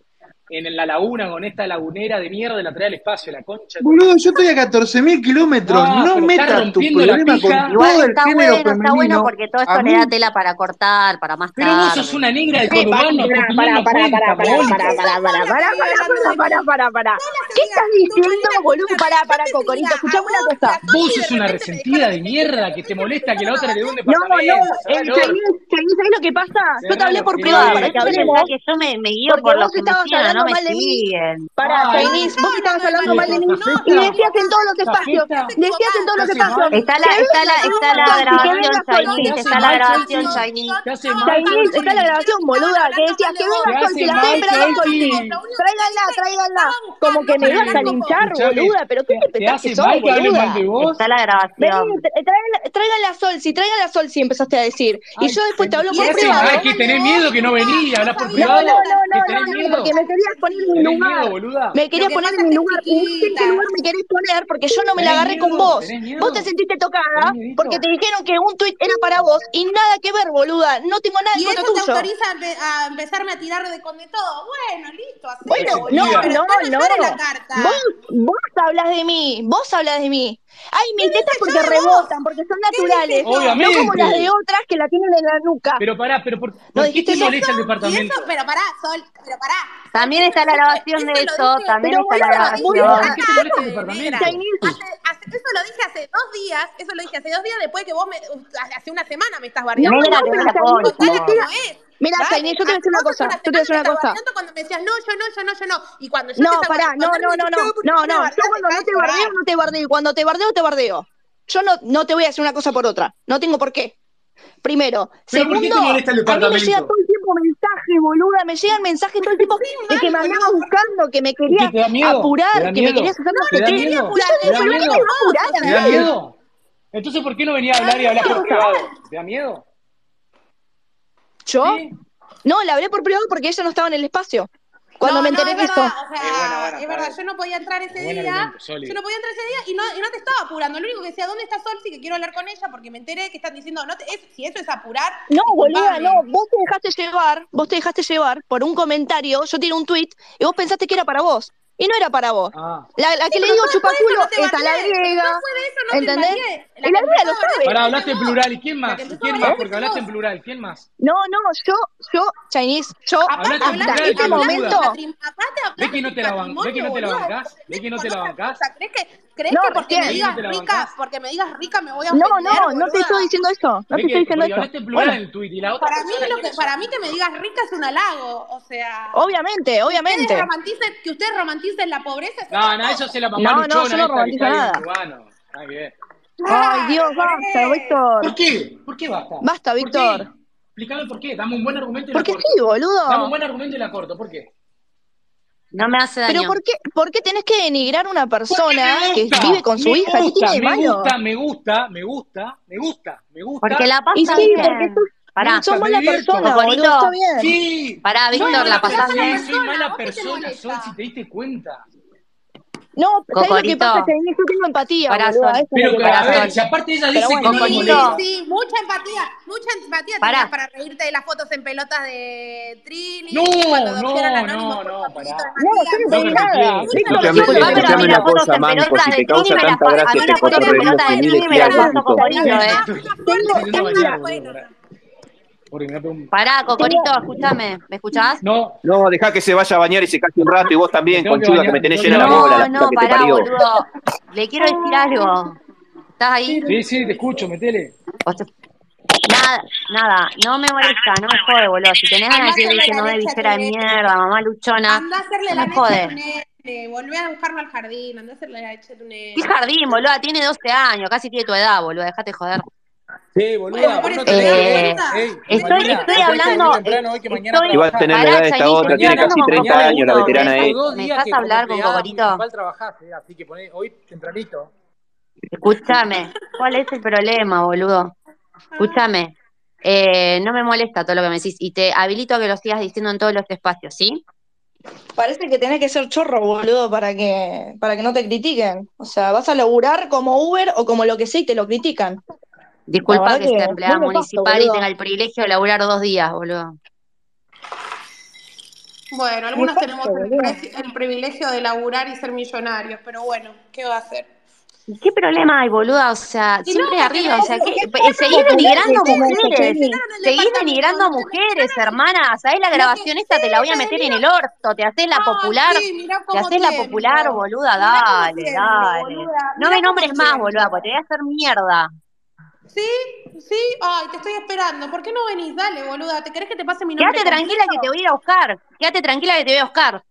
Speaker 1: en la laguna con esta lagunera de mierda de la trae al espacio, la concha. de tu-
Speaker 3: Boludo, yo estoy a 14.000 kilómetros.
Speaker 1: No,
Speaker 3: No
Speaker 1: pero estás
Speaker 3: metas tu
Speaker 1: rompiendo la
Speaker 3: problema
Speaker 1: pija.
Speaker 3: con
Speaker 6: Igual
Speaker 3: todo el
Speaker 6: está
Speaker 3: género
Speaker 6: bueno, está bueno
Speaker 3: femenino.
Speaker 6: porque todo
Speaker 3: A
Speaker 6: esto le
Speaker 3: mí,
Speaker 6: da tela para cortar, para más
Speaker 1: Pero vos sos
Speaker 6: tarde.
Speaker 1: una negra de
Speaker 2: Sí, pará,
Speaker 1: conurbano, tu opinión
Speaker 2: pará,
Speaker 1: no
Speaker 2: pará,
Speaker 1: cuenta,
Speaker 2: pará, pará,
Speaker 1: pavón.
Speaker 2: pará, pará, pará, pará, pará, pará, pará, pará, pará. ¿Qué estás diciendo, boludo? Pará, pará, Cocorito, escuchame una cosa.
Speaker 1: Vos sos una resentida de mierda que te molesta que la otra le dé un
Speaker 2: No, no,
Speaker 1: departamento. Cerrá
Speaker 2: eh,
Speaker 1: el
Speaker 2: Chainés,
Speaker 1: orto.
Speaker 2: Chainés, ¿sabés lo que pasa? Yo te
Speaker 1: Cerrá
Speaker 2: hablé
Speaker 1: los
Speaker 2: por
Speaker 1: pies.
Speaker 2: privado
Speaker 6: No,
Speaker 2: para
Speaker 6: pero
Speaker 2: que
Speaker 6: yo pensaba
Speaker 2: hablemos,
Speaker 6: que yo me, me guío
Speaker 2: porque
Speaker 6: por los
Speaker 2: vos
Speaker 6: que me
Speaker 2: estabas
Speaker 6: siguen o no
Speaker 2: hablando
Speaker 6: me
Speaker 2: mal de mí.
Speaker 6: siguen.
Speaker 2: Pará,
Speaker 1: Ay,
Speaker 2: Chainés, vos estabas hablando mal de mí
Speaker 1: ¿estás
Speaker 2: y
Speaker 1: afecta?
Speaker 2: decías en todos los
Speaker 1: ¿Estás
Speaker 2: espacios,
Speaker 1: afecta?
Speaker 2: decías en todos los
Speaker 1: ¿Te hace
Speaker 2: espacios,
Speaker 1: mal?
Speaker 6: Está
Speaker 2: que
Speaker 6: la, está la,
Speaker 2: venga
Speaker 6: está la grabación,
Speaker 2: Solti, que venga
Speaker 1: ¿Te
Speaker 6: Chinese,
Speaker 2: Solti.
Speaker 1: hace
Speaker 6: está la
Speaker 1: mal,
Speaker 6: grabación,
Speaker 1: Solsi?
Speaker 6: Chinese.
Speaker 1: ¿Te hace mal,
Speaker 2: Chainés, está la
Speaker 1: Solsi?
Speaker 2: grabación, boluda, que decías que
Speaker 1: ¿Te
Speaker 2: venga
Speaker 1: hace
Speaker 2: Solti, la estoy
Speaker 1: mal,
Speaker 2: esperando a Solti.
Speaker 1: Solsi?
Speaker 2: Tráiganla, tráiganla. Como que me ibas a linchar,
Speaker 1: Escuchame,
Speaker 2: boluda, pero ¿qué
Speaker 1: ¿te,
Speaker 2: te
Speaker 1: te
Speaker 2: pensás que
Speaker 1: hace
Speaker 2: sos,
Speaker 1: mal que hable mal
Speaker 2: boluda?
Speaker 1: de vos?
Speaker 6: Está la
Speaker 2: Vení,
Speaker 6: grabación.
Speaker 2: tra- tráiganla- tráiganla a Solsi, tráiganla a Solsi, empezaste a decir. Y
Speaker 1: Ay,
Speaker 2: yo después te hablo
Speaker 1: ¿te
Speaker 2: por
Speaker 1: hace mal
Speaker 2: privado.
Speaker 1: que tenés miedo que no venís? ¿Hablas por
Speaker 2: No, no,
Speaker 1: privado?
Speaker 2: no, no,
Speaker 1: ¿Que tenés
Speaker 2: no, no, porque
Speaker 1: miedo?
Speaker 2: me querías poner en mi
Speaker 1: ¿Tenés miedo,
Speaker 2: lugar.
Speaker 1: boluda?
Speaker 2: Me
Speaker 9: Lo
Speaker 2: querías
Speaker 9: que
Speaker 2: poner
Speaker 9: pasa
Speaker 2: en
Speaker 9: es
Speaker 2: mi
Speaker 9: que
Speaker 2: lugar. Y vos en qué
Speaker 9: chiquita.
Speaker 2: lugar me querés poner porque yo no me la
Speaker 1: ¿Tenés
Speaker 2: agarré con
Speaker 1: miedo?
Speaker 2: vos.
Speaker 1: ¿Tenés
Speaker 2: Vos te
Speaker 1: miedo?
Speaker 2: sentiste
Speaker 1: ¿Tenés
Speaker 2: tocada porque te
Speaker 1: miedito?
Speaker 2: dijeron que un tuit era para vos y nada que ver, boluda. No tengo nada en
Speaker 9: Y eso
Speaker 2: contra
Speaker 9: te
Speaker 2: tuyo.
Speaker 9: autoriza a, empe- a empezarme a tirar de con de todo. Bueno, listo, hacelo,
Speaker 2: Bueno, no,
Speaker 9: boluda,
Speaker 1: Resentida.
Speaker 9: pero
Speaker 2: no,
Speaker 9: después no
Speaker 2: no.
Speaker 9: llores la carta.
Speaker 2: Vos, vos hablas de mí, vos hablas de mí. Ay,
Speaker 9: ¿Qué
Speaker 2: mis tetas
Speaker 9: dije yo
Speaker 2: porque
Speaker 9: de vos?
Speaker 2: rebotan, porque son
Speaker 9: ¿Qué dije
Speaker 2: naturales,
Speaker 9: yo?
Speaker 2: no como las de
Speaker 1: Obviamente.
Speaker 2: otras que la tienen en la nuca.
Speaker 1: Pero pará, pero ¿por,
Speaker 2: ¿No
Speaker 1: por qué
Speaker 2: dijiste
Speaker 1: te
Speaker 9: Y
Speaker 2: eso?
Speaker 1: molesta el
Speaker 9: eso, y eso,
Speaker 1: departamento?
Speaker 9: pero pará, Sol, pero pará. Sol,
Speaker 6: También
Speaker 9: eso
Speaker 6: está la
Speaker 9: lo
Speaker 6: grabación
Speaker 9: dije,
Speaker 6: de
Speaker 9: eso lo
Speaker 6: eso,
Speaker 9: dije,
Speaker 6: también
Speaker 2: Pero
Speaker 6: está la
Speaker 2: boluda,
Speaker 1: ¿Pero por
Speaker 6: grabación.
Speaker 2: boluda,
Speaker 1: qué te molesta el
Speaker 9: acá, eh, negra.
Speaker 1: departamento?
Speaker 2: Chainés,
Speaker 9: Hace- hace- eso lo dije hace dos días, eso lo dije hace dos días después que vos me, hace una semana me estás
Speaker 2: No,
Speaker 9: bardeando.
Speaker 6: Negra,
Speaker 2: no,
Speaker 6: te
Speaker 2: pero
Speaker 6: la
Speaker 2: Chainés,
Speaker 6: concha.
Speaker 9: Contala
Speaker 2: mira,
Speaker 9: como es.
Speaker 2: mira,
Speaker 9: Dale,
Speaker 2: Chainés, yo te voy a
Speaker 9: hace,
Speaker 2: decir una
Speaker 9: vos hace
Speaker 2: cosa,
Speaker 9: una
Speaker 2: yo te voy a
Speaker 9: semana me
Speaker 2: decir una
Speaker 9: estás
Speaker 2: cosa.
Speaker 9: bardeando cuando me decías no, yo no, yo no, yo no. Y cuando yo
Speaker 2: No,
Speaker 9: empecé a
Speaker 2: pará,
Speaker 9: cuando
Speaker 2: no,
Speaker 9: me
Speaker 2: no, no,
Speaker 9: dijiste,
Speaker 2: no,
Speaker 9: no, porque
Speaker 2: no,
Speaker 9: vos me
Speaker 2: no. Yo
Speaker 9: bardeás,
Speaker 2: cuando
Speaker 9: dejá
Speaker 2: no
Speaker 9: de
Speaker 2: te
Speaker 9: llorar.
Speaker 2: bardeo, no te bardeo. Y cuando te bardeo, te bardeo. Yo no, no te voy a hacer una cosa por otra. No tengo por qué. Primero.
Speaker 1: ¿Pero por qué
Speaker 2: Segundo,
Speaker 1: te molesta el
Speaker 2: a mí me llega todo
Speaker 1: departamento?
Speaker 2: el tiempo mensaje, boluda. Me llegan mensajes todo el tiempo
Speaker 9: Sí,
Speaker 2: de que
Speaker 9: mal,
Speaker 2: me andaba
Speaker 9: boludo.
Speaker 2: buscando, que me
Speaker 1: ¿Y qué
Speaker 2: querías
Speaker 1: te da miedo? ¿Te da
Speaker 2: apurar, que me
Speaker 1: miedo?
Speaker 2: querías hacer no
Speaker 1: ¿Te
Speaker 2: sé
Speaker 1: da
Speaker 2: qué.
Speaker 9: quería
Speaker 1: miedo?
Speaker 2: Y yo
Speaker 9: apurarte,
Speaker 1: ¿Te
Speaker 2: digo,
Speaker 1: da
Speaker 2: ¿pero
Speaker 9: pero vos,
Speaker 2: qué me
Speaker 1: miedo?
Speaker 2: va a
Speaker 9: o
Speaker 2: apurar
Speaker 1: ¿Te
Speaker 2: a
Speaker 1: da
Speaker 9: sea,
Speaker 2: mí?
Speaker 1: miedo? Entonces, ¿por qué no venía a
Speaker 9: te da
Speaker 1: hablar y hablar por
Speaker 9: miedo.
Speaker 1: privado? ¿Te da miedo?
Speaker 2: ¿Yo?
Speaker 1: ¿Sí?
Speaker 2: No, la hablé por privado porque ella no estaba en el espacio. Cuando
Speaker 9: No,
Speaker 2: me
Speaker 9: no,
Speaker 2: enteré
Speaker 9: es
Speaker 2: de
Speaker 9: verdad,
Speaker 2: eso.
Speaker 9: o
Speaker 1: Es buena,
Speaker 9: sea,
Speaker 1: buena,
Speaker 9: es
Speaker 1: está
Speaker 9: verdad,
Speaker 1: bien.
Speaker 9: yo no podía entrar ese
Speaker 1: Buen
Speaker 9: día,
Speaker 1: argumento,
Speaker 9: yo
Speaker 1: sólido.
Speaker 9: no podía entrar ese día y no, y no te estaba apurando, lo único que decía, ¿dónde está Solsi? Que quiero hablar con ella porque me enteré que están diciendo, no te- es- si eso es apurar,
Speaker 2: No, boluda,
Speaker 9: disculpame.
Speaker 2: no, vos te dejaste llevar, vos te dejaste llevar por un comentario, yo tiré un tweet y vos pensaste que era para vos. Y no era para vos.
Speaker 1: Ah.
Speaker 2: La, la
Speaker 9: Sí,
Speaker 2: que le
Speaker 9: pero
Speaker 2: digo
Speaker 9: no fue
Speaker 2: chupaculo
Speaker 9: eso, no te
Speaker 2: es a la
Speaker 9: bañé.
Speaker 2: griega.
Speaker 9: No fue de eso, no te
Speaker 2: ¿Entendés?
Speaker 9: bañé. La
Speaker 2: Y la
Speaker 9: que
Speaker 2: griega lo
Speaker 9: empezó a
Speaker 2: sabe.
Speaker 1: Pará, hablaste en plural. ¿Y quién más?
Speaker 9: La que empezó
Speaker 1: ¿Quién
Speaker 9: a
Speaker 1: más?
Speaker 9: hablar
Speaker 1: Porque
Speaker 9: fuiste
Speaker 1: hablaste en
Speaker 9: vos.
Speaker 1: plural. ¿Quién más?
Speaker 2: No, no, yo, yo, Chinese, yo
Speaker 1: Aparte,
Speaker 2: hasta
Speaker 1: hablaste
Speaker 2: este
Speaker 1: en plural,
Speaker 2: momento.
Speaker 1: boluda.
Speaker 9: Aparte
Speaker 1: ¿Ves que no te la, ban- ¿ves que no te la
Speaker 9: boludo,
Speaker 1: bancás? ¿Ves que no te la bancás?
Speaker 9: ¿Crees que, crees
Speaker 2: No,
Speaker 9: que porque me
Speaker 2: recién. ¿Ves
Speaker 1: que no
Speaker 9: digas
Speaker 1: te la
Speaker 9: rica,
Speaker 1: bancás?
Speaker 9: porque me digas rica me voy a
Speaker 2: No,
Speaker 9: ofender,
Speaker 2: no, no te
Speaker 9: boluda?
Speaker 2: estoy diciendo eso. No
Speaker 1: ¿Ves
Speaker 2: te estoy
Speaker 1: que
Speaker 2: diciendo
Speaker 1: porque
Speaker 2: eso.
Speaker 1: hablaste en plural
Speaker 2: Bueno,
Speaker 1: en Twitter y la otra
Speaker 9: Para mí,
Speaker 1: persona
Speaker 9: lo
Speaker 1: quién
Speaker 9: que,
Speaker 1: es?
Speaker 9: para mí que me digas rica es un halago, o sea...
Speaker 2: obviamente,
Speaker 9: Ustedes
Speaker 2: obviamente.
Speaker 9: romanticen, que ustedes romanticen la pobreza es
Speaker 1: No,
Speaker 9: otra
Speaker 1: no,
Speaker 9: cosa.
Speaker 1: eso se la mamá
Speaker 2: No, no, yo
Speaker 1: luchona
Speaker 2: no
Speaker 1: esta que
Speaker 2: romantizo
Speaker 1: está ahí en
Speaker 2: nada.
Speaker 1: cubano. Está bien.
Speaker 2: Ay, Dios, basta,
Speaker 1: ¿Por
Speaker 2: Víctor.
Speaker 1: qué? ¿Por qué basta?
Speaker 2: Basta,
Speaker 1: ¿Por
Speaker 2: Víctor.
Speaker 1: qué? Explícame por qué. Dame un buen argumento y la
Speaker 2: Porque
Speaker 1: corto.
Speaker 2: sí,
Speaker 1: Dame un
Speaker 2: boludo.
Speaker 1: buen argumento y la corto. ¿Por qué?
Speaker 6: No me hace daño.
Speaker 2: Pero ¿por qué, ¿por qué tenés que denigrar a una
Speaker 1: Porque
Speaker 2: persona
Speaker 1: me
Speaker 2: que
Speaker 1: gusta,
Speaker 2: vive con su
Speaker 1: me
Speaker 2: hija? ¿Qué
Speaker 1: gusta,
Speaker 2: tiene de
Speaker 1: me
Speaker 2: malo?
Speaker 1: gusta, me gusta, me gusta, me gusta, me gusta.
Speaker 6: Porque la
Speaker 2: Y
Speaker 6: pasa
Speaker 2: sí,
Speaker 6: bien.
Speaker 2: porque tú
Speaker 6: Pará,
Speaker 1: gusta,
Speaker 2: sos
Speaker 1: me
Speaker 2: mala
Speaker 1: divierto.
Speaker 2: persona, boludo,
Speaker 6: Favorito.
Speaker 2: está bien.
Speaker 1: Sí.
Speaker 6: Pará,
Speaker 1: Soy
Speaker 6: Víctor,
Speaker 1: mala
Speaker 6: la pasás
Speaker 1: persona,
Speaker 6: bien.
Speaker 1: Soy mla
Speaker 9: ¿Vos qué te
Speaker 1: persona,
Speaker 9: molesta?
Speaker 1: Sol, si te diste cuenta.
Speaker 2: No, ¿sabés lo que
Speaker 6: Cocorito.
Speaker 2: pasa, Chinese? Yo tengo empatía,
Speaker 6: Pará,
Speaker 2: boluda,
Speaker 6: Sol.
Speaker 2: eso es lo
Speaker 1: Pero
Speaker 2: que
Speaker 1: que, a
Speaker 6: Pará,
Speaker 2: pasa.
Speaker 1: ver,
Speaker 6: Sol.
Speaker 1: si aparte ella
Speaker 2: Pero
Speaker 1: dice que
Speaker 2: bueno,
Speaker 1: no le
Speaker 9: Sí,
Speaker 6: Cocorito.
Speaker 1: molesta.
Speaker 9: sí, mucha empatía, mucha empatía
Speaker 6: Pará.
Speaker 9: tenías para reírte de las fotos en pelotas de Trini,
Speaker 1: No,
Speaker 9: cuando
Speaker 1: no,
Speaker 9: adoptaron anónimo
Speaker 1: no,
Speaker 9: por
Speaker 1: no,
Speaker 9: papelito
Speaker 1: pará.
Speaker 9: de
Speaker 2: No,
Speaker 1: No
Speaker 2: yo no pedí
Speaker 9: Matías.
Speaker 2: nada.
Speaker 1: permití.
Speaker 2: Víctor,
Speaker 8: Escuchame,
Speaker 2: yo no
Speaker 6: Disculpa, pero a mí
Speaker 2: pedí
Speaker 8: escuchame una
Speaker 6: las
Speaker 2: nada.
Speaker 6: fotos
Speaker 8: cosa,
Speaker 6: en
Speaker 8: Manco, si te
Speaker 6: pelotas de Trini
Speaker 8: causa
Speaker 6: me
Speaker 8: tanta
Speaker 6: las pa- a
Speaker 8: gracia
Speaker 6: mí
Speaker 8: este
Speaker 6: las fotos de
Speaker 8: correísmo
Speaker 6: pelotas de
Speaker 8: senil
Speaker 6: Trini me las
Speaker 8: esclavo,
Speaker 6: paso
Speaker 8: hijo.
Speaker 6: cocorito,
Speaker 9: Una
Speaker 6: ¿eh?
Speaker 9: fuerte, una
Speaker 2: Tengo
Speaker 9: fuerte,
Speaker 1: Estoy a
Speaker 9: una
Speaker 1: bailar, boludo, pará.
Speaker 2: empatía.
Speaker 9: buena.
Speaker 1: Porque me da un-
Speaker 6: Pará,
Speaker 2: Tengo...
Speaker 6: cocorito, escúchame. ¿me escuchás?
Speaker 1: No,
Speaker 8: No, dejá que se vaya a bañar y se case un rato y vos
Speaker 1: me
Speaker 8: también,
Speaker 1: tengo que
Speaker 8: conchuda, que
Speaker 1: bañar,
Speaker 8: me
Speaker 1: me
Speaker 8: tenés
Speaker 1: tengo que
Speaker 8: llena la
Speaker 1: bañar.
Speaker 8: bola, la puta
Speaker 6: No, no,
Speaker 8: que te
Speaker 6: pará,
Speaker 8: parió.
Speaker 6: boludo. Le quiero decir algo. ¿Estás ahí?
Speaker 1: Sí, sí, te escucho, metele.
Speaker 6: ¿Vos te- Nada, nada, no me molesta, no me jode, boludo. Si tenés
Speaker 9: Andá a
Speaker 6: ganas de decir,
Speaker 9: hacerle
Speaker 6: dice,
Speaker 9: la
Speaker 6: no de
Speaker 9: leche a tu
Speaker 6: visera de
Speaker 9: nene.
Speaker 6: mierda, mamá luchona,
Speaker 9: Andá a hacerle
Speaker 6: no
Speaker 9: la
Speaker 6: me
Speaker 9: leche a tu
Speaker 6: jode.
Speaker 9: nene. Volvé a buscarlo al jardín. Andá a hacerle la leche a tu nene.
Speaker 6: ¿Qué jardín, boludo? Tiene 12 años, casi tiene tu edad, boludo. Dejate joder.
Speaker 11: Sí, boluda,
Speaker 9: Bueno, por
Speaker 11: vos no
Speaker 9: eso,
Speaker 11: te
Speaker 9: ¿te
Speaker 11: das
Speaker 9: das
Speaker 6: Eh,
Speaker 11: cuenta.
Speaker 9: cuenta?
Speaker 11: Ey,
Speaker 9: ¿Te
Speaker 6: estoy,
Speaker 9: das
Speaker 11: mañana,
Speaker 6: estoy
Speaker 9: cuenta?
Speaker 11: despertate muy
Speaker 6: hablando,
Speaker 11: temprano hoy que mañana
Speaker 6: estoy,
Speaker 8: Y va a tener
Speaker 11: trabajás.
Speaker 8: la edad
Speaker 6: pará,
Speaker 8: de esta
Speaker 6: Chainice,
Speaker 8: otra,
Speaker 6: estoy
Speaker 11: Mañana,
Speaker 8: tiene
Speaker 6: hablando
Speaker 8: casi
Speaker 6: con
Speaker 8: 30
Speaker 11: mañana,
Speaker 8: años la
Speaker 6: Cocorito.
Speaker 11: boludo,
Speaker 6: ¿Me
Speaker 8: veterana
Speaker 6: dejás,
Speaker 11: hay
Speaker 8: es.
Speaker 11: dos
Speaker 6: me
Speaker 11: días
Speaker 6: dejás
Speaker 11: que como
Speaker 6: hablar con
Speaker 11: empleada
Speaker 6: Cocorito?
Speaker 11: municipal trabajás, eh, así que poné, hoy tempranito.
Speaker 6: Escúchame, ¿cuál es el problema, boludo? Escúchame, eh, no me molesta todo lo que me decís y te habilito a que lo sigas diciendo en todos los espacios, ¿sí?
Speaker 2: Parece que tenés que ser chorro, boludo, para que, para que no te critiquen. O sea, vas a laburar como Uber o como lo que sea y te lo critican. La
Speaker 6: Disculpa
Speaker 2: verdad
Speaker 6: que sea
Speaker 2: que
Speaker 6: empleada
Speaker 2: no me paso,
Speaker 6: municipal y tenga
Speaker 2: boludo.
Speaker 6: el privilegio de laburar dos días, boludo.
Speaker 9: Bueno,
Speaker 2: Me
Speaker 9: algunos tenemos
Speaker 2: paso,
Speaker 9: el,
Speaker 2: boludo.
Speaker 9: pre- el privilegio de laburar y ser millonarios, pero bueno, ¿qué va a hacer?
Speaker 6: ¿Y ¿Qué problema hay, boluda? O sea,
Speaker 9: Y no,
Speaker 6: siempre
Speaker 9: porque me
Speaker 6: arriba, o sea,
Speaker 9: decís
Speaker 6: ¿qué?
Speaker 9: que
Speaker 6: eh,
Speaker 9: forma
Speaker 6: seguís
Speaker 2: popular que
Speaker 6: denigrando a
Speaker 2: somos,
Speaker 6: mujeres,
Speaker 2: Cacheni.
Speaker 9: alquilaron el
Speaker 6: seguís
Speaker 9: departamento,
Speaker 6: denigrando a
Speaker 9: lo que
Speaker 6: mujeres,
Speaker 9: mencionan,
Speaker 6: hermana, ¿sabés la
Speaker 9: lo que
Speaker 6: grabación
Speaker 9: sí,
Speaker 6: esta? Te la voy a
Speaker 9: te
Speaker 6: meter en
Speaker 9: denigra.
Speaker 6: el orto, te haces la
Speaker 9: Ay,
Speaker 6: popular,
Speaker 9: sí, mirá
Speaker 6: te
Speaker 9: como
Speaker 6: haces la popular,
Speaker 9: tiemblo.
Speaker 6: boluda,
Speaker 9: Mirá como
Speaker 6: dale,
Speaker 9: tiemblo,
Speaker 6: dale.
Speaker 9: boluda.
Speaker 6: No
Speaker 9: Mirá
Speaker 6: me
Speaker 9: como
Speaker 6: nombres más, boluda, porque te voy
Speaker 9: tiemblo.
Speaker 6: a hacer mierda.
Speaker 9: ¿Sí? ¿Sí? Ay, te estoy esperando. ¿Por qué no venís? Dale, boluda. ¿Te querés que te pase mi nombre
Speaker 6: Quédate tranquila
Speaker 9: completo?
Speaker 6: que te voy a ir a buscar. Quédate tranquila que te voy a buscar.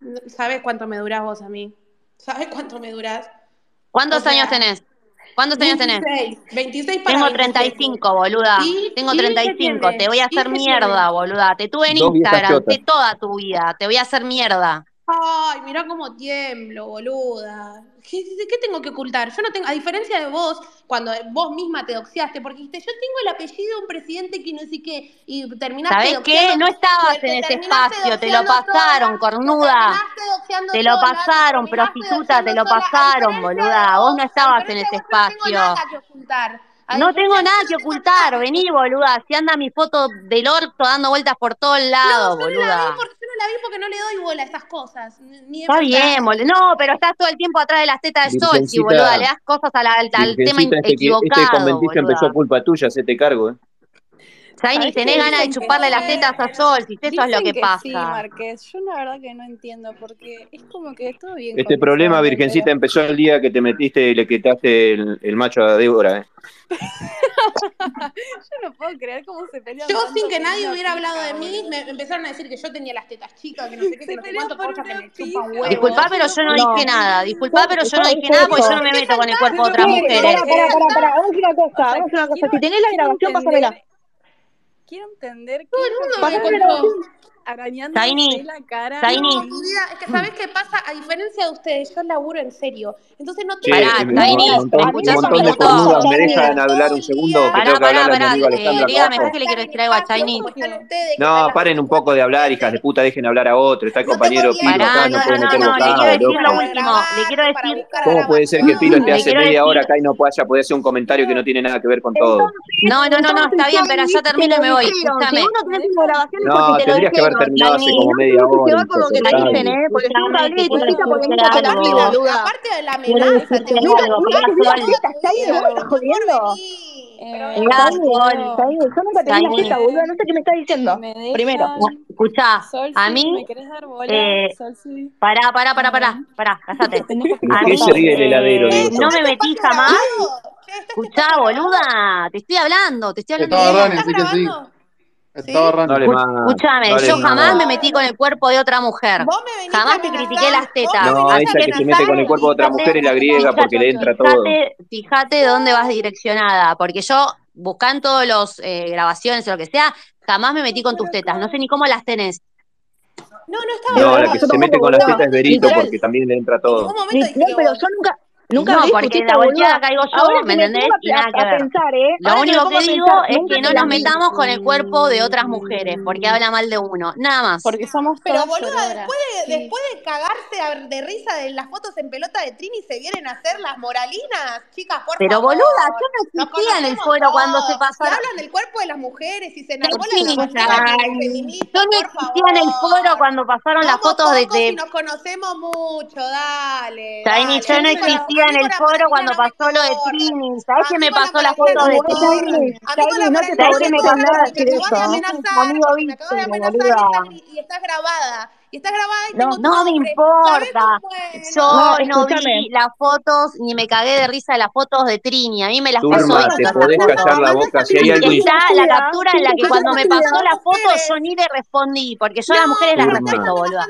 Speaker 9: No, ¿Sabés cuánto me durás vos a mí? ¿Sabés cuánto me durás? O
Speaker 6: ¿Cuántos años
Speaker 9: sea,
Speaker 6: tenés? ¿Cuántos años tenés?
Speaker 9: 26. 26 para
Speaker 6: Tengo
Speaker 9: 27.
Speaker 6: 35, boluda.
Speaker 9: ¿Y,
Speaker 6: Tengo
Speaker 9: y qué
Speaker 6: 35. Te
Speaker 9: tiene?
Speaker 6: voy a
Speaker 9: ¿Y
Speaker 6: hacer
Speaker 9: qué tiene?
Speaker 6: mierda, boluda. Te tuve en
Speaker 8: Dos viejas
Speaker 6: Instagram,
Speaker 8: chotas.
Speaker 6: te toda tu vida. Te voy a hacer mierda.
Speaker 9: Ay, mirá cómo tiemblo, boluda. ¿Qué, qué tengo que ocultar? Yo no tengo, a diferencia de vos, cuando vos misma te doxiaste, porque dijiste, yo tengo el apellido de un presidente que no sé qué, y terminaste
Speaker 6: ¿Sabés qué?
Speaker 9: doxiando,
Speaker 6: No
Speaker 9: te,
Speaker 6: estabas en
Speaker 9: te
Speaker 6: ese
Speaker 9: terminaste
Speaker 6: espacio. Te lo
Speaker 9: doxiando
Speaker 6: pasaron,
Speaker 9: sola, te
Speaker 6: cornuda.
Speaker 9: terminaste doxiando
Speaker 6: Te lo
Speaker 9: sola, te
Speaker 6: pasaron,
Speaker 9: terminaste
Speaker 6: prostituta. Te
Speaker 9: doxiando
Speaker 6: lo
Speaker 9: sola. A diferencia
Speaker 6: pasaron,
Speaker 9: de
Speaker 6: boluda. Vos
Speaker 9: vos,
Speaker 6: no
Speaker 9: a
Speaker 6: estabas en
Speaker 9: diferencia
Speaker 6: ese
Speaker 9: de vos, yo no tengo
Speaker 6: espacio.
Speaker 9: nada que ocultar. A
Speaker 6: No
Speaker 9: diferencia
Speaker 6: tengo
Speaker 9: de vos,
Speaker 6: nada
Speaker 9: yo
Speaker 6: que
Speaker 9: no tengo nada
Speaker 6: ocultar.
Speaker 9: que
Speaker 6: Vení,
Speaker 9: ocultar.
Speaker 6: boluda. Si anda mi foto del orto dando vueltas por todos
Speaker 9: No, yo
Speaker 6: lados,
Speaker 9: no la vi
Speaker 6: boluda.
Speaker 9: porque yo no la vi porque no le doy bola a esas cosas, ni ni he
Speaker 6: Está bien,
Speaker 9: preparado.
Speaker 6: boludo. No, pero estás todo el tiempo atrás de las tetas de Sol, sí, boluda. Le
Speaker 8: Virgencita,
Speaker 6: das cosas a la- al, al tema in-
Speaker 8: virgencita, este que este
Speaker 6: equivocado,
Speaker 8: conventista empezó
Speaker 6: boluda.
Speaker 8: culpa tuya, se te cargo, ¿eh?
Speaker 6: Zaini,
Speaker 2: ¿Sabés
Speaker 6: tenés
Speaker 2: qué?
Speaker 6: ganas de
Speaker 2: Dicen que
Speaker 6: chuparle las
Speaker 2: sí.
Speaker 6: tetas
Speaker 9: Eh,
Speaker 6: a Sol, si eso es lo
Speaker 12: Dicen
Speaker 6: que
Speaker 12: que sí,
Speaker 6: pasa.
Speaker 12: Marqués. Yo la verdad que no entiendo porque es como que todo bien
Speaker 8: Este
Speaker 12: con los
Speaker 8: problema,
Speaker 9: ¿eh?
Speaker 12: hombres,
Speaker 8: virgencita,
Speaker 12: pero
Speaker 8: empezó el día que te metiste y le quitaste el, el macho a Débora, ¿eh?
Speaker 12: yo no puedo creer cómo se pelean
Speaker 9: Yo sin
Speaker 12: tanto
Speaker 9: que
Speaker 12: por
Speaker 9: nadie
Speaker 12: una
Speaker 9: hubiera hablado
Speaker 12: pija,
Speaker 9: de mí,
Speaker 12: boludo.
Speaker 9: me empezaron a decir que yo tenía las tetas chicas,
Speaker 12: [laughs]
Speaker 9: que no sé qué, que
Speaker 12: Se
Speaker 9: no sé
Speaker 12: pelean
Speaker 9: cuánto,
Speaker 12: por
Speaker 9: cosa que
Speaker 12: una
Speaker 9: me chupa un
Speaker 12: pija,
Speaker 9: huevo.
Speaker 6: Disculpá,
Speaker 12: boludo.
Speaker 6: pero
Speaker 12: Yo
Speaker 6: yo
Speaker 12: no
Speaker 6: no
Speaker 12: puedo
Speaker 2: No.
Speaker 6: dije nada.
Speaker 12: creer.
Speaker 6: Disculpá,
Speaker 2: Sol,
Speaker 6: pero yo no
Speaker 2: Sol
Speaker 6: dije
Speaker 2: dijo
Speaker 6: nada porque yo no
Speaker 2: eso.
Speaker 6: me
Speaker 9: ¿Qué
Speaker 6: meto con el cuerpo de
Speaker 9: cantaste, Marqués?
Speaker 6: otras
Speaker 2: No, pará,
Speaker 6: mujeres.
Speaker 2: pará,
Speaker 12: Pero
Speaker 2: pará,
Speaker 12: quiero,
Speaker 2: pará, vamos a
Speaker 12: o
Speaker 2: hacer una cosa,
Speaker 12: sea,
Speaker 2: vamos a hacer una cosa.
Speaker 12: quiero,
Speaker 2: Si tenés la
Speaker 12: quiero
Speaker 2: grabación, pásamela.
Speaker 12: entender, quiero entender qué
Speaker 9: Todo
Speaker 12: es
Speaker 9: el
Speaker 12: lo
Speaker 9: mundo
Speaker 12: que
Speaker 9: me
Speaker 2: Pasame la
Speaker 12: ganan
Speaker 9: contó.
Speaker 2: grabación.
Speaker 12: arañándose
Speaker 6: Zaini,
Speaker 12: la cara
Speaker 9: No,
Speaker 6: Zaini,
Speaker 9: querida, es que ¿sabés qué pasa? A diferencia de ustedes, yo laburo en serio. Entonces no tengo
Speaker 8: Che,
Speaker 6: pará,
Speaker 8: eh,
Speaker 9: tiempo
Speaker 8: un
Speaker 9: para
Speaker 6: Zaini,
Speaker 2: No,
Speaker 6: ¿me
Speaker 8: montón, un
Speaker 2: a mí me
Speaker 6: escuchás un
Speaker 8: montón
Speaker 2: pasan
Speaker 8: de
Speaker 2: las
Speaker 6: minuto?
Speaker 8: cornudas.
Speaker 2: cosas,
Speaker 8: ¿Me dejan
Speaker 2: Chani.
Speaker 9: estar
Speaker 8: hablar
Speaker 9: todo
Speaker 8: un
Speaker 9: el
Speaker 8: segundo? Que
Speaker 9: día,
Speaker 8: tengo
Speaker 6: Pará,
Speaker 8: que
Speaker 6: pará,
Speaker 8: hablarle a mi
Speaker 6: pará.
Speaker 8: amigo
Speaker 9: no
Speaker 6: Eh,
Speaker 9: tengo
Speaker 8: Alejandro
Speaker 6: dígame,
Speaker 9: tiempo
Speaker 6: ¿qué
Speaker 8: Capo.
Speaker 9: para estar
Speaker 6: le querés
Speaker 9: en
Speaker 6: traigo a
Speaker 9: espacios
Speaker 6: Zaini?
Speaker 9: como están ustedes, que están
Speaker 8: No,
Speaker 9: las
Speaker 8: paren
Speaker 9: redes
Speaker 8: un poco de hablar, hijas de
Speaker 9: ustedes.
Speaker 8: puta, dejen hablar a otro. Está el
Speaker 9: No tengo
Speaker 8: compañero Pilo
Speaker 9: tiempo
Speaker 8: acá,
Speaker 6: Pará,
Speaker 8: no puede
Speaker 6: no, no,
Speaker 9: para
Speaker 6: no,
Speaker 8: meter bocado,
Speaker 6: no, le quiero decir lo
Speaker 8: loco.
Speaker 9: para
Speaker 6: último, le quiero
Speaker 9: grabarte, para
Speaker 6: decir,
Speaker 9: buscar
Speaker 8: ¿Cómo puede ser que Pilo esté hace
Speaker 6: le
Speaker 9: grabaciones.
Speaker 6: quiero
Speaker 8: media hora
Speaker 6: decir,
Speaker 8: acá y no haya poder hacer un comentario que no tiene nada que ver con todo?
Speaker 2: Entonces,
Speaker 6: no, no, no, no,
Speaker 2: entonces,
Speaker 6: está bien, pero
Speaker 2: Sol,
Speaker 6: ya
Speaker 2: te
Speaker 6: termino y
Speaker 2: lo
Speaker 6: me voy,
Speaker 2: dijeron. Si
Speaker 6: escúchame.
Speaker 2: vos no tenés una grabación es porque
Speaker 8: No,
Speaker 2: te lo
Speaker 8: tendrías que haber haber terminado hace como media
Speaker 2: Se va
Speaker 8: hora.
Speaker 2: con lo que te
Speaker 8: total.
Speaker 2: dicen, ¿eh? Porque si un tablero y te cita porque no te la
Speaker 9: Aparte-
Speaker 2: vida, boluda.
Speaker 9: Aparte de la
Speaker 2: Quiero
Speaker 9: amenaza, te
Speaker 2: decirte
Speaker 9: voy a
Speaker 2: algo,
Speaker 9: nunca
Speaker 2: mirá,
Speaker 9: te vi la
Speaker 2: Sol.
Speaker 9: teta, está ahí, vos me estás jodiendo.
Speaker 2: Está bien, está bien. Yo nunca te vi la
Speaker 6: Está bien.
Speaker 2: teta, boluda. No sé qué me estás diciendo. Primero.
Speaker 6: Escuchá,
Speaker 12: Sol,
Speaker 6: a
Speaker 12: sí,
Speaker 6: mí.
Speaker 12: ¿me querés dar bola?
Speaker 6: eh,
Speaker 12: Sol, sí.
Speaker 6: Pará, pará, pará, pará, pará, casate.
Speaker 8: ¿De qué se ríe el heladero? digo yo?
Speaker 6: no me metí jamás. Escuchá, boluda, te estoy hablando, te estoy hablando.
Speaker 13: Estaba
Speaker 6: bien.
Speaker 13: Rani, así que sí. Estaba Rani.
Speaker 8: Dale más,
Speaker 6: Escúchame,
Speaker 8: dale
Speaker 6: yo
Speaker 8: más.
Speaker 6: jamás me metí con el cuerpo de otra mujer. jamás te critiqué las tetas.
Speaker 8: No, esa que se mete con el cuerpo de otra mujer y la griega porque le entra todo.
Speaker 6: Fíjate, fíjate de dónde vas direccionada, porque yo buscando todos los eh, grabaciones o lo que sea, jamás me metí con tus tetas. No sé ni cómo las tenés.
Speaker 9: No, no
Speaker 6: estaba.
Speaker 8: No, la que se mete con las tetas es Berito porque también le entra todo.
Speaker 2: Literal, pero yo nunca, nunca
Speaker 6: No,
Speaker 2: hablé
Speaker 6: porque
Speaker 2: discutiste,
Speaker 6: la volteada
Speaker 2: boluda.
Speaker 6: caigo yo,
Speaker 2: Ahora
Speaker 6: ¿me
Speaker 2: que me
Speaker 6: entendés?
Speaker 2: pongo a,
Speaker 6: Y nada que
Speaker 2: a
Speaker 6: ver.
Speaker 2: pensar, ¿eh?
Speaker 6: Lo
Speaker 2: Ahora me
Speaker 6: único
Speaker 2: pongo
Speaker 6: que
Speaker 2: a
Speaker 6: digo
Speaker 2: pensar,
Speaker 6: es
Speaker 2: nunca
Speaker 6: que no nos
Speaker 2: te la vi.
Speaker 6: metamos con el cuerpo de otras mujeres, porque habla mal de uno, nada más.
Speaker 12: Porque somos
Speaker 9: Pero
Speaker 12: todas
Speaker 9: boluda,
Speaker 12: sororas.
Speaker 9: después de, después de cagarse a- de risa de las fotos en pelota de Trini, se vienen a hacer las moralinas, chicas, por
Speaker 6: Pero
Speaker 9: favor.
Speaker 6: boluda, yo no
Speaker 9: Nos
Speaker 6: existía en el
Speaker 9: conocemos
Speaker 6: foro cuando se
Speaker 9: todos.
Speaker 6: pasaron.
Speaker 9: Y hablan del cuerpo de las mujeres y se enarbolan la bandera
Speaker 6: Chiquita,
Speaker 9: del feminismo.
Speaker 6: yo no existía en el foro cuando pasaron las
Speaker 9: Somos
Speaker 6: fotos de...
Speaker 9: pocos
Speaker 6: de-
Speaker 9: y nos conocemos mucho, dale.
Speaker 6: Tiny,
Speaker 9: dale.
Speaker 6: yo no
Speaker 9: A mí con Ah, la-
Speaker 6: existía en el foro cuando pasó lo de Trini. ¿Sabés que me pasó
Speaker 9: moralina
Speaker 6: las fotos
Speaker 9: no
Speaker 6: de
Speaker 9: me importa.
Speaker 6: Trini?
Speaker 9: A mí con la moralina
Speaker 6: ¿Sabés
Speaker 9: no me
Speaker 6: que
Speaker 9: importa
Speaker 6: me pasó
Speaker 9: porque me acabas de
Speaker 6: decir eso?
Speaker 9: amenazar, porque me acabas de amenazar y
Speaker 6: boluda.
Speaker 9: estás, gri- y estás grabada. Y estás grabada y
Speaker 6: No,
Speaker 9: tengo tu
Speaker 6: no me
Speaker 9: nombre. ¿Sabes
Speaker 6: importa.
Speaker 9: cómo es?
Speaker 6: Yo
Speaker 9: No.
Speaker 6: no, vi las fotos ni me cagué de risa de las fotos de Trini. A mí me las pasó
Speaker 8: Turma,
Speaker 6: esa
Speaker 8: te podés
Speaker 6: captura.
Speaker 8: callar la boca si hay algo.
Speaker 6: Está la captura en la que
Speaker 9: Anda
Speaker 6: cuando me pasó
Speaker 9: amenazando
Speaker 6: la foto yo ni le respondí, porque yo a las mujeres las
Speaker 8: Turma.
Speaker 6: respeto, boluda.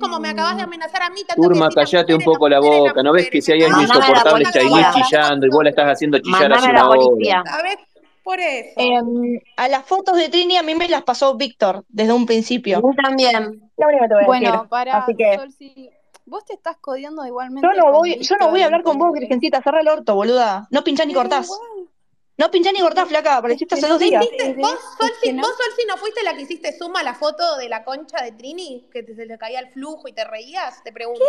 Speaker 9: Como me acabas de amenazar a mí, tanto que
Speaker 8: Turma,
Speaker 9: sí,
Speaker 8: callate un poco la boca. ¿No ves que si hay algo
Speaker 6: Mandame a la
Speaker 8: insoportable está ahí
Speaker 6: policía.
Speaker 8: chillando y vos la estás haciendo chillar hace
Speaker 6: Mandame a la
Speaker 8: una hora?
Speaker 6: policía.
Speaker 9: ¿sabes? Por eso.
Speaker 2: Em, a las fotos de Trini a mí me las pasó Víctor desde un principio.
Speaker 6: Yo también.
Speaker 2: Lo único que te voy a
Speaker 12: Bueno,
Speaker 2: decir.
Speaker 12: para
Speaker 2: Así que
Speaker 12: Sol, sí. Vos te estás codiando igualmente.
Speaker 2: yo no
Speaker 12: con
Speaker 2: voy, yo no
Speaker 12: Víctor,
Speaker 2: voy a hablar con vos,
Speaker 12: ¿entendés?
Speaker 2: virgencita. Cerra el orto, boluda. No pinchás ni
Speaker 12: Pero
Speaker 2: cortás.
Speaker 12: igual,
Speaker 2: No pinchás ni cortás, flaca.
Speaker 12: es que
Speaker 2: Apareciste hace
Speaker 12: no
Speaker 2: dos
Speaker 9: ¿No
Speaker 2: días.
Speaker 9: hiciste, vos, Sol, si, vos, Sol, si no fuiste la que hiciste suma a la foto de la concha de Trini, que te, se le caía el flujo y te reías, te pregunto.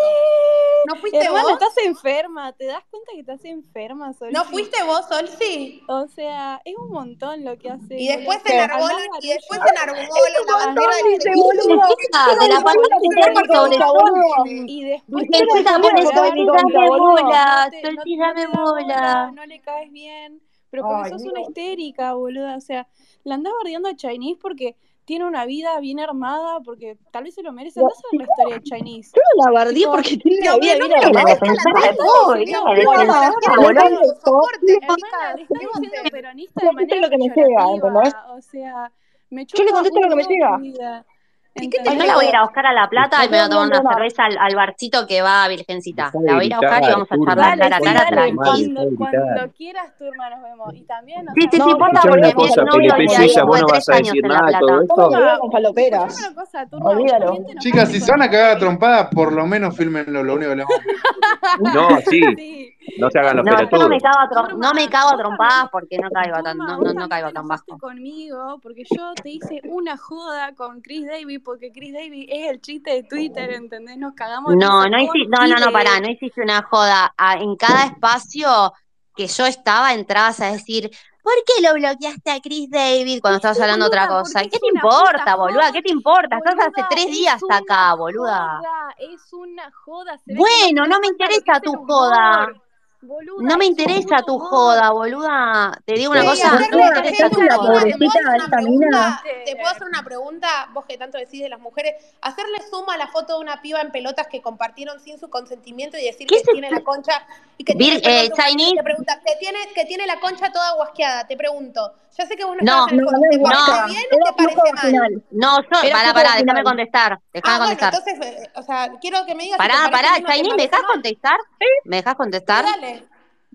Speaker 9: ¿No fuiste
Speaker 12: Hermano,
Speaker 9: vos?
Speaker 12: estás enferma. ¿Te das cuenta que estás enferma, Sol?
Speaker 9: ¿No fuiste vos, Sol? Sí.
Speaker 12: O sea, es un montón lo que hace.
Speaker 9: Y después
Speaker 12: boludo.
Speaker 9: se enarbolan,
Speaker 12: Hablás
Speaker 9: y después
Speaker 12: barullo.
Speaker 9: se enarbolan la bandera del
Speaker 2: dice,
Speaker 9: feminismo.
Speaker 2: boludo.
Speaker 6: Virgencita,
Speaker 2: Yo no
Speaker 6: te la
Speaker 2: le ponía
Speaker 6: pasaste
Speaker 2: foto de mi
Speaker 6: cerca sobre
Speaker 2: concha,
Speaker 6: todo.
Speaker 2: boludo.
Speaker 12: Y después
Speaker 2: Yo no le
Speaker 6: Virgencita,
Speaker 2: ponía
Speaker 12: te
Speaker 2: foto de
Speaker 6: Solti,
Speaker 2: mi
Speaker 12: larga,
Speaker 2: concha,
Speaker 6: dame
Speaker 2: boludo.
Speaker 12: no
Speaker 6: bola.
Speaker 12: te, no,
Speaker 6: Solti,
Speaker 12: no te
Speaker 6: dame
Speaker 12: da bola,
Speaker 6: bola.
Speaker 12: no le caes bien, pero porque
Speaker 2: Ay,
Speaker 12: sos una
Speaker 2: no.
Speaker 12: histérica, boluda. O sea, la andás bardeando a Chinese porque tiene una vida bien armada, porque tal vez se lo merece.
Speaker 2: Yo
Speaker 12: Andás a ver la historia de Chinese.
Speaker 2: no la bardeé
Speaker 12: Tipo,
Speaker 2: porque tiene
Speaker 9: Dios
Speaker 2: una
Speaker 9: mío,
Speaker 2: vida
Speaker 9: no
Speaker 2: bien
Speaker 9: me lo
Speaker 6: Pero
Speaker 2: armada.
Speaker 9: parezcan las
Speaker 6: pensar
Speaker 9: tres,
Speaker 6: de vos,
Speaker 9: Dios mío,
Speaker 6: boluda,
Speaker 2: Boluda,
Speaker 9: las tres
Speaker 6: defensora,
Speaker 9: las
Speaker 2: le pongo
Speaker 6: boluda.
Speaker 2: el
Speaker 9: quiero, soporte,
Speaker 2: soporte.
Speaker 12: hermana, le estás diciendo peronista
Speaker 2: Le
Speaker 12: de
Speaker 2: contesto
Speaker 12: manera
Speaker 2: lo que me llega, ¿entendés?
Speaker 12: peyorativa. O sea, me
Speaker 2: Yo le
Speaker 12: chupa
Speaker 2: contesto
Speaker 12: un
Speaker 2: lo que me
Speaker 12: huevo tu
Speaker 2: llega.
Speaker 12: vida.
Speaker 9: ¿Y qué
Speaker 6: Ay,
Speaker 9: tenés
Speaker 6: no
Speaker 9: que
Speaker 6: la voy a ir
Speaker 9: ver?
Speaker 6: a buscar a La Plata
Speaker 2: No
Speaker 6: y me voy
Speaker 2: tengo
Speaker 6: a tomar
Speaker 2: miedo
Speaker 6: una
Speaker 2: de nada.
Speaker 6: cerveza al, al barcito que va a Virgencita.
Speaker 8: Dejá de
Speaker 6: La voy a ir a buscar y
Speaker 8: gritar,
Speaker 6: vamos a
Speaker 8: Turma,
Speaker 6: charlar cara
Speaker 12: Dale,
Speaker 6: a
Speaker 8: dejá
Speaker 12: sí,
Speaker 8: de
Speaker 6: cara
Speaker 8: gritar
Speaker 12: dale.
Speaker 8: mal, dejá de
Speaker 6: tranqui.
Speaker 12: Cuando,
Speaker 8: gritar.
Speaker 12: cuando quieras, tu hermano, nos vemos. Y también, o
Speaker 6: Sí,
Speaker 12: sea,
Speaker 6: sí, sí,
Speaker 2: No,
Speaker 6: porfa,
Speaker 8: Escuchame una
Speaker 2: Turma,
Speaker 6: porque mi,
Speaker 2: déjame
Speaker 8: cosa,
Speaker 6: mi novio
Speaker 2: la concha de
Speaker 8: Felipe
Speaker 2: mi
Speaker 6: vivió
Speaker 8: Sella,
Speaker 2: abuela.
Speaker 8: vos no
Speaker 6: como tres
Speaker 8: vas a
Speaker 6: años
Speaker 8: decir
Speaker 6: en La
Speaker 8: nada de todo
Speaker 6: Plata.
Speaker 8: esto.
Speaker 2: Toma con
Speaker 12: escuchame
Speaker 2: faloperas.
Speaker 12: una cosa, Turma, vos
Speaker 2: Olvídalo.
Speaker 12: también te
Speaker 13: Chicas,
Speaker 12: enojaste
Speaker 13: si se
Speaker 12: con
Speaker 13: van a
Speaker 12: ella.
Speaker 13: cagar a trompadas, por lo menos fílmenlo, lo único que le vamos a pedir.
Speaker 8: No,
Speaker 12: [laughs]
Speaker 8: sí,
Speaker 12: Sí.
Speaker 8: no se hagan los
Speaker 6: No, yo no me
Speaker 8: pelotudos.
Speaker 6: cago a, trom- no me
Speaker 12: Turma,
Speaker 6: cago
Speaker 12: vos
Speaker 6: a
Speaker 12: también,
Speaker 6: trompadas porque no caigo tan,
Speaker 12: Turma,
Speaker 6: no,
Speaker 12: vos
Speaker 6: no, no
Speaker 12: también te
Speaker 6: caigo tan
Speaker 12: enojaste
Speaker 6: bajo.
Speaker 12: conmigo porque yo te hice una joda con Chris Davis porque Chris Davis es el chiste de Twitter, ¿entendés? Nos cagamos
Speaker 6: No,
Speaker 12: risa
Speaker 6: no
Speaker 12: con
Speaker 6: hiciste, no,
Speaker 12: y
Speaker 6: no, no,
Speaker 12: de
Speaker 6: pará,
Speaker 12: él.
Speaker 6: no hiciste una joda. Ah, En cada espacio que yo estaba entrabas a decir, ¿por qué lo bloqueaste a Chris David cuando estabas
Speaker 12: Sí,
Speaker 6: hablando otra
Speaker 12: boluda,
Speaker 6: cosa?
Speaker 12: porque
Speaker 6: ¿Qué
Speaker 12: es
Speaker 6: te
Speaker 12: una puta
Speaker 6: importa, boluda?
Speaker 12: joda.
Speaker 6: ¿Qué te importa? Estás hace
Speaker 12: Boluda,
Speaker 6: tres días
Speaker 12: es una
Speaker 6: acá, boluda.
Speaker 12: joda, es una joda. Se ve que no te
Speaker 6: Bueno,
Speaker 12: das
Speaker 6: no me
Speaker 12: cuenta de lo que
Speaker 6: interesa
Speaker 12: es el
Speaker 6: tu joda.
Speaker 12: humor. Boluda,
Speaker 6: No me
Speaker 12: es un
Speaker 6: interesa
Speaker 12: puto
Speaker 6: tu
Speaker 12: humor.
Speaker 6: joda, boluda. Te digo una
Speaker 9: Che,
Speaker 6: cosa, no me
Speaker 9: Serna,
Speaker 6: interesa
Speaker 9: Serna,
Speaker 6: tu
Speaker 2: la
Speaker 9: amiga, ¿te puedo
Speaker 6: joda.
Speaker 2: pobrecita
Speaker 9: hacer una
Speaker 2: esta mina?
Speaker 9: pregunta? ¿Te puedo hacer una pregunta? Vos que tanto decís de las mujeres, hacerle suma a la foto de una piba en pelotas que compartieron sin su consentimiento y decir
Speaker 6: ¿Qué
Speaker 9: que
Speaker 6: se
Speaker 9: tiene la concha y que tiene
Speaker 6: Vir
Speaker 9: el pelo
Speaker 6: eh,
Speaker 9: todo, te
Speaker 6: Chinese?
Speaker 9: pregunta, que tiene, que tiene la concha toda guasqueada, te pregunto. Yo sé que vos no estabas
Speaker 6: No,
Speaker 9: en el
Speaker 2: No,
Speaker 9: foro,
Speaker 2: no
Speaker 9: ¿te
Speaker 2: es
Speaker 9: parece
Speaker 6: no,
Speaker 2: guasca.
Speaker 9: bien o
Speaker 2: Era
Speaker 9: te
Speaker 2: flujo
Speaker 9: parece mal?
Speaker 2: vaginal.
Speaker 6: no, so,
Speaker 2: Era
Speaker 6: pará,
Speaker 2: flujo
Speaker 6: pará, déjame
Speaker 2: vaginal.
Speaker 6: contestar, déjame
Speaker 9: Ah, bueno,
Speaker 6: contestar.
Speaker 9: entonces, eh, o sea, quiero que me digas si te
Speaker 6: Pará,
Speaker 9: parece
Speaker 6: pará,
Speaker 9: bien o te
Speaker 6: Chinese, ¿me
Speaker 9: parece
Speaker 6: dejás
Speaker 9: mal.
Speaker 6: contestar? ¿Me dejás
Speaker 9: Sí,
Speaker 6: contestar?
Speaker 9: dale.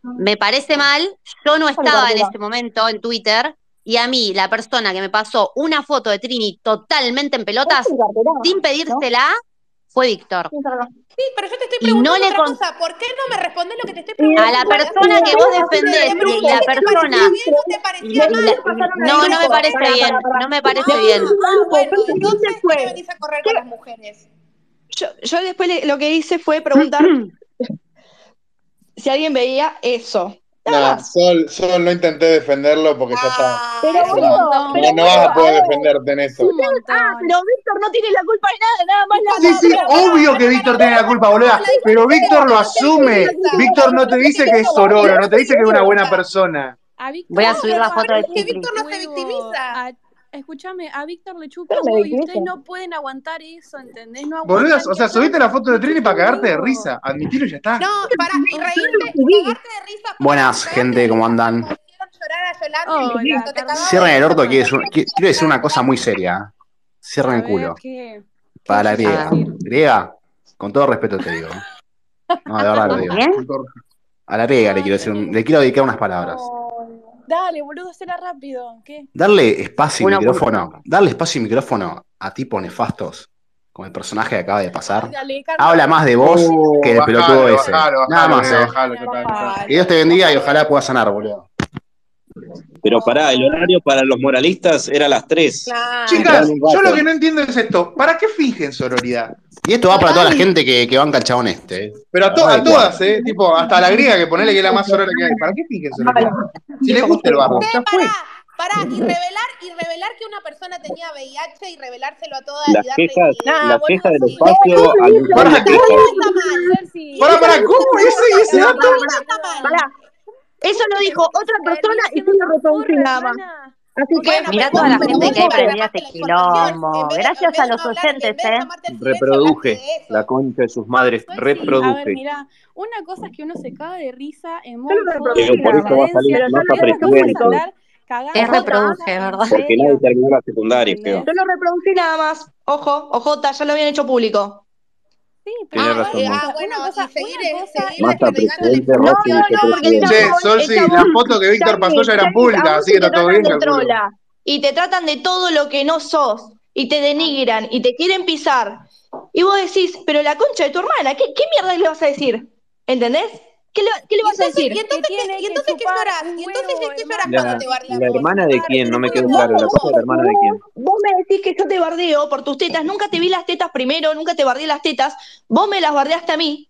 Speaker 6: Me parece mal, yo no
Speaker 2: Dale,
Speaker 6: estaba en
Speaker 2: Cordura.
Speaker 6: ese momento en Twitter y a mí la persona que me pasó una foto de Trini totalmente en
Speaker 2: ¿Es
Speaker 6: pelotas,
Speaker 2: sin cartera?
Speaker 6: sin
Speaker 2: ¿No?
Speaker 6: pedírsela, fue Víctor.
Speaker 2: Sin cartera.
Speaker 9: Sí, pero yo te estoy
Speaker 6: Y no
Speaker 9: preguntando
Speaker 6: le
Speaker 9: otra
Speaker 6: con
Speaker 9: cosa. ¿Por qué no me respondes lo que te estoy
Speaker 2: Y
Speaker 6: a la
Speaker 9: preguntando? ¿Me das
Speaker 2: después,
Speaker 6: persona que
Speaker 9: cuenta?
Speaker 6: vos
Speaker 2: después
Speaker 9: Te, te
Speaker 6: defendés
Speaker 2: pasaron al
Speaker 6: y
Speaker 9: pregunté si te parecía
Speaker 6: la
Speaker 2: grupo.
Speaker 6: persona
Speaker 9: bien o te
Speaker 6: y
Speaker 9: parecía
Speaker 6: la-
Speaker 2: Después
Speaker 9: mal.
Speaker 2: pasaron
Speaker 6: no,
Speaker 2: al
Speaker 6: no me
Speaker 2: grupo.
Speaker 9: Entonces,
Speaker 6: parece
Speaker 2: Pará, pará,
Speaker 6: bien,
Speaker 2: pará.
Speaker 6: no me parece
Speaker 9: ah,
Speaker 6: bien.
Speaker 2: Después
Speaker 9: ah,
Speaker 2: lo que
Speaker 9: bueno,
Speaker 2: yo le hice
Speaker 9: entonces
Speaker 2: fue...
Speaker 9: no me venís a correr
Speaker 2: Yo,
Speaker 9: con las mujeres.
Speaker 2: yo, yo
Speaker 9: [clears throat]
Speaker 2: después le- lo que hice fue preguntar si alguien veía eso.
Speaker 3: No, Sol, Sol, no intenté defenderlo porque ya
Speaker 9: Ah,
Speaker 3: está.
Speaker 2: Pero
Speaker 3: No,
Speaker 2: boludo,
Speaker 3: no,
Speaker 2: pero
Speaker 3: no vas a
Speaker 2: boludo,
Speaker 3: poder defenderte en eso.
Speaker 2: Ah, pero Víctor no tiene la culpa de nada, nada más la
Speaker 14: Sí, sí, obvio que Víctor tiene la culpa, boluda. Pero Víctor lo asume. Víctor no te dice que es sororo, no te dice que es una buena persona.
Speaker 9: A Víctor-
Speaker 6: Voy a subir la foto de
Speaker 9: Es que
Speaker 6: Cipri.
Speaker 9: Víctor no se victimiza. escúchame, a Víctor le chupa
Speaker 2: Pero me
Speaker 9: huevo y
Speaker 2: victimizo.
Speaker 9: ustedes no pueden aguantar eso, ¿entendés? No aguantan
Speaker 3: Boludas, o sea,
Speaker 9: que-
Speaker 3: subiste la foto de Trini para cagarte de risa. Admitilo y ya está.
Speaker 15: No, para reírte,
Speaker 16: Buenas, gente, ¿cómo andan?
Speaker 9: Hola,
Speaker 16: Cierren el orto, que es un- que- quiero decir una cosa muy seria. ¿eh? Cierren el culo.
Speaker 9: ¿qué?
Speaker 16: Para
Speaker 6: Ah,
Speaker 16: la
Speaker 9: quieres
Speaker 16: griega. Griega, con todo respeto te digo. No, de verdad lo digo. A la griega le quiero decir, un- le quiero dedicar unas palabras.
Speaker 9: Dale, boludo, será rápido. ¿Qué?
Speaker 16: Darle espacio y
Speaker 9: Uno,
Speaker 16: micrófono. Darle espacio y micrófono a tipos nefastos, como el personaje que acaba de pasar.
Speaker 9: Dale,
Speaker 16: Habla más de vos
Speaker 13: Uh,
Speaker 16: que del
Speaker 3: bajalo,
Speaker 16: pelotudo ese.
Speaker 3: bajalo, bajalo,
Speaker 16: Nada más,
Speaker 3: nena,
Speaker 16: eh.
Speaker 3: bajalo, total,
Speaker 16: Que Dios te bendiga y ojalá puedas sanar, boludo.
Speaker 17: Pero pará, el horario para los moralistas era a las 3.
Speaker 3: Chicas, yo lo que no entiendo es esto. ¿Para qué fingen sororidad?
Speaker 16: Y esto va para toda la gente que, que banca el chabón este. eh.
Speaker 3: Pero a, to-
Speaker 16: La
Speaker 3: a
Speaker 16: verdad,
Speaker 3: todas, ¿eh? Tipo, hasta a la griega que ponele que es la más sorora que hay. ¿Para qué fingen sororidad? Si les gusta el barro, ya fue.
Speaker 15: Pará, y revelar, y revelar que una persona tenía VIH y revelárselo a toda
Speaker 17: Las
Speaker 15: y darle-
Speaker 17: quejas,
Speaker 15: Nah,
Speaker 17: las
Speaker 15: boludo,
Speaker 17: quejas del
Speaker 15: sí.
Speaker 17: espacio al montón de quejas.
Speaker 2: Para,
Speaker 17: pará,
Speaker 2: ¿cómo ese
Speaker 17: ese dato?
Speaker 2: Eso lo dijo otra persona y tú lo reproducís nada más. Así que,
Speaker 6: Mirá toda la gente que hay prendida a este quilombo. Gracias a los oyentes, ¿eh?
Speaker 8: Reproduje la concha de sus madres.
Speaker 9: A ver,
Speaker 8: Reproduje.
Speaker 9: mirá, una cosa es que uno se caga de risa en
Speaker 8: Pero por eso va a salir más a presidente.
Speaker 2: Es
Speaker 9: reproduje,
Speaker 2: ¿verdad?
Speaker 17: Porque nadie terminó la secundaria, creo.
Speaker 2: Yo lo reproducí nada más. Ojo, ojota, ya lo habían hecho público.
Speaker 17: Tenés razón,
Speaker 9: Eh,
Speaker 15: Ah,
Speaker 17: vos.
Speaker 15: bueno, y seguir, seguir
Speaker 17: Más a presidente, Rossi,
Speaker 15: No, no, no,
Speaker 17: vicepresidente.
Speaker 15: porque el
Speaker 3: Che, Sol, sí, las fotos que Víctor pasó ya eran públicas, así que
Speaker 2: te
Speaker 3: está todo bien.
Speaker 2: tratan de
Speaker 3: calculo.
Speaker 2: trola y te tratan de todo lo que no sos y te denigran y te quieren pisar. Y vos decís, pero la concha de tu hermana, ¿qué, qué mierda le vas a decir? ¿Entendés? ¿Qué le, qué le vas a decir?
Speaker 15: ¿Y entonces qué, y entonces qué lloras? ¿Y entonces qué lloras cuando
Speaker 8: La,
Speaker 15: te bardean?
Speaker 8: la hermana de quién, no me quedó claro. La cosa de la hermana de quién.
Speaker 2: Vos me decís que yo te bardeo por tus tetas, nunca te vi las tetas primero, nunca te bardeé las tetas, vos me las bardeaste a mí.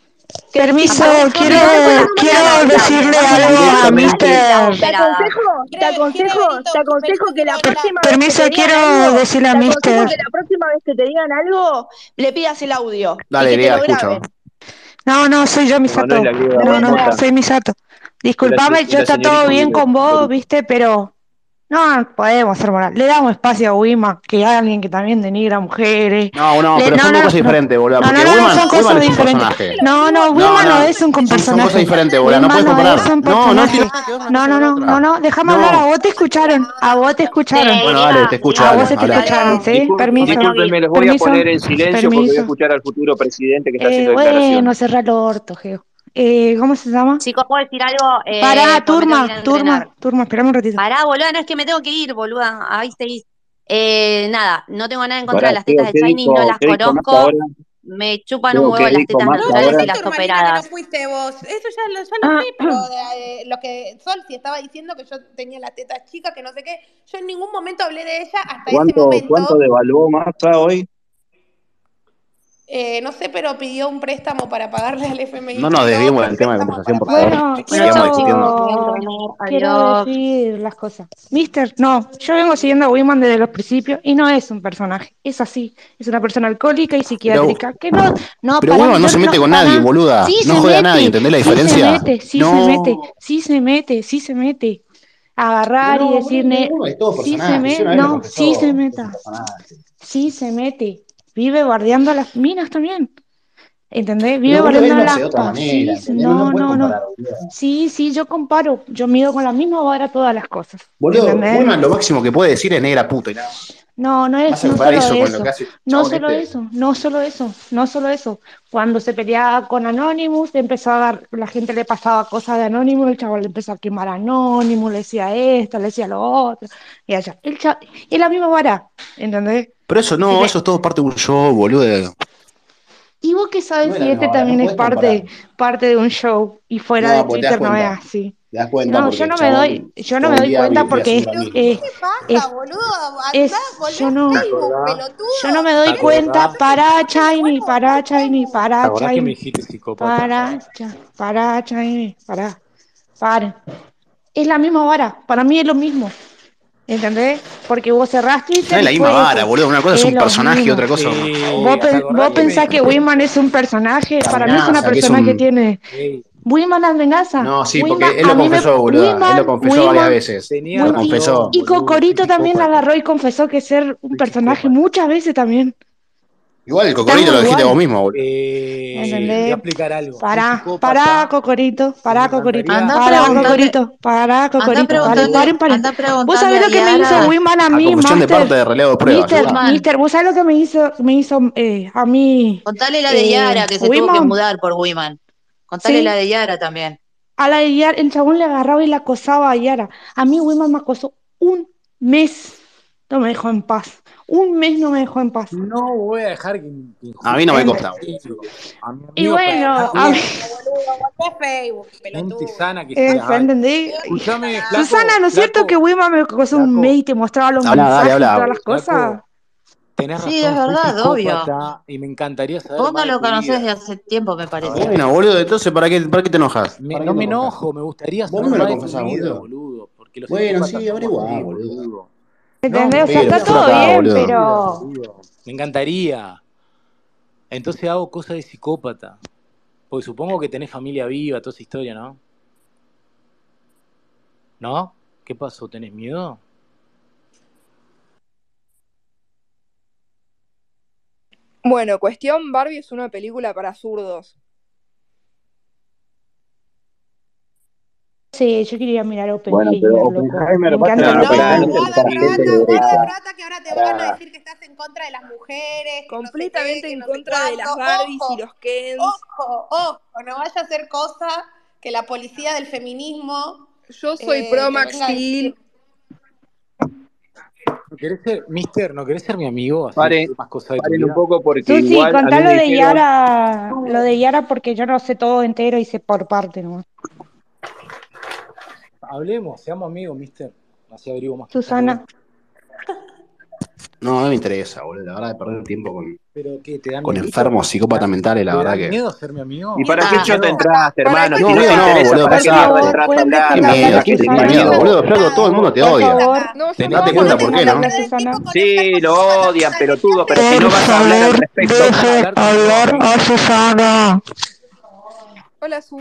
Speaker 2: Que-
Speaker 5: Permiso,
Speaker 2: Aparte,
Speaker 5: quiero-
Speaker 2: no,
Speaker 5: quiero
Speaker 2: no, no,
Speaker 5: decirle algo a
Speaker 2: Directamente.
Speaker 5: Mr..
Speaker 2: Te aconsejo, te aconsejo, te aconsejo que la próxima vez
Speaker 5: Permiso,
Speaker 2: que te digan
Speaker 5: quiero
Speaker 2: algo,
Speaker 5: decirle a
Speaker 2: te aconsejo
Speaker 5: Mr..
Speaker 2: que la próxima vez que te digan algo, le pidas el audio.
Speaker 16: Dale,
Speaker 2: y que te
Speaker 16: griega,
Speaker 2: lo
Speaker 16: escucho.
Speaker 2: graben.
Speaker 5: No, no, soy yo
Speaker 16: no
Speaker 5: Misato.
Speaker 16: es la griega,
Speaker 5: No, no,
Speaker 16: Marta.
Speaker 5: soy Misato.
Speaker 16: Y
Speaker 5: Disculpame,
Speaker 16: la- y
Speaker 5: yo
Speaker 16: la
Speaker 5: está todo
Speaker 16: señorita
Speaker 5: bien
Speaker 16: Wilde.
Speaker 5: con vos, viste, pero no podemos ser moral. Le damos espacio a Wima, que hay alguien que también denigra a mujeres.
Speaker 16: No, no,
Speaker 5: Le-
Speaker 16: pero son dos cosas
Speaker 5: no.
Speaker 16: diferentes, boludo.
Speaker 5: No,
Speaker 16: Porque
Speaker 5: no, no,
Speaker 16: Woman,
Speaker 5: son cosas
Speaker 16: Woman es un
Speaker 5: diferentes.
Speaker 16: personaje.
Speaker 5: No, no, Wilma no, es un
Speaker 16: Sí,
Speaker 5: personaje.
Speaker 16: Son cosas diferentes, boludo. No
Speaker 5: Wilma
Speaker 16: puedes
Speaker 5: no
Speaker 16: comparar.
Speaker 5: es un
Speaker 16: No, no,
Speaker 5: personaje. No, no, no, no, no, déjame
Speaker 16: No.
Speaker 5: hablar, a vos te escucharon, a vos te escucharon.
Speaker 16: Bueno, dale, te escucho,
Speaker 5: A
Speaker 16: dale,
Speaker 5: vos se te
Speaker 16: habla.
Speaker 5: escucharon, ¿sí?
Speaker 8: Discul-
Speaker 5: Permiso.
Speaker 8: Discúlpenme, los voy
Speaker 5: Permiso.
Speaker 8: a poner en silencio porque voy a
Speaker 5: Permiso.
Speaker 8: escuchar al futuro presidente que está
Speaker 5: Eh,
Speaker 8: haciendo declaraciones.
Speaker 5: bueno, cerra el orto, Geo. Eh, ¿Cómo se llama?
Speaker 6: Chicos, ¿puedo decir algo? Eh,
Speaker 5: Pará,
Speaker 6: porque me tengo que ir a
Speaker 5: turma,
Speaker 6: entrenar.
Speaker 5: turma, turma, esperame un ratito.
Speaker 6: Pará, boluda, no es que me tengo que ir, boluda. Ahí seguís. Eh, nada, no tengo nada en contra
Speaker 17: Pará,
Speaker 6: de las tetas
Speaker 17: Geo,
Speaker 6: de
Speaker 17: ¿qué
Speaker 6: Shiny,
Speaker 17: dijo-
Speaker 6: no las
Speaker 17: qué dijo Massa
Speaker 6: conozco.
Speaker 17: ahora?
Speaker 6: Me chupan un
Speaker 17: Geo,
Speaker 6: huevo
Speaker 17: ¿qué
Speaker 6: las
Speaker 17: dijo
Speaker 6: tetas
Speaker 17: Massa
Speaker 6: naturales
Speaker 17: ahora?
Speaker 6: y las
Speaker 15: Marina, que no
Speaker 6: operadas.
Speaker 15: fuiste vos. Eso ya lo, ya lo sé, pero de- eh, lo que Sol si estaba diciendo que yo tenía las tetas chicas, que no sé qué. Yo en ningún momento hablé de ella hasta ese
Speaker 17: ¿Cuánto,
Speaker 15: momento.
Speaker 17: cuánto devaluó Massa hoy?
Speaker 15: Eh, no sé, pero pidió un préstamo para pagarle al FMI.
Speaker 16: No nos desviemos del tema de conversación, por favor.
Speaker 5: Bueno,
Speaker 16: Sigamos discutiendo.
Speaker 5: yo quiero decir las cosas. Mister, no, yo vengo siguiendo a Wiman desde los principios y no es un personaje, es así, es una persona alcohólica y psiquiátrica que no, no,
Speaker 16: Pero
Speaker 5: pará,
Speaker 16: Woman no
Speaker 5: Mister,
Speaker 16: se mete con
Speaker 5: pará.
Speaker 16: nadie, boluda.
Speaker 5: Sí
Speaker 16: No
Speaker 5: se
Speaker 16: jode a
Speaker 5: mete,
Speaker 16: nadie, ¿entendés la
Speaker 5: sí
Speaker 16: diferencia?
Speaker 5: se mete, sí se
Speaker 16: No.
Speaker 5: mete, sí se mete, sí se mete. Agarrar
Speaker 16: No,
Speaker 5: y decir,
Speaker 16: boludo,
Speaker 5: ne-
Speaker 16: uno es todo
Speaker 5: sí
Speaker 16: personaje,
Speaker 5: se
Speaker 16: si
Speaker 5: mete,
Speaker 16: una vez lo
Speaker 5: no,
Speaker 16: confesó,
Speaker 5: sí se
Speaker 16: es un
Speaker 5: meta, sí se mete. Vive bardeando a las minas también. ¿Entendés? Vive
Speaker 16: Pero boludo, él lo hace
Speaker 5: bardeando a las
Speaker 16: de otra manera,
Speaker 5: pasis.
Speaker 16: ¿entendés? No lo
Speaker 5: No,
Speaker 16: puedes
Speaker 5: no, no.
Speaker 16: comparar, boludo.
Speaker 5: Sí, sí, yo comparo. Yo mido con la misma vara todas las cosas.
Speaker 16: Boludo,
Speaker 5: ¿Entendés?
Speaker 16: Woman lo máximo que puede decir es negra puta y nada más.
Speaker 5: No, no es,
Speaker 16: Vas a
Speaker 5: no
Speaker 16: comparar
Speaker 5: solo
Speaker 16: eso con lo
Speaker 5: eso,
Speaker 16: que hace el
Speaker 5: no
Speaker 16: chabón
Speaker 5: solo
Speaker 16: este.
Speaker 5: eso, no solo eso, no solo eso. Cuando se peleaba con Anonymous, empezó a dar, la gente le pasaba cosas de Anonymous, el chaval le empezó a quemar a Anonymous, le decía esto, le decía lo otro, y allá. El cha- es la misma vara, ¿entendés?
Speaker 16: Pero eso
Speaker 5: Así
Speaker 16: no,
Speaker 5: que-
Speaker 16: eso es todo parte de un show, boludo.
Speaker 5: y vos que sabes
Speaker 16: No es la
Speaker 5: si
Speaker 16: misma
Speaker 5: este
Speaker 16: vara,
Speaker 5: también
Speaker 16: no
Speaker 5: es
Speaker 16: podés
Speaker 5: parte, parte de un show y fuera de
Speaker 16: No, porque te das
Speaker 5: Twitter no es
Speaker 16: cuenta.
Speaker 5: así.
Speaker 16: Te das cuenta
Speaker 5: No,
Speaker 16: porque
Speaker 5: yo
Speaker 16: el
Speaker 5: no me doy,
Speaker 16: chabón
Speaker 5: yo no
Speaker 16: todo
Speaker 5: me
Speaker 16: el
Speaker 5: doy
Speaker 16: día
Speaker 5: cuenta
Speaker 16: vivía
Speaker 5: porque
Speaker 16: haciendo
Speaker 5: es,
Speaker 16: lo mismo.
Speaker 5: es, es, es- yo no, yo no me doy
Speaker 1: ¿Te
Speaker 5: cuenta,
Speaker 1: acordás?
Speaker 5: para Chaini, para Chaini, para
Speaker 1: acordás que me
Speaker 5: Chaini,
Speaker 1: dijiste psicópata?
Speaker 5: para, Cha- para Chaini, para, paren, es la misma vara. Para mí es lo mismo. ¿Entendés? Porque vos cerrás Twitter.
Speaker 16: No es la
Speaker 5: y
Speaker 16: misma
Speaker 5: fue eso.
Speaker 16: vara, boludo. Una cosa es
Speaker 5: Es
Speaker 16: un
Speaker 5: lo
Speaker 16: personaje y
Speaker 5: mismo.
Speaker 16: otra cosa.
Speaker 5: ¿Vos, pe- vos pensás que Wiman es un personaje? Para mí es una
Speaker 16: Amenaza, que es
Speaker 5: persona que,
Speaker 16: un-
Speaker 5: tiene. Wiman es venganza.
Speaker 16: No, sí,
Speaker 5: Wiman-
Speaker 16: porque él
Speaker 5: a
Speaker 16: lo
Speaker 5: mí me-
Speaker 16: confesó, boludo. Él
Speaker 5: Wiman-
Speaker 16: lo confesó varias
Speaker 5: Wiman-
Speaker 16: veces.
Speaker 5: Wiman-
Speaker 16: Lo confesó.
Speaker 5: Y Cocorito también agarró y confesó que ser un personaje muchas veces también.
Speaker 16: Igual el cocorito lo
Speaker 5: Estamos
Speaker 16: dijiste
Speaker 5: igual.
Speaker 16: vos mismo, boludo.
Speaker 5: ¿Entendés?
Speaker 1: Eh, voy a explicar algo.
Speaker 5: Pará, pará, Cocorito, pará, Cocorito,
Speaker 1: Andá
Speaker 5: pará,
Speaker 1: preguntale-
Speaker 5: Cocorito, pará, Cocorito, paren, paren, paren. Vos sabés lo que me
Speaker 1: a Yara.
Speaker 5: hizo Wiman a
Speaker 16: A
Speaker 5: mí,
Speaker 16: conclusión de
Speaker 5: Master.
Speaker 16: parte de relevo de pruebas.
Speaker 5: Mister,
Speaker 16: ¿verdad?
Speaker 5: Mister, vos sabés lo que me hizo, me hizo eh, a mí.
Speaker 18: Contale la de
Speaker 5: eh,
Speaker 18: Yara, que se tuvo que
Speaker 5: Wiman.
Speaker 18: mudar por Wiman. Contale
Speaker 5: Sí.
Speaker 18: la de Yara también.
Speaker 5: A la de Yara, el chabón le agarraba y la acosaba a Yara. A mí Wiman me acosó un mes. No me dejó en paz. Un mes no me dejó en paz.
Speaker 1: No voy a dejar que me injuste.
Speaker 16: A mí no me consta.
Speaker 1: A mi
Speaker 5: Y
Speaker 1: amigo
Speaker 5: bueno,
Speaker 1: Fernando,
Speaker 5: a mí-
Speaker 1: Gente sana que
Speaker 5: Eh,
Speaker 1: sea.
Speaker 5: ya entendí.
Speaker 1: Escuchame, flaco.
Speaker 5: Susana, ¿no es cierto que Wiman me acosó un mes y te mostraba los
Speaker 1: Habla, dale,
Speaker 5: mensajes
Speaker 1: habla.
Speaker 5: y todas las cosas?
Speaker 1: Tenés
Speaker 18: Sí,
Speaker 1: razón,
Speaker 18: es
Speaker 1: soy
Speaker 18: verdad,
Speaker 1: psicópata y me encantaría saber
Speaker 18: Vos no
Speaker 1: más de
Speaker 18: lo
Speaker 1: tu vida.
Speaker 18: conocés de hace tiempo, me parece.
Speaker 16: Bueno, boludo, entonces, ¿para qué, para qué te enojas?
Speaker 1: Me-
Speaker 16: ¿Para qué
Speaker 1: no
Speaker 16: te
Speaker 1: me
Speaker 16: enojas?
Speaker 1: enojo, me gustaría
Speaker 16: Vos
Speaker 1: saber
Speaker 16: no lo
Speaker 1: más de tu
Speaker 16: confesás,
Speaker 1: vida,
Speaker 16: boludo.
Speaker 1: boludo. Porque los
Speaker 16: Bueno,
Speaker 1: psicópatas
Speaker 16: sí,
Speaker 1: somos
Speaker 16: averiguá,
Speaker 1: así,
Speaker 16: boludo.
Speaker 5: ¿Entendés? O sea,
Speaker 16: pero,
Speaker 5: está
Speaker 16: está
Speaker 5: todo
Speaker 16: acá,
Speaker 5: bien,
Speaker 16: boludo.
Speaker 5: pero...
Speaker 1: Me encantaría. Entonces hago cosas de psicópata. Porque supongo que tenés familia viva, toda esa historia, ¿no? ¿No? ¿Qué pasó? ¿Tenés miedo?
Speaker 19: Bueno, cuestión, Barbie es una película para zurdos.
Speaker 5: Sí, yo quería mirar
Speaker 8: Bueno, pero
Speaker 5: Oppenheimer, loco.
Speaker 8: Oppenheimer
Speaker 5: Me
Speaker 8: pasa
Speaker 5: encanta
Speaker 8: que
Speaker 5: Oppenheimer.
Speaker 8: Oppenheimer para gente de derecha. para-
Speaker 19: Completamente en contra de las Barbies y los Kens.
Speaker 9: Ojo, ojo, no vaya a hacer cosa que la policía del feminismo.
Speaker 19: Yo soy
Speaker 9: eh,
Speaker 19: pro
Speaker 9: que
Speaker 19: Max
Speaker 9: venga a decir-
Speaker 19: Steel.
Speaker 1: ¿No querés ser, mister, ¿no querés ser mi amigo? Así
Speaker 8: Paren,
Speaker 1: sé más cosas de tu
Speaker 8: paren
Speaker 1: vida.
Speaker 8: un poco porque
Speaker 5: Susi,
Speaker 8: igual a
Speaker 5: contá
Speaker 8: mí
Speaker 5: lo
Speaker 8: me
Speaker 5: de
Speaker 8: dijeron.
Speaker 5: Yara, lo de Yara porque yo no sé todo entero y sé por parte nomás.
Speaker 1: Hablemos, seamos amigos, mister. Así averiguo más.
Speaker 5: Susana,
Speaker 16: No, no me interesa, boludo. La verdad de perder tiempo con,
Speaker 1: ¿Pero qué? ¿Te da
Speaker 16: con
Speaker 1: miedo?
Speaker 16: enfermos psicópatas mentales, la
Speaker 1: ¿Te da
Speaker 16: verdad que.
Speaker 1: miedo ser mi amigo?
Speaker 8: ¿Y para qué chota entraste,
Speaker 16: Para
Speaker 8: hermano?
Speaker 16: qué
Speaker 8: Si no te
Speaker 16: chota.
Speaker 8: interesa,
Speaker 16: No,
Speaker 8: ¿para
Speaker 16: boludo,
Speaker 8: qué
Speaker 16: pasá.
Speaker 8: mierda entraste a
Speaker 16: ¿Pueden
Speaker 8: hablar?
Speaker 16: dejar de
Speaker 8: ¿A quién
Speaker 16: hablar,
Speaker 8: a quién tenés
Speaker 16: Susana?
Speaker 8: miedo, boludo?
Speaker 16: Flaco, todo el mundo te
Speaker 5: por
Speaker 16: odia.
Speaker 5: favor,
Speaker 16: Date cuenta por qué, ¿no?
Speaker 5: Susana.
Speaker 8: Sí, lo odian, pelotudo, pero si no vas a hablar al respecto.
Speaker 19: hablar
Speaker 18: a Susana.
Speaker 19: Hola, Su.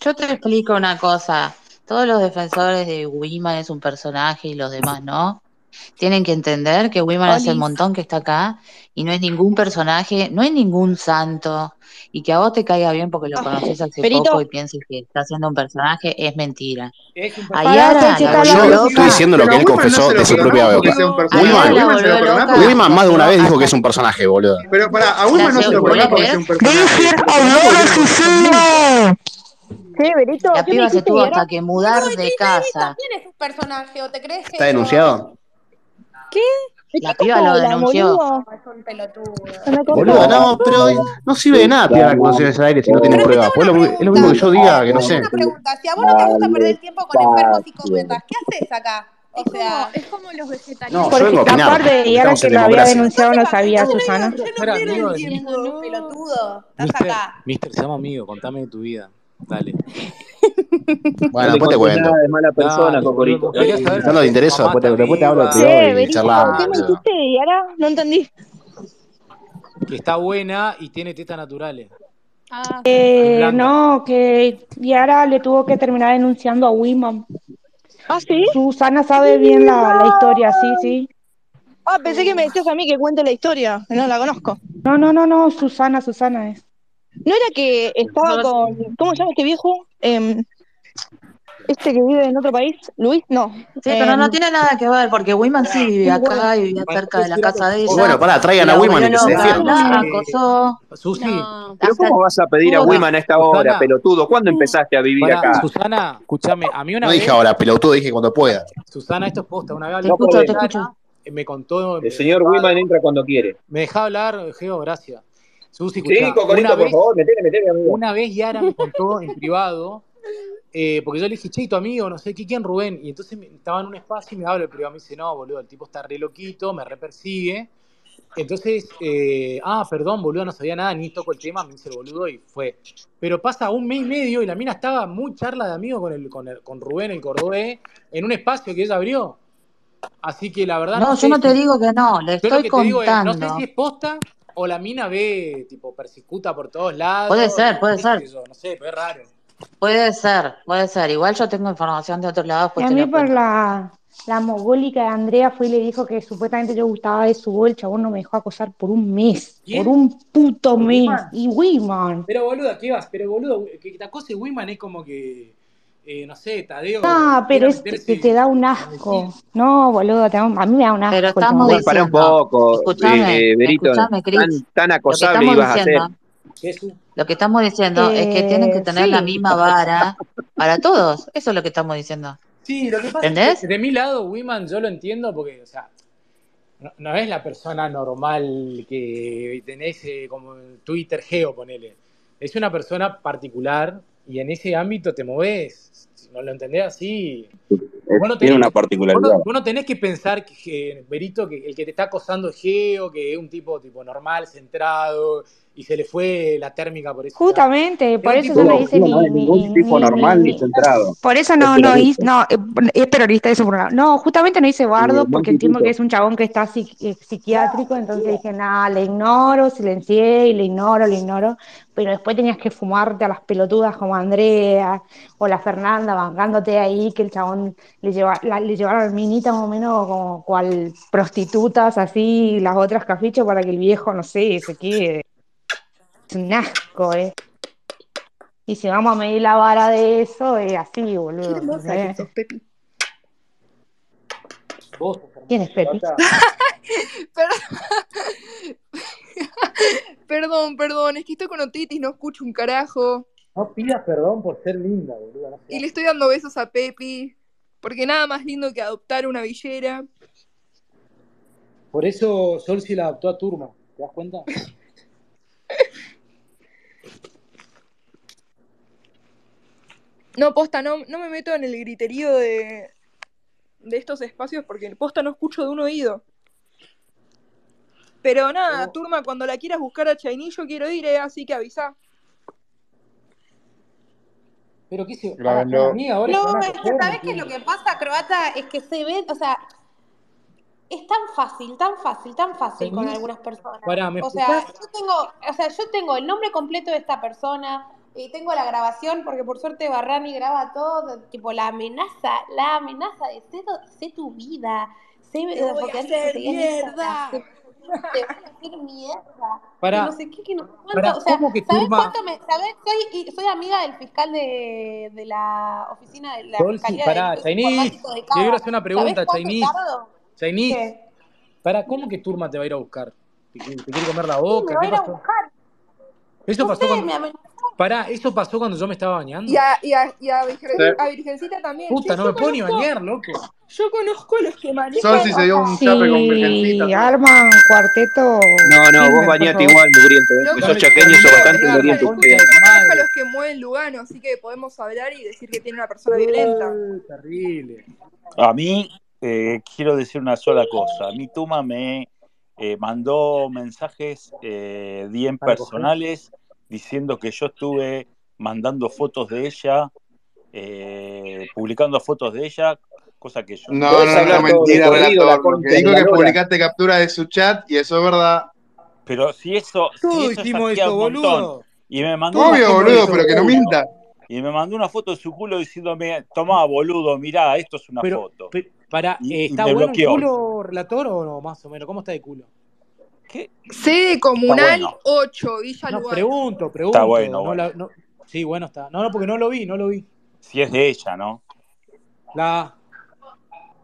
Speaker 18: Yo te explico una cosa. Todos los defensores de Wiman es un personaje y los demás no. Tienen que entender que Wiman hace el
Speaker 19: Olis.
Speaker 18: montón que está acá y no es ningún personaje, no es ningún santo. Y que a vos te caiga bien porque lo conocés hace
Speaker 2: Perito.
Speaker 18: poco y pienses que está haciendo un personaje es mentira.
Speaker 1: Es un
Speaker 18: A
Speaker 2: Pará,
Speaker 18: Yara
Speaker 2: Celso,
Speaker 18: la
Speaker 2: está
Speaker 18: volvió
Speaker 2: hablando
Speaker 16: Yo
Speaker 18: loca.
Speaker 16: estoy diciendo lo
Speaker 2: Pero
Speaker 16: que él
Speaker 2: Wiman no
Speaker 16: confesó
Speaker 2: se lo
Speaker 16: de su propia
Speaker 2: perdonó
Speaker 16: boca.
Speaker 2: porque sea un
Speaker 18: A
Speaker 2: personaje.
Speaker 18: Yara
Speaker 16: Wiman,
Speaker 18: la
Speaker 2: Wiman se lo
Speaker 18: volvió
Speaker 2: perdonó
Speaker 18: loca.
Speaker 2: porque-
Speaker 16: Wiman más de una
Speaker 18: No,
Speaker 16: vez dijo que
Speaker 18: hasta
Speaker 16: es un personaje, boludo.
Speaker 3: Pero para a
Speaker 18: la
Speaker 3: Wilman no
Speaker 18: se-
Speaker 3: se lo
Speaker 18: ¿pueden
Speaker 3: perdonás porque
Speaker 18: creer?
Speaker 3: sea un personaje.
Speaker 2: Che, Berito,
Speaker 18: La
Speaker 2: ¿qué me
Speaker 18: piba se
Speaker 2: dijiste
Speaker 18: tuvo
Speaker 2: que era?
Speaker 18: hasta que mudar de casa.
Speaker 9: ¿Quién es un personaje? ¿O te crees que
Speaker 16: ¿Está
Speaker 9: yo-
Speaker 16: denunciado?
Speaker 9: ¿Qué?
Speaker 2: ¿De
Speaker 18: La
Speaker 2: qué
Speaker 18: piba
Speaker 2: cosa
Speaker 18: lo
Speaker 2: hablan,
Speaker 18: denunció.
Speaker 2: boludo?
Speaker 9: Es un pelotudo.
Speaker 2: Se me cortó.
Speaker 16: Boludo, no, pero no sirve de nada tirar acusaciones al aire si no tienen
Speaker 9: Pero te
Speaker 16: pruebas.
Speaker 9: hago
Speaker 16: Pues
Speaker 9: una
Speaker 16: lo- es lo mismo que yo diga, que no sé.
Speaker 9: Una pregunta, si a vos no te gusta perder el tiempo con enfermos psicópatas, ¿qué haces acá? O sea, es como los vegetarianos.
Speaker 16: No, yo vengo a
Speaker 5: porque
Speaker 16: opinar.
Speaker 5: aparte de Yara
Speaker 16: Estamos
Speaker 5: que
Speaker 16: en
Speaker 5: lo había
Speaker 16: democracia.
Speaker 5: denunciado no sabía Susana.
Speaker 1: Ser amigo de mí.
Speaker 9: Entiendo, no. pelotudo.
Speaker 1: Mister, mister, seamos amigos, contame de tu vida. Dale.
Speaker 16: Bueno, después te cuento.
Speaker 8: nada, es mala persona,
Speaker 1: Dale, boludo,
Speaker 8: Cocorito.
Speaker 1: me gustaría saber
Speaker 16: No
Speaker 1: si
Speaker 16: lo
Speaker 1: tenés
Speaker 16: interesa,
Speaker 1: mamá
Speaker 16: después te, después te hablo
Speaker 1: viva.
Speaker 16: privado
Speaker 2: Che,
Speaker 16: y
Speaker 2: Berito,
Speaker 16: charlamos,
Speaker 2: Eh, ¿qué me
Speaker 16: boludo.
Speaker 2: dijiste de Yara? No entendí.
Speaker 1: Que está buena y tiene tetas naturales. Y
Speaker 5: Eh,
Speaker 1: blanda.
Speaker 5: no, que Yara le tuvo que terminar denunciando a Wiman.
Speaker 2: ¿Ah, sí?
Speaker 5: Susana sabe bien la, la historia, sí, sí.
Speaker 2: Ah, pensé que me decías a mí que cuente la historia, que no la conozco.
Speaker 5: No, no, no, no, Susana, Susana es.
Speaker 2: ¿No era que estaba con. ¿Cómo se llama este viejo? Em, este que vive en otro país. ¿Luis? No.
Speaker 18: Sí, pero no
Speaker 2: Em,
Speaker 18: tiene nada que ver, porque Wiman sí vivía acá y vivía cerca de la casa de
Speaker 16: Y
Speaker 18: ella.
Speaker 16: bueno, pará,
Speaker 18: Y
Speaker 16: traigan
Speaker 18: la
Speaker 16: a Wiman
Speaker 18: volvió
Speaker 16: y que se
Speaker 18: loca,
Speaker 16: defienda.
Speaker 18: la acosó.
Speaker 1: Susi,
Speaker 8: Pero
Speaker 18: Hasta
Speaker 8: ¿cómo vas a pedir a
Speaker 18: tuvo que-
Speaker 8: Wiman a esta hora,
Speaker 1: Susana.
Speaker 8: pelotudo? ¿Cuándo empezaste a vivir
Speaker 1: para,
Speaker 8: acá?
Speaker 1: Susana, escúchame, a mí una
Speaker 16: No
Speaker 1: vez,
Speaker 16: dije ahora, pelotudo, dije cuando pueda.
Speaker 1: Susana, esto es posta, una vez
Speaker 8: Te
Speaker 1: hablé
Speaker 8: escucho,
Speaker 1: con
Speaker 8: te
Speaker 1: Susana, eh, me contó,
Speaker 8: El Ah.
Speaker 1: me,
Speaker 8: señor Wiman entra cuando quiere.
Speaker 1: me dejaba hablar, Geo, gracias. Susi,
Speaker 8: Sí,
Speaker 1: escuchá, una
Speaker 8: Cocorito, por
Speaker 1: vez,
Speaker 8: favor, metele, metele, amigo.
Speaker 1: una vez Yara me contó en privado, eh, porque yo le dije, che, ¿y tu amigo, no sé qué, quién, Rubén, y entonces me- estaba en un espacio y me habla el privado, me dice, no, boludo, el tipo está re loquito, me re persigue, Entonces, eh, ah, perdón, boludo, no sabía nada, ni toco el tema, me hice el boludo y fue. Pero pasa un mes y medio y la mina estaba muy charla de amigo con, el, con, el- con Rubén, el cordobés, en un espacio que ella abrió. Así que la verdad.
Speaker 18: No, yo
Speaker 1: sé
Speaker 18: no te
Speaker 1: si-
Speaker 18: digo que no,
Speaker 1: Yo
Speaker 18: le
Speaker 1: lo
Speaker 18: estoy
Speaker 1: que te digo es, no sé
Speaker 18: contando.
Speaker 1: si es posta o la mina ve, tipo, persicuta por todos lados.
Speaker 18: Puede ser, puede
Speaker 1: qué
Speaker 18: ser.
Speaker 1: sé yo, no sé, pero es raro.
Speaker 18: Puede ser, puede ser. Igual yo tengo información de otros lados,
Speaker 5: Y
Speaker 18: pues
Speaker 5: a
Speaker 18: te
Speaker 5: mí
Speaker 18: la
Speaker 5: por
Speaker 18: cuento.
Speaker 5: la, la mogólica de Andrea fue y le dijo que supuestamente yo gustaba de su bolsa, uno me dejó acosar por un mes,
Speaker 1: ¿Quién?
Speaker 5: por un puto mes.
Speaker 1: Wiman?
Speaker 5: Y Wiman.
Speaker 1: Pero boluda, ¿qué vas? Pero boludo, que esta cosa de Wiman es como que, eh, no sé, Tadeo
Speaker 5: No,
Speaker 1: quiera
Speaker 5: pero es, te,
Speaker 1: meterse.
Speaker 5: te da un asco. No, boludo, te da un- a mí me da un asco.
Speaker 18: Pero
Speaker 5: el
Speaker 18: estamos
Speaker 5: chabón.
Speaker 8: Igual pará un poco,
Speaker 18: Escúchame,
Speaker 8: eh, Berito, tan,
Speaker 18: escúchame, Cris.
Speaker 8: tan
Speaker 18: Lo que
Speaker 8: acosable
Speaker 18: estamos
Speaker 8: ibas a ser.
Speaker 18: diciendo, lo que estamos diciendo es que tienen que
Speaker 5: Eh,
Speaker 18: tener la
Speaker 5: sí.
Speaker 18: misma vara para todos. Eso es lo que estamos diciendo.
Speaker 1: Sí, lo que pasa es
Speaker 18: ¿Entendés?
Speaker 1: que de mi lado, Wiman, yo lo entiendo porque, o sea, no, no es la persona normal que tenés eh, como en Twitter geo, ponele. Es una persona particular y en ese ámbito te movés. Si no lo entendés así, Vos no
Speaker 20: eh, Tiene
Speaker 1: tenés
Speaker 20: una
Speaker 1: que, vos
Speaker 20: particularidad.
Speaker 1: no- vos no tenés que pensar, que, que, Berito, que el que te está acosando es Geo, que es un tipo, tipo normal, centrado, y se le fue la térmica por eso.
Speaker 5: Justamente,
Speaker 1: Era
Speaker 5: por
Speaker 1: un
Speaker 5: eso yo
Speaker 1: tipo,
Speaker 5: no hice
Speaker 20: no
Speaker 5: ni,
Speaker 20: es ningún
Speaker 5: ni,
Speaker 20: tipo
Speaker 5: ni, ni,
Speaker 20: normal ni
Speaker 5: ni-
Speaker 20: centrado.
Speaker 5: por eso
Speaker 20: Es
Speaker 5: no, no hice,
Speaker 20: peronista.
Speaker 5: no, eh, es peronista eso por un lado. No, justamente no hice
Speaker 20: Y
Speaker 5: bardo
Speaker 20: buen
Speaker 5: porque entiendo que
Speaker 20: tipito.
Speaker 5: es un chabón que está psiqui- eh, psiquiátrico, entonces dije, nada, le ignoro, silencié y le ignoro, le ignoro. Pero después tenías que fumarte a las pelotudas como Andrea o la Fernanda bancándote ahí, que el chabón le, lleva, la- le llevaron al minita más o menos como cual prostitutas así, y las otras caficho para que el viejo, no sé, se quede. Es un asco, eh. Y si vamos a medir la vara de eso, es así,
Speaker 19: Qué
Speaker 5: boludo.
Speaker 19: hermosa que
Speaker 5: ¿entendés?
Speaker 19: sos, Pepi.
Speaker 1: vos,
Speaker 5: ¿Quién es Pepi?
Speaker 19: Perdón, perdón, es que estoy con otitis, no escucho un carajo.
Speaker 1: no pidas perdón por ser linda, boludo. No
Speaker 19: Y
Speaker 1: seas-
Speaker 19: le estoy dando besos a Pepi. Porque nada más lindo que adoptar una villera.
Speaker 1: Por eso Sol sí la adaptó a Turma, ¿te das cuenta?
Speaker 19: No, posta, no, no me meto en el griterío de, de estos espacios porque el posta no escucho de un oído. Pero nada, Turma, cuando la quieras buscar a Chaini, yo quiero ir, eh, así que avisa.
Speaker 1: Pero qué se... Ah, son
Speaker 3: Grábenlo.
Speaker 1: amigas ahora y se
Speaker 9: No,
Speaker 1: van a
Speaker 9: es que
Speaker 1: coger, no
Speaker 9: sabes que lo
Speaker 1: entiendo.
Speaker 9: que pasa, croata, es que se ve, o sea, es tan fácil, tan fácil, tan fácil con
Speaker 1: ¿Tenés?
Speaker 9: algunas personas.
Speaker 1: Pará, ¿me
Speaker 9: O sea,
Speaker 1: explicás?
Speaker 9: yo tengo, o sea, yo tengo el nombre completo de esta persona y tengo la grabación porque por suerte Barrani graba todo, tipo la amenaza, la amenaza de sé, do- sé tu vida, sé,
Speaker 21: Te voy
Speaker 9: porque
Speaker 21: a
Speaker 9: antes te
Speaker 21: hacer
Speaker 9: seguían en
Speaker 21: mierda.
Speaker 9: Instagram, te, te voy a hacer mierda, que no
Speaker 1: Pará,
Speaker 9: sé qué, que no sé cuánto,
Speaker 1: pará,
Speaker 9: o sea,
Speaker 1: ¿cómo que
Speaker 9: ¿sabés
Speaker 1: Turma?
Speaker 9: cuánto me, sabés? Soy, y soy amiga del fiscal de, de la oficina de la
Speaker 1: Dolci,
Speaker 9: Fiscalía de
Speaker 1: pará,
Speaker 9: Delitos
Speaker 1: Chainis,
Speaker 9: Informáticos de
Speaker 1: le quiero
Speaker 9: Cava.
Speaker 1: hacer una
Speaker 9: ¿Sabés
Speaker 1: pregunta,
Speaker 9: cuánto
Speaker 1: Chainis.
Speaker 9: tardo?
Speaker 1: Chainis,
Speaker 9: ¿Qué?
Speaker 1: pará, ¿cómo que Turma te va a ir a buscar? ¿Te, qui- te quiere comer la
Speaker 9: Sí, me
Speaker 1: boca?
Speaker 9: va a
Speaker 1: ¿Qué
Speaker 9: ir a
Speaker 1: pasó?
Speaker 9: buscar.
Speaker 1: Eso
Speaker 9: No
Speaker 1: pasó
Speaker 9: sé,
Speaker 1: cuando.
Speaker 9: me amenazó.
Speaker 1: Pará, eso pasó cuando yo me estaba
Speaker 19: Y
Speaker 1: bañando.
Speaker 19: a, y a, y a, Virgen-
Speaker 3: Sí.
Speaker 19: a Virgencita también. Che,
Speaker 1: Puta, no
Speaker 19: yo
Speaker 1: me puedo ni
Speaker 19: conozco,
Speaker 1: bañar, loco.
Speaker 19: yo conozco a los que
Speaker 3: Sol
Speaker 19: manejan,
Speaker 3: si
Speaker 19: o
Speaker 3: se dio un
Speaker 19: sea,
Speaker 3: chape con Virgencita.
Speaker 5: Si arman cuarteto,
Speaker 8: No, no, vos
Speaker 5: filmen, por
Speaker 8: bañate
Speaker 5: favor.
Speaker 8: igual, mugriento, eh, porque
Speaker 19: loco,
Speaker 8: sos
Speaker 1: Dame
Speaker 8: chaqueño, sos
Speaker 1: terminé de bañar,
Speaker 8: bastante eh.
Speaker 1: la
Speaker 8: mugriento
Speaker 1: concha
Speaker 8: usted.
Speaker 1: de
Speaker 19: yo
Speaker 1: tu
Speaker 19: conozco a
Speaker 1: madre.
Speaker 19: los que mueven Lugano, así que podemos hablar y decir que tiene una persona violenta.
Speaker 1: Eh, terrible.
Speaker 22: A mí, eh, quiero decir una sola cosa. A mí Tuma me eh, mandó mensajes eh, bien
Speaker 1: Para coger.
Speaker 22: personales diciendo que yo estuve mandando fotos de ella, eh, publicando fotos de ella, cosa que yo
Speaker 3: No,
Speaker 22: nunca
Speaker 8: Podés
Speaker 3: no,
Speaker 22: hice.
Speaker 3: no,
Speaker 8: hablar todo
Speaker 3: mentira,
Speaker 8: recorrido, la
Speaker 3: relator. Lo que
Speaker 8: concha de
Speaker 3: dijo
Speaker 8: la
Speaker 3: que
Speaker 8: lora.
Speaker 3: publicaste captura de su chat y eso es verdad.
Speaker 22: Pero si eso, si
Speaker 1: Todos
Speaker 22: eso es
Speaker 1: hicimos
Speaker 22: así a
Speaker 1: eso,
Speaker 22: un montón,
Speaker 1: boludo.
Speaker 22: y me mandó
Speaker 1: Todos
Speaker 22: una
Speaker 3: Obvio,
Speaker 1: hicimos
Speaker 22: foto de
Speaker 3: boludo,
Speaker 1: eso,
Speaker 22: su
Speaker 3: pero que no
Speaker 1: boludo.
Speaker 22: culo,
Speaker 3: minta.
Speaker 22: y me mandó una foto de su culo diciéndome, tomá, boludo, mirá, esto es una
Speaker 1: Pero,
Speaker 22: foto.
Speaker 1: pe- pará,
Speaker 22: Y,
Speaker 1: eh,
Speaker 22: y
Speaker 1: ¿está
Speaker 22: me
Speaker 1: bueno el
Speaker 22: bloqueó.
Speaker 1: culo, relator, o no, más o menos? ¿Cómo está de culo?
Speaker 22: ¿Qué?
Speaker 19: Sede
Speaker 22: Está
Speaker 19: Comunal
Speaker 22: bueno,
Speaker 19: 8, Villa
Speaker 1: No,
Speaker 19: Lugano.
Speaker 1: pregunto,
Speaker 22: está
Speaker 1: pregunto.
Speaker 22: bueno,
Speaker 1: No
Speaker 22: bueno.
Speaker 1: la, no... Sí, bueno está. No, no, porque no lo vi, no lo vi.
Speaker 22: Si es de ella, ¿no?
Speaker 1: La.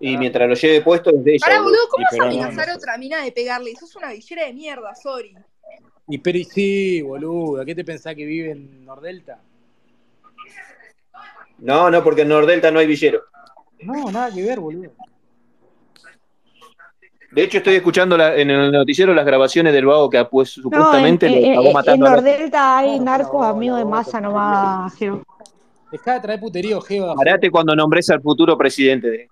Speaker 8: Y
Speaker 1: Carajo.
Speaker 8: mientras lo lleve puesto es de ella,
Speaker 19: Pará,
Speaker 8: boludo.
Speaker 19: boludo, ¿cómo
Speaker 22: Y
Speaker 19: vas a
Speaker 22: pero no, no
Speaker 19: amenazar a
Speaker 22: sé.
Speaker 19: otra mina de pegarle? Sos una villera de mierda, sorry.
Speaker 1: Y pero y sí, boludo, ¿qué te pensás que vive en Nordelta?
Speaker 8: No, no, porque en Nordelta no hay villero.
Speaker 1: No, nada que ver, boludo.
Speaker 8: De hecho, estoy escuchando la- en el noticiero las grabaciones del vago que pues,
Speaker 5: No, en,
Speaker 8: supuestamente lo
Speaker 5: en,
Speaker 8: acabó
Speaker 5: en- en
Speaker 8: matando al otro.
Speaker 5: Nordelta hay
Speaker 1: Claro, es una
Speaker 5: narcos
Speaker 1: bola,
Speaker 5: amigos de
Speaker 1: vos,
Speaker 5: masa
Speaker 1: puterío.
Speaker 5: nomás, Geo.
Speaker 1: Dejá de traer puterío, Geo, afuera.
Speaker 8: Parate cuando nombres al futuro presidente. de-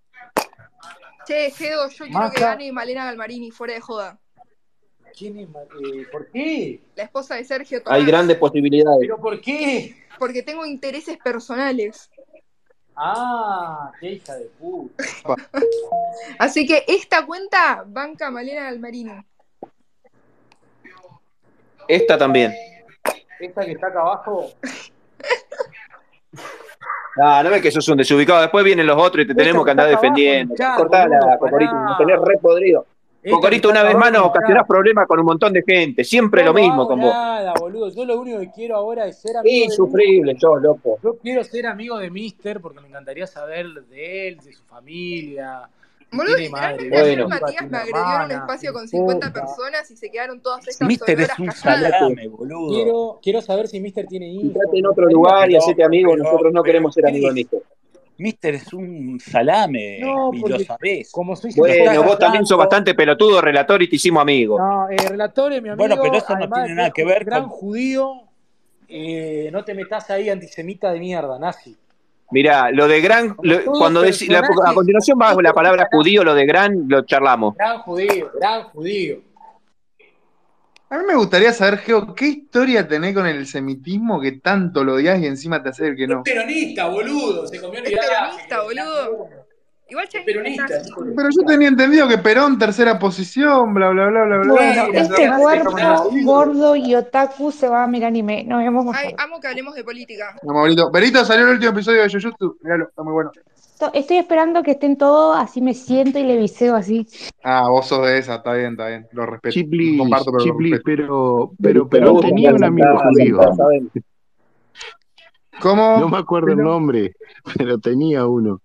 Speaker 19: Che, Gedo, yo quiero que
Speaker 1: Massa,
Speaker 19: gane Malena Galmarini, fuera de joda.
Speaker 1: ¿Quién es? Mar- eh, ¿Por qué?
Speaker 19: La esposa de Sergio Tomás.
Speaker 8: Hay grandes posibilidades.
Speaker 1: ¿Pero por qué?
Speaker 19: Porque tengo intereses personales.
Speaker 1: Ah, qué hija de puta.
Speaker 19: [laughs] Así que esta cuenta banca Malena Almarino.
Speaker 8: Esta también.
Speaker 1: eh, Esta que está acá abajo.
Speaker 8: Ah, no ves que sos un desubicado. Después vienen los otros y te tenemos que andar defendiendo. Cortala, Cocorito. Nos tenés re podrido. Cocorito, una vez más nos ocasionás problemas con un montón de gente. Siempre lo
Speaker 1: No
Speaker 8: mismo
Speaker 1: hago
Speaker 8: con vos.
Speaker 1: Nada, boludo. Yo lo único que quiero ahora es ser amigo.
Speaker 8: Insufrible,
Speaker 1: de
Speaker 8: yo, loco.
Speaker 1: Yo quiero ser amigo de Mister porque me encantaría saber de él, de su familia. si
Speaker 19: Boludo,
Speaker 1: tiene madre,
Speaker 19: literalmente
Speaker 1: si
Speaker 19: ayer
Speaker 1: tiene papá,
Speaker 19: Matías
Speaker 1: tiene
Speaker 19: me agredió en un
Speaker 1: hermana.
Speaker 19: espacio con 50 personas y se quedaron todas estas
Speaker 1: Mister
Speaker 19: sonoras
Speaker 1: es un
Speaker 19: calladas.
Speaker 1: salame,
Speaker 22: boludo.
Speaker 1: Quiero, quiero saber si Mister tiene hijos.
Speaker 8: Fíjate en otro lugar y hacete amigo. Nosotros no queremos ser amigos de Mister.
Speaker 22: Mister es un salame
Speaker 1: No,
Speaker 22: y eh, lo
Speaker 1: porque
Speaker 22: sabés.
Speaker 1: Como soy
Speaker 8: Bueno, vos también sos bastante pelotudo, relator, y te hicimos amigos.
Speaker 1: No, eh, relator es mi amigo.
Speaker 22: Bueno, pero eso no
Speaker 1: además
Speaker 22: tiene
Speaker 1: de
Speaker 22: nada que
Speaker 1: es un
Speaker 22: ver
Speaker 1: Gran
Speaker 22: con-
Speaker 1: judío, eh, no te metas ahí, antisemita de mierda, nazi.
Speaker 8: Mirá, lo de gran. lo-
Speaker 1: todos
Speaker 8: cuando decí- la-
Speaker 1: personajes,
Speaker 8: a continuación va
Speaker 1: como
Speaker 8: la
Speaker 1: todos
Speaker 8: palabra
Speaker 1: personajes.
Speaker 8: judío, lo de gran, lo charlamos.
Speaker 1: Gran judío, gran judío.
Speaker 3: A mí me gustaría saber, Geo, ¿qué historia tenés con el semitismo que tanto lo odias y encima te hace el que no?
Speaker 1: Peronista, boludo, se comió el
Speaker 19: Es
Speaker 1: garaje.
Speaker 19: peronista, boludo. Igual Chayanne
Speaker 1: peronista,
Speaker 19: es nazi.
Speaker 1: hijo de-
Speaker 3: Pero yo tenía entendido que Perón, tercera posición, bla, bla, bla, bla, bla.
Speaker 5: Bueno, este
Speaker 3: Entonces, estamos
Speaker 5: cuerpo
Speaker 3: en el-
Speaker 5: gordo y otaku se va a mirar anime. Nos vemos más
Speaker 19: Ay,
Speaker 5: tarde.
Speaker 19: amo que hablemos de política.
Speaker 3: Vamos, Berito. Berito, salió el último episodio de Jujutsu. Miralo, está muy bueno.
Speaker 5: To- Estoy esperando que estén todos, así me siento y le viseo así.
Speaker 3: Ah, vos sos de esa, está bien, está bien. Lo respeto.
Speaker 15: Chiplis,
Speaker 3: Comparto, pero lo
Speaker 15: Chiplis,
Speaker 3: respeto.
Speaker 15: pero, pero Perón tenía un amigo judío.
Speaker 3: ¿Cómo?
Speaker 15: No me acuerdo el nombre, [laughs] pero tenía uno.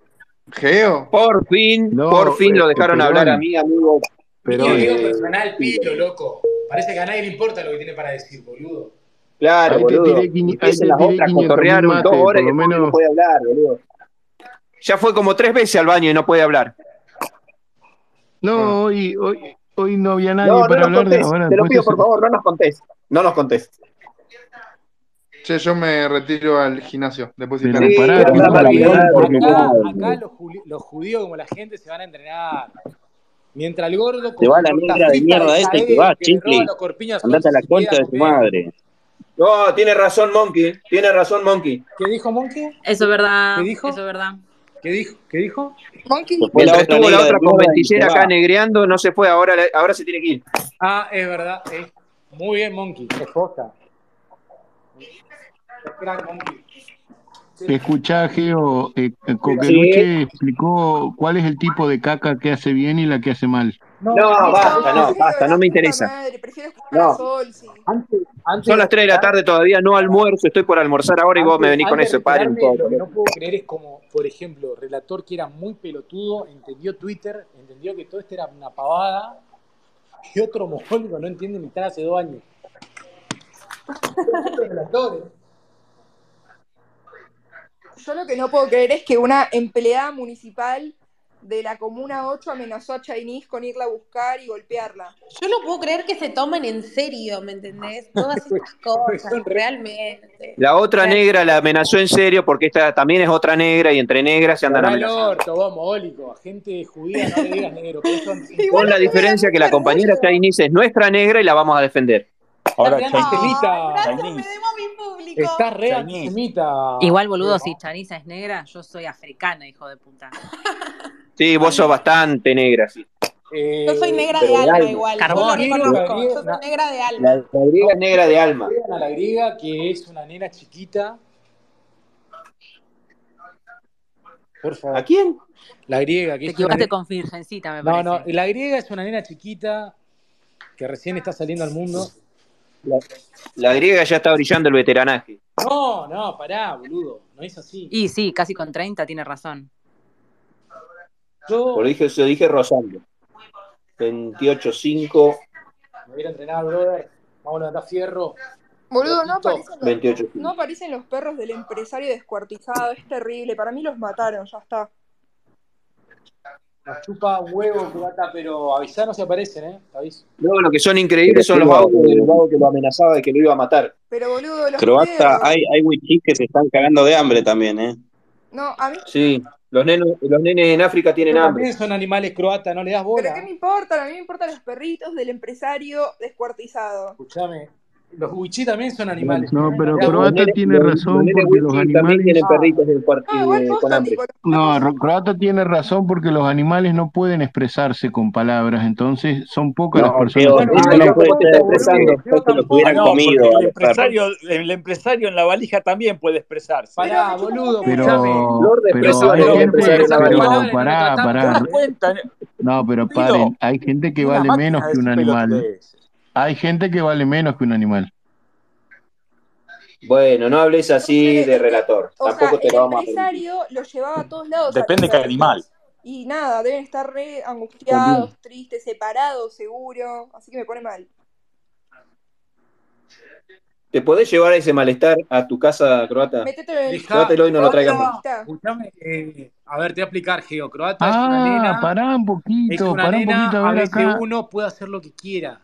Speaker 3: ¿Geo?
Speaker 8: Por fin,
Speaker 15: No,
Speaker 8: por fin lo
Speaker 15: eh,
Speaker 8: dejaron
Speaker 15: Perón.
Speaker 8: hablar a mí, amigo. Eh,
Speaker 15: Perón.
Speaker 1: Amigo personal, pilo, loco. Parece que a nadie le importa lo que tiene para decir, boludo.
Speaker 8: Claro,
Speaker 15: Ahí te
Speaker 8: boludo.
Speaker 15: tiré quini- ahí
Speaker 8: Empiezan
Speaker 15: te
Speaker 8: las
Speaker 15: tiré
Speaker 8: otras a
Speaker 15: 500.000
Speaker 8: cotorrearon dos
Speaker 15: mates,
Speaker 8: horas y
Speaker 15: por lo
Speaker 8: después uno no
Speaker 15: menos.
Speaker 8: puede hablar, boludo. Ya fue como tres veces al baño y no puede hablar.
Speaker 15: No,
Speaker 8: Ah.
Speaker 15: hoy, hoy, hoy no había nadie
Speaker 8: No, no
Speaker 15: para
Speaker 8: nos
Speaker 15: hablar de
Speaker 8: contés.
Speaker 15: ahora.
Speaker 8: Te lo pido, por
Speaker 15: después
Speaker 8: favor, no nos contés. No nos contés.
Speaker 3: Che, yo me retiro al gimnasio. Después si
Speaker 15: Pero
Speaker 3: tenés-
Speaker 15: pará,
Speaker 1: Acá,
Speaker 15: tirá la pelota porque
Speaker 1: acá,
Speaker 15: pará.
Speaker 1: acá los, juli- los judíos como la gente se van a entrenar. Mientras el gordo
Speaker 7: Te
Speaker 1: como
Speaker 7: va la negra de
Speaker 1: tortafrita
Speaker 7: mierda esa y te
Speaker 1: Israel,
Speaker 7: va,
Speaker 1: que le roba
Speaker 7: chicle.
Speaker 1: los corpiños
Speaker 7: Andate a la
Speaker 1: se queda
Speaker 7: concha
Speaker 1: a
Speaker 7: de tu
Speaker 1: comer.
Speaker 7: madre.
Speaker 8: No, tiene razón, Monkey. Tiene razón, Monkey.
Speaker 1: ¿Qué dijo Monkey?
Speaker 4: Eso es verdad.
Speaker 1: ¿Qué dijo?
Speaker 4: Eso es verdad.
Speaker 1: ¿Qué dijo? ¿Qué dijo?
Speaker 19: Monkey
Speaker 8: Pues
Speaker 7: Fue la
Speaker 8: Mientras
Speaker 7: otra
Speaker 8: estuvo la
Speaker 7: negra de mierda
Speaker 8: otra
Speaker 7: y se
Speaker 8: convencillera acá
Speaker 7: va.
Speaker 8: negreando, no se fue. Ahora, ahora se tiene que ir.
Speaker 1: Ah, es verdad. es- Muy bien, Monkey. Esposa. Es gran Monkey.
Speaker 15: Escuchá, Geo, eh,
Speaker 8: Sí.
Speaker 15: Coqueluche explicó cuál es el tipo de caca que hace bien y la que hace mal.
Speaker 1: No,
Speaker 8: No,
Speaker 1: no,
Speaker 8: basta,
Speaker 19: No,
Speaker 8: no,
Speaker 19: Geo,
Speaker 8: basta,
Speaker 19: la
Speaker 8: no me
Speaker 19: puta
Speaker 8: interesa.
Speaker 19: madre. Prefiero escuchar a
Speaker 8: No,
Speaker 19: Sol, sí.
Speaker 1: antes, antes
Speaker 8: son
Speaker 1: de
Speaker 8: las 3 de la
Speaker 1: tirar-
Speaker 8: tarde, todavía no almuerzo, estoy por almorzar ahora y vos me
Speaker 1: Antes,
Speaker 8: venís con
Speaker 1: antes de
Speaker 8: eso, paren un
Speaker 1: retirarme,
Speaker 8: poco.
Speaker 1: lo que
Speaker 8: loco.
Speaker 1: no puedo creer es como, por ejemplo, relator que era muy pelotudo, entendió Twitter, entendió que todo esto era una pavada, y otro homofóbico no entiende ni tan hace dos años. ¿eh? Otros relatores.
Speaker 19: Yo lo que no puedo creer es que una empleada municipal de la Comuna 8 amenazó a Chainís con irla a buscar y golpearla.
Speaker 9: Yo no puedo creer que se tomen en serio, ¿me
Speaker 1: [laughs]
Speaker 9: entendés? Todas
Speaker 1: Pues,
Speaker 9: estas cosas, realmente.
Speaker 8: La otra
Speaker 9: Realmente.
Speaker 8: negra la amenazó en serio porque esta también es otra negra y entre negras se andan
Speaker 1: Cerrá el
Speaker 8: amenazando.
Speaker 1: orto, vos, mogólico, a gente judía no le digas negro, que
Speaker 9: [laughs]
Speaker 1: eso
Speaker 8: Con la
Speaker 9: a mí me da
Speaker 8: diferencia que la
Speaker 9: mucho
Speaker 8: compañera
Speaker 9: orgullo.
Speaker 8: Chinese es nuestra negra y la vamos a defender.
Speaker 1: Estás
Speaker 22: Ahora,
Speaker 1: re
Speaker 22: Chinese.
Speaker 1: antisemita,
Speaker 22: Chinese.
Speaker 9: Debo a mi público.
Speaker 1: estás re
Speaker 22: Chinese.
Speaker 1: antisemita.
Speaker 4: Igual, boludo,
Speaker 1: Geo.
Speaker 4: si Chanisa es negra, yo soy africana, hijo
Speaker 1: [laughs]
Speaker 4: de puta.
Speaker 8: Sí, vos sos bastante negra, sí.
Speaker 9: Yo soy
Speaker 1: Eh,
Speaker 9: negra
Speaker 8: Pero
Speaker 9: de
Speaker 8: de
Speaker 9: alma
Speaker 8: alma.
Speaker 9: igual, yo lo
Speaker 1: no quiero
Speaker 4: Carbón.
Speaker 1: que
Speaker 9: reconozco,
Speaker 1: agregue-
Speaker 9: yo soy
Speaker 1: na-
Speaker 9: negra de
Speaker 8: La,
Speaker 9: alma.
Speaker 8: la griega es negra de alma.
Speaker 1: agregan a la griega que es una nena chiquita, por
Speaker 8: ¿A
Speaker 1: favor.
Speaker 8: quién?
Speaker 1: La griega que
Speaker 4: Te
Speaker 1: es una
Speaker 4: equivocaste
Speaker 1: nena...
Speaker 4: con Virgencita, me
Speaker 1: No,
Speaker 4: parece.
Speaker 1: no, la griega es una nena chiquita que recién está saliendo al mundo.
Speaker 8: La, la griega ya está brillando el veteranaje.
Speaker 1: No, no, pará, boludo, no es así.
Speaker 4: Y sí, casi con 30 tiene razón.
Speaker 1: Yo Oh.
Speaker 8: Por dije, se lo dije Rosando. 28-5,
Speaker 1: me voy a ir a entrenar, brother. Vamos a levantar fierro.
Speaker 19: Boludo, no
Speaker 1: Ratito.
Speaker 19: aparecen, los,
Speaker 8: 28
Speaker 19: no aparecen los perros del empresario descuartizado, es terrible. Para mí los mataron, ya está.
Speaker 1: Nos chupa un huevo, cubata, pero avisá no se aparecen, ¿eh? Te aviso.
Speaker 8: No, lo que son increíbles
Speaker 7: Pero
Speaker 8: son los
Speaker 7: creo
Speaker 8: audios del
Speaker 7: que-
Speaker 8: vago que lo amenazaba de que lo iba a matar.
Speaker 19: Pero boludo, los
Speaker 7: Croata,
Speaker 19: perros.
Speaker 7: hay, hay wichis que se están cagando de hambre también, ¿eh?
Speaker 19: No, a mí
Speaker 8: Sí. Los nenes, los nenes en África tienen
Speaker 1: Pero
Speaker 8: hambre.
Speaker 1: también son animales croatas, no le das
Speaker 19: ¿Pero qué
Speaker 1: bola.
Speaker 19: me importa? A mí me importan los perritos del empresario descuartizado.
Speaker 1: Escuchame. Los huichí también son animales.
Speaker 15: No, pero
Speaker 1: Los
Speaker 15: Croata
Speaker 1: nenes-
Speaker 15: tiene
Speaker 1: los-
Speaker 15: razón
Speaker 1: nenes
Speaker 15: porque los
Speaker 1: huichí también
Speaker 15: animales.
Speaker 1: tienen perritos
Speaker 8: del cuar-
Speaker 19: Ah,
Speaker 1: eh,
Speaker 8: con hambre.
Speaker 15: No, Ro- Croata tiene razón porque los animales no pueden expresarse con palabras, entonces son pocas las
Speaker 23: No,
Speaker 15: personas
Speaker 23: Teo,
Speaker 15: que
Speaker 23: eso
Speaker 15: pueden.
Speaker 23: no puede estar expresando. Esto lo hubieran
Speaker 22: no,
Speaker 23: comido.
Speaker 22: porque
Speaker 23: a
Speaker 22: el
Speaker 23: los perros.
Speaker 22: empresario, el empresario en la valija también puede expresarse.
Speaker 1: Pará, boludo,
Speaker 15: Pero, pero hay
Speaker 22: Expresarlo,
Speaker 15: gente,
Speaker 22: expresar las
Speaker 15: pero
Speaker 22: palabras,
Speaker 15: pará,
Speaker 22: ¿te das
Speaker 15: pará.
Speaker 22: cuenta?
Speaker 15: No, pero
Speaker 22: Tiro.
Speaker 15: paren, hay gente que
Speaker 22: Una
Speaker 15: vale
Speaker 22: máquina
Speaker 15: menos
Speaker 22: de
Speaker 15: que un
Speaker 22: decir
Speaker 15: animal.
Speaker 22: pelotudeces.
Speaker 15: Hay gente que vale menos que un animal.
Speaker 8: Bueno, no hables así de relator.
Speaker 19: O sea,
Speaker 8: Tampoco te
Speaker 19: el
Speaker 8: lo vamos a permitir.
Speaker 19: empresario los llevaba a todos lados. a
Speaker 22: Depende
Speaker 19: los
Speaker 22: qué
Speaker 19: perritos.
Speaker 22: animal.
Speaker 19: Y nada, deben estar re angustiados,
Speaker 22: También.
Speaker 19: tristes, separados, seguro. Así que me pone mal.
Speaker 8: ¿Te podés llevar ese malestar a tu casa croata?
Speaker 19: Métetelo en el-
Speaker 8: Llévatelo y no lo traigas más.
Speaker 19: Croata,
Speaker 1: escuchame, eh, a ver, te voy a explicar, Geo. Croata es una
Speaker 15: Ah,
Speaker 1: nena,
Speaker 15: pará un
Speaker 1: es
Speaker 15: poquito,
Speaker 1: una
Speaker 15: pará un
Speaker 1: nena,
Speaker 15: poquito, a
Speaker 1: a
Speaker 15: ver
Speaker 1: veces
Speaker 15: acá.
Speaker 1: uno puede hacer lo que quiera.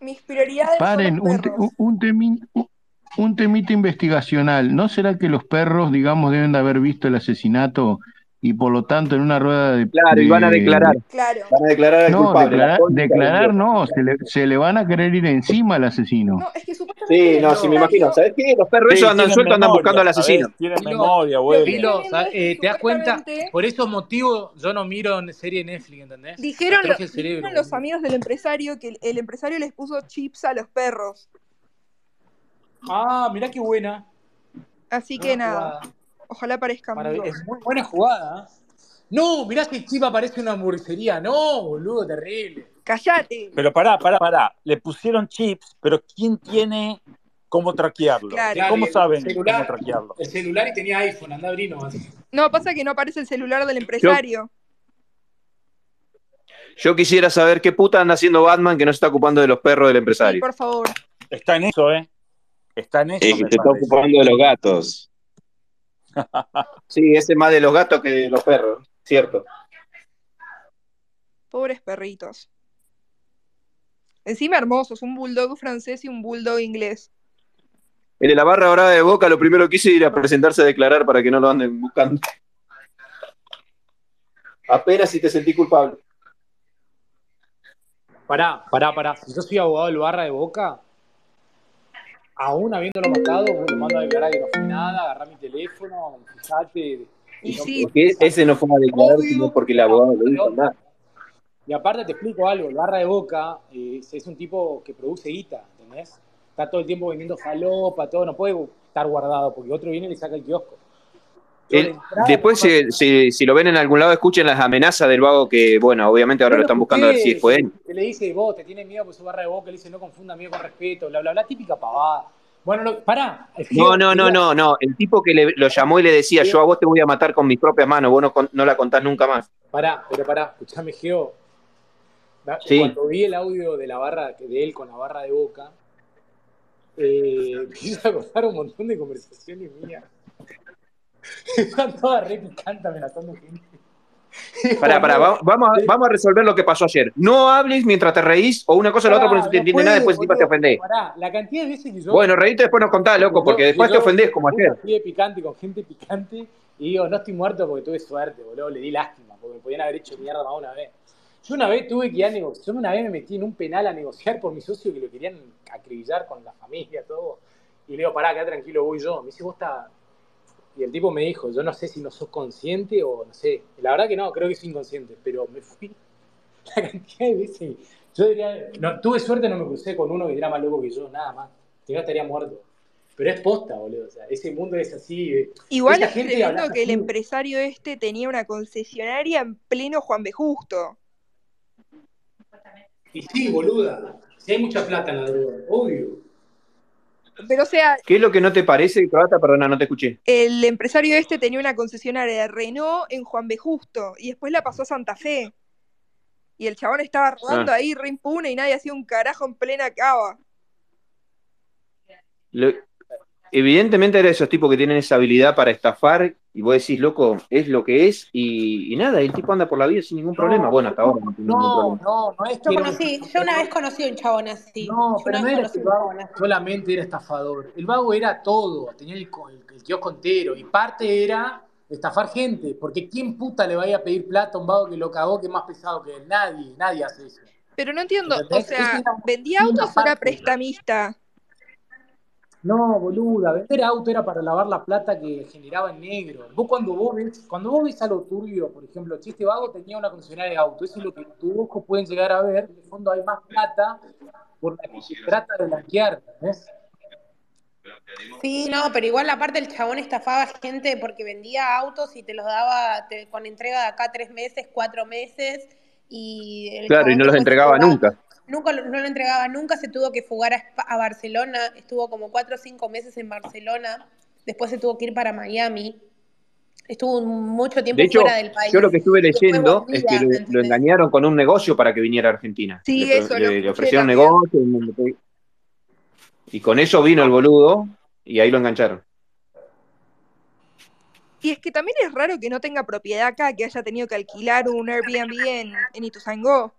Speaker 19: Mis prioridades son los
Speaker 15: Paren, un, te-
Speaker 19: perros.
Speaker 15: un, un temi- un- un temita investigacional. ¿No será que los perros, digamos, deben de haber visto el asesinato y por lo tanto en una rueda de...
Speaker 8: Claro, y van a
Speaker 15: de-
Speaker 8: declarar.
Speaker 19: Claro.
Speaker 8: Van a declarar al
Speaker 15: Eh, no,
Speaker 8: culpable, la
Speaker 15: declarar,
Speaker 8: concha de
Speaker 15: declarar
Speaker 8: idiota.
Speaker 15: no, se le, se le van a querer ir encima al asesino.
Speaker 19: No, es que supuestamente
Speaker 8: Sí,
Speaker 19: el
Speaker 8: no, sí, me imagino.
Speaker 19: empresario.
Speaker 8: ¿Sabes qué? Los perros
Speaker 22: Sí,
Speaker 8: esos andan
Speaker 22: tienen
Speaker 8: sueltos, andan
Speaker 22: memoria,
Speaker 8: buscando al
Speaker 22: ¿sabés?
Speaker 8: asesino.
Speaker 22: Tienen
Speaker 1: Filo,
Speaker 22: memoria, huelen.
Speaker 1: Filo, ¿sabes?
Speaker 19: es que
Speaker 1: Eh, ¿te das cuenta?
Speaker 19: supuestamente-
Speaker 1: Por esos motivos yo no miro en serie Netflix, ¿entendés? Me
Speaker 19: Dijeron, lo-
Speaker 1: atrofia el cerebro.
Speaker 19: dijeron los amigos del empresario que el, el empresario les puso chips a los perros.
Speaker 1: Ah, mirá qué buena.
Speaker 19: Así que
Speaker 1: Buena
Speaker 19: nada,
Speaker 1: jugada.
Speaker 19: ojalá aparezca
Speaker 1: Marav-
Speaker 19: amigo.
Speaker 1: Es muy buena jugada. ¿eh? No, mirá que Chiva parece una hamburguesería. No, boludo, terrible.
Speaker 19: ¡Cállate!
Speaker 22: Pero pará, pará, pará. Le pusieron chips, pero ¿quién tiene cómo traquearlo?
Speaker 19: Claro.
Speaker 22: ¿Cómo
Speaker 1: el
Speaker 22: saben cómo
Speaker 1: celular,
Speaker 22: traquearlo?
Speaker 1: el celular y tenía iPhone, anda abrino.
Speaker 19: No, pasa que no aparece el celular del empresario.
Speaker 8: Yo quisiera saber qué puta anda haciendo Batman que no se está ocupando de los perros del
Speaker 19: Sí,
Speaker 8: empresario.
Speaker 19: por favor.
Speaker 22: Está en eso, ¿eh? Está en
Speaker 23: Es
Speaker 8: Eh,
Speaker 22: eso,
Speaker 23: que
Speaker 22: me
Speaker 23: se está
Speaker 22: parece.
Speaker 23: ocupando de los gatos.
Speaker 8: Sí, ese más de los gatos que de los perros, cierto.
Speaker 19: Pobres perritos. Encima hermosos, un bulldog francés y un bulldog inglés.
Speaker 8: El de la barra brava de Boca lo primero que hice era presentarse a declarar para que no lo anden buscando. Apenas si te sentí culpable.
Speaker 1: Pará, pará, pará. Si yo soy abogado del barra de boca, aún habiéndolo matado, vos lo mando a declarar que no fue nada, agarrá mi teléfono, fijate.
Speaker 19: Y
Speaker 1: no-
Speaker 19: sí,
Speaker 8: Porque ese no fue a declarar, sino porque el abogado lo dijo nada.
Speaker 1: Y aparte te explico algo, el barra de boca eh, es un tipo que produce guita, ¿entendés? Está todo el tiempo vendiendo falopa, todo, no puede estar guardado, porque otro viene y le saca el kiosco. Yo
Speaker 8: El-
Speaker 1: le entraba,
Speaker 8: después, si, si- si lo ven en algún lado, escuchen las amenazas del vago que, bueno, obviamente ahora
Speaker 1: Yo
Speaker 8: lo
Speaker 1: lo
Speaker 8: están buscando a ver si
Speaker 1: escuché,
Speaker 8: fue él.
Speaker 1: que le dice, vos te tienes miedo por su barra de boca, le dice, no confunda miedo con respeto, bla, bla, bla, típica pavada. Bueno, no, pará. el
Speaker 8: No,
Speaker 1: Geo
Speaker 8: no, no,
Speaker 1: quería-
Speaker 8: no, no. El tipo que le- lo llamó y le decía, yo a vos te voy a matar con mis propias manos, vos no, con- no la contás
Speaker 1: [laughs]
Speaker 8: nunca más.
Speaker 1: Pará, pero pará, escuchame, Geo. La-
Speaker 8: Sí.
Speaker 1: Cuando vi el audio de la barra, de él con la barra de boca, eh, [laughs] me hizo acordar un montón de conversaciones mías. [laughs] Están todas re picantes amenazando gente.
Speaker 8: Pará, pará, va- vamos a, vamos a resolver lo que pasó ayer. No hables mientras te reís o una cosa o la otra porque no
Speaker 1: Pará,
Speaker 8: te
Speaker 1: no
Speaker 8: entiende nada,
Speaker 1: puedo,
Speaker 8: después encima te
Speaker 1: boludo.
Speaker 8: ofendés.
Speaker 1: Pará, la cantidad de veces que yo.
Speaker 8: Bueno, reíte después nos contás, loco, porque después te ofendés como
Speaker 1: ayer.
Speaker 8: ayer.
Speaker 1: Así de picante con gente picante y digo, no estoy muerto porque tuve suerte, boludo, le di lástima, porque me podían haber hecho mierda más una vez. Yo una vez tuve que ir a negociar, yo una vez me metí en un penal a negociar por mi socio que lo querían acribillar con la familia, todo. Y le digo, pará, acá tranquilo voy yo. Me dice, vos está. Y el tipo me dijo, yo no sé si no sos consciente o no sé. La verdad que no, creo que soy inconsciente, pero me fui [laughs] la cantidad de veces. Yo diría, no, tuve suerte, no me crucé con uno que era más loco que yo, nada más. Si no estaría muerto. Pero es posta, boludo. O sea, ese mundo es así. eh.
Speaker 19: Igual
Speaker 1: Esa
Speaker 19: es
Speaker 1: gente
Speaker 19: tremendo
Speaker 1: hablando
Speaker 19: que el
Speaker 1: así.
Speaker 19: empresario este tenía una concesionaria en pleno Juan B. Justo.
Speaker 1: Y sí, boluda. Si hay mucha plata en la droga, obvio.
Speaker 19: Pero o sea,
Speaker 8: ¿Qué es lo que no te parece, Croata? Perdona, no te escuché.
Speaker 19: el empresario este tenía una concesionaria de Renault en Juan B. Justo y después la pasó a Santa Fe. Y el chabón estaba rodando
Speaker 8: Ah.
Speaker 19: ahí re impune y nadie hacía un carajo en plena cava.
Speaker 8: Lo- evidentemente era esos tipos que tienen esa habilidad para estafar y vos decís, loco, es lo que es y, y nada, el tipo anda por la vida sin ningún problema. Bueno, hasta ahora no tiene ningún
Speaker 1: No,
Speaker 8: problema.
Speaker 1: no, no es
Speaker 9: Yo
Speaker 1: que era un-
Speaker 9: conocí, yo una vez conocí a un chabón así.
Speaker 1: No,
Speaker 9: Yo
Speaker 1: pero
Speaker 9: una
Speaker 1: no
Speaker 9: vez
Speaker 1: era que el
Speaker 9: conocí a un
Speaker 1: vago
Speaker 9: chabón así.
Speaker 1: solamente era estafador. El vago era todo, tenía el, co- el, el kiosco entero y parte era estafar gente, porque ¿quién puta le va a ir a pedir plata a un vago que lo cagó que es más pesado que él? Nadie, nadie hace eso.
Speaker 9: Pero no entiendo, o
Speaker 1: ¿Entendés?
Speaker 9: sea,
Speaker 1: Es una-
Speaker 9: vendía autos o
Speaker 1: una
Speaker 9: era
Speaker 1: parte.
Speaker 9: prestamista.
Speaker 1: No, boluda, vender auto era para lavar la plata que generaba en negro. Vos cuando vos ves, cuando vos ves algo turbio, por ejemplo, Chiste Vago tenía una concesionaria de auto, eso es lo que tus ojos pueden llegar a ver, en el fondo hay más plata por la que se trata de blanquear, ¿entendés?
Speaker 9: Sí, no, pero igual aparte el chabón estafaba gente porque vendía autos y te los daba te- con entrega de acá tres meses, cuatro meses y el
Speaker 8: Claro, y
Speaker 9: chabón
Speaker 8: no los
Speaker 9: después se
Speaker 8: entregaba
Speaker 9: fuga-
Speaker 8: nunca.
Speaker 9: Nunca lo- no lo entregaba nunca, se tuvo que fugar a, Espa- a Barcelona, estuvo como cuatro o cinco meses en Barcelona, después se tuvo que ir para Miami, estuvo un- mucho tiempo
Speaker 8: De hecho,
Speaker 9: fuera del país.
Speaker 8: yo lo que estuve
Speaker 9: Después
Speaker 8: leyendo
Speaker 9: volvía,
Speaker 8: es que lo,
Speaker 9: ¿entendés?
Speaker 8: lo engañaron con un negocio para que viniera a Argentina.
Speaker 9: Sí,
Speaker 8: le,
Speaker 9: eso lo
Speaker 8: le- le
Speaker 9: escuché
Speaker 8: ofrecieron
Speaker 9: también.
Speaker 8: negocio. Y con eso vino el boludo y ahí lo engancharon.
Speaker 19: Y es que también es raro que no tenga propiedad acá, que haya tenido que alquilar un Airbnb en, en Ituzaingó.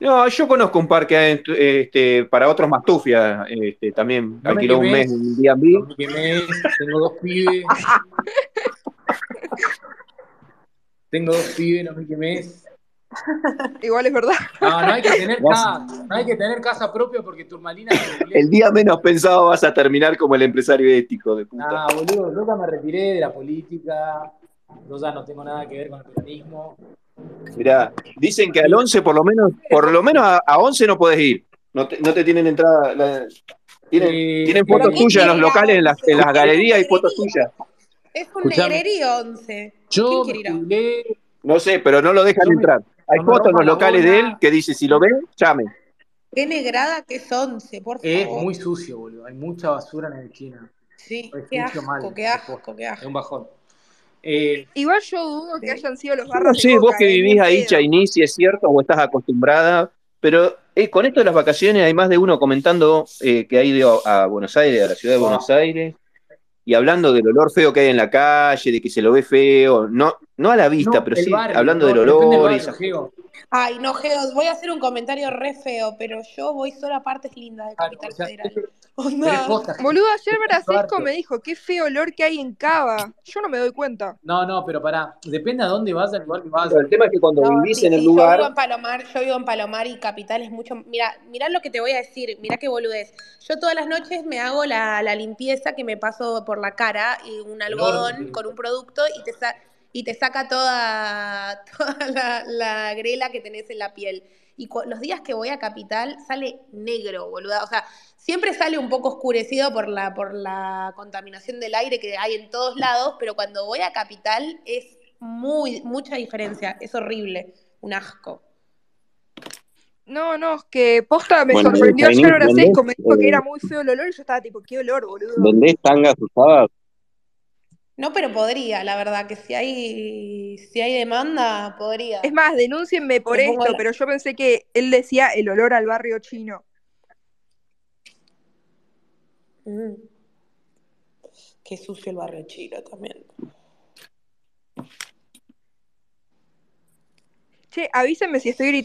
Speaker 8: No, yo conozco un parque eh, este, para otros más tufia, este, también
Speaker 1: No me
Speaker 8: alquiló un
Speaker 1: quemés.
Speaker 8: mes un B&B.
Speaker 1: Que me- tengo dos pibes. Tengo dos pibes, no me quemés.
Speaker 9: [laughs]
Speaker 19: Igual es verdad.
Speaker 1: No, no hay que tener
Speaker 8: [laughs] Vas-
Speaker 1: casa, no hay que tener casa propia porque Turmalina se
Speaker 8: El día menos pensado vas a terminar como el empresario ético de puta. [laughs]
Speaker 1: Ah, boludo, yo ya me retiré de la política, yo ya no tengo nada que ver con el peronismo.
Speaker 8: Mirá, dicen que al 11 por lo menos, por lo menos a, a 11 no podés ir. No te, no te tienen entrada. la- tienen, tienen
Speaker 1: Eh, pero
Speaker 8: fotos
Speaker 1: ¿qué
Speaker 8: tuyas en los
Speaker 1: quiere
Speaker 8: locales,
Speaker 9: ir a
Speaker 8: en las, en las
Speaker 9: once?
Speaker 8: galerías hay fotos tuyas.
Speaker 9: Es un
Speaker 8: Escuchame.
Speaker 9: negrerío 11.
Speaker 1: Yo
Speaker 9: quiere ir a-
Speaker 1: jubilé,
Speaker 8: No sé, pero no lo dejan
Speaker 1: Yo me-
Speaker 8: entrar. Hay
Speaker 1: yo me
Speaker 8: fotos en
Speaker 1: rompo
Speaker 8: los
Speaker 1: la
Speaker 8: locales
Speaker 1: bola.
Speaker 8: de él que dice, si lo ven, llame.
Speaker 9: Qué negrada que es 11, por
Speaker 8: Eh.
Speaker 9: favor.
Speaker 1: es muy sucio, boludo, hay mucha basura en la esquina.
Speaker 9: Sí,
Speaker 1: Es
Speaker 9: qué
Speaker 1: sucio
Speaker 9: asco,
Speaker 1: mal, este
Speaker 9: qué asco, qué asco.
Speaker 1: es un bajón. Eh,
Speaker 19: Igual yo dudo que hayan sido los
Speaker 8: Yo No
Speaker 19: barras de
Speaker 8: sé, vos
Speaker 19: Boca,
Speaker 8: que
Speaker 19: ¿eh? Ni
Speaker 8: vivís
Speaker 19: en
Speaker 8: ahí,
Speaker 19: pedo.
Speaker 8: Chainí, si es cierto o estás acostumbrada, pero eh, con esto de las vacaciones hay más de uno comentando eh, que ha ido a Buenos Aires, a la ciudad de Buenos Aires, y hablando del olor feo que hay en la calle, de que se lo ve feo, no, no a la vista,
Speaker 1: no,
Speaker 8: pero
Speaker 1: el
Speaker 8: sí
Speaker 1: barrio,
Speaker 8: hablando
Speaker 1: no,
Speaker 8: del
Speaker 1: depende
Speaker 8: olor y
Speaker 1: barrio,
Speaker 8: esas
Speaker 1: Geo.
Speaker 9: Ay, no, Geo, voy a hacer un comentario re feo, pero yo voy solo a partes lindas de Capital
Speaker 1: O sea,
Speaker 9: Federal.
Speaker 1: pero es posta, Geo.
Speaker 19: Boludo, ayer Brasesco
Speaker 1: barrio.
Speaker 19: me dijo, qué feo olor que hay en Cava. Yo no me doy cuenta.
Speaker 1: No, no, pero pará, depende a dónde vas, al lugar que vas.
Speaker 8: el tema es que cuando
Speaker 9: No,
Speaker 8: vivís
Speaker 9: sí,
Speaker 8: en el
Speaker 9: sí, yo vivo
Speaker 8: lugar,
Speaker 9: en Palomar, yo vivo en Palomar y Capital es mucho... Mira, mirá lo que te voy a decir, mirá qué boludez. Yo todas las noches me hago la, la limpieza que me paso por la cara y un algodón con un producto y te, sa- y te saca toda, [laughs] toda la, la grela que tenés en la piel. Y cu- los días que voy a Capital sale negro, boluda. O sea, siempre sale un poco oscurecido por la, por la contaminación del aire que hay en todos lados, pero cuando voy a Capital es muy, mucha diferencia. Es horrible. Un asco.
Speaker 19: No, no, es que posta me
Speaker 10: Bueno,
Speaker 19: sorprendió
Speaker 10: Chainí,
Speaker 19: ayer Brasesco, me
Speaker 10: ¿vendés?
Speaker 19: dijo que
Speaker 10: Eh,
Speaker 19: era muy feo el olor y yo estaba tipo, qué olor, boludo.
Speaker 10: ¿Vendés tangas usadas?
Speaker 9: No, pero podría, la verdad, que si hay, si hay demanda, podría.
Speaker 19: Es más, denúncienme por
Speaker 9: Me pongo
Speaker 19: esto,
Speaker 9: la-
Speaker 19: pero yo pensé que él decía el olor al barrio chino.
Speaker 9: Mm. Qué sucio el barrio chino también.
Speaker 19: Che, avísenme si estoy gritando.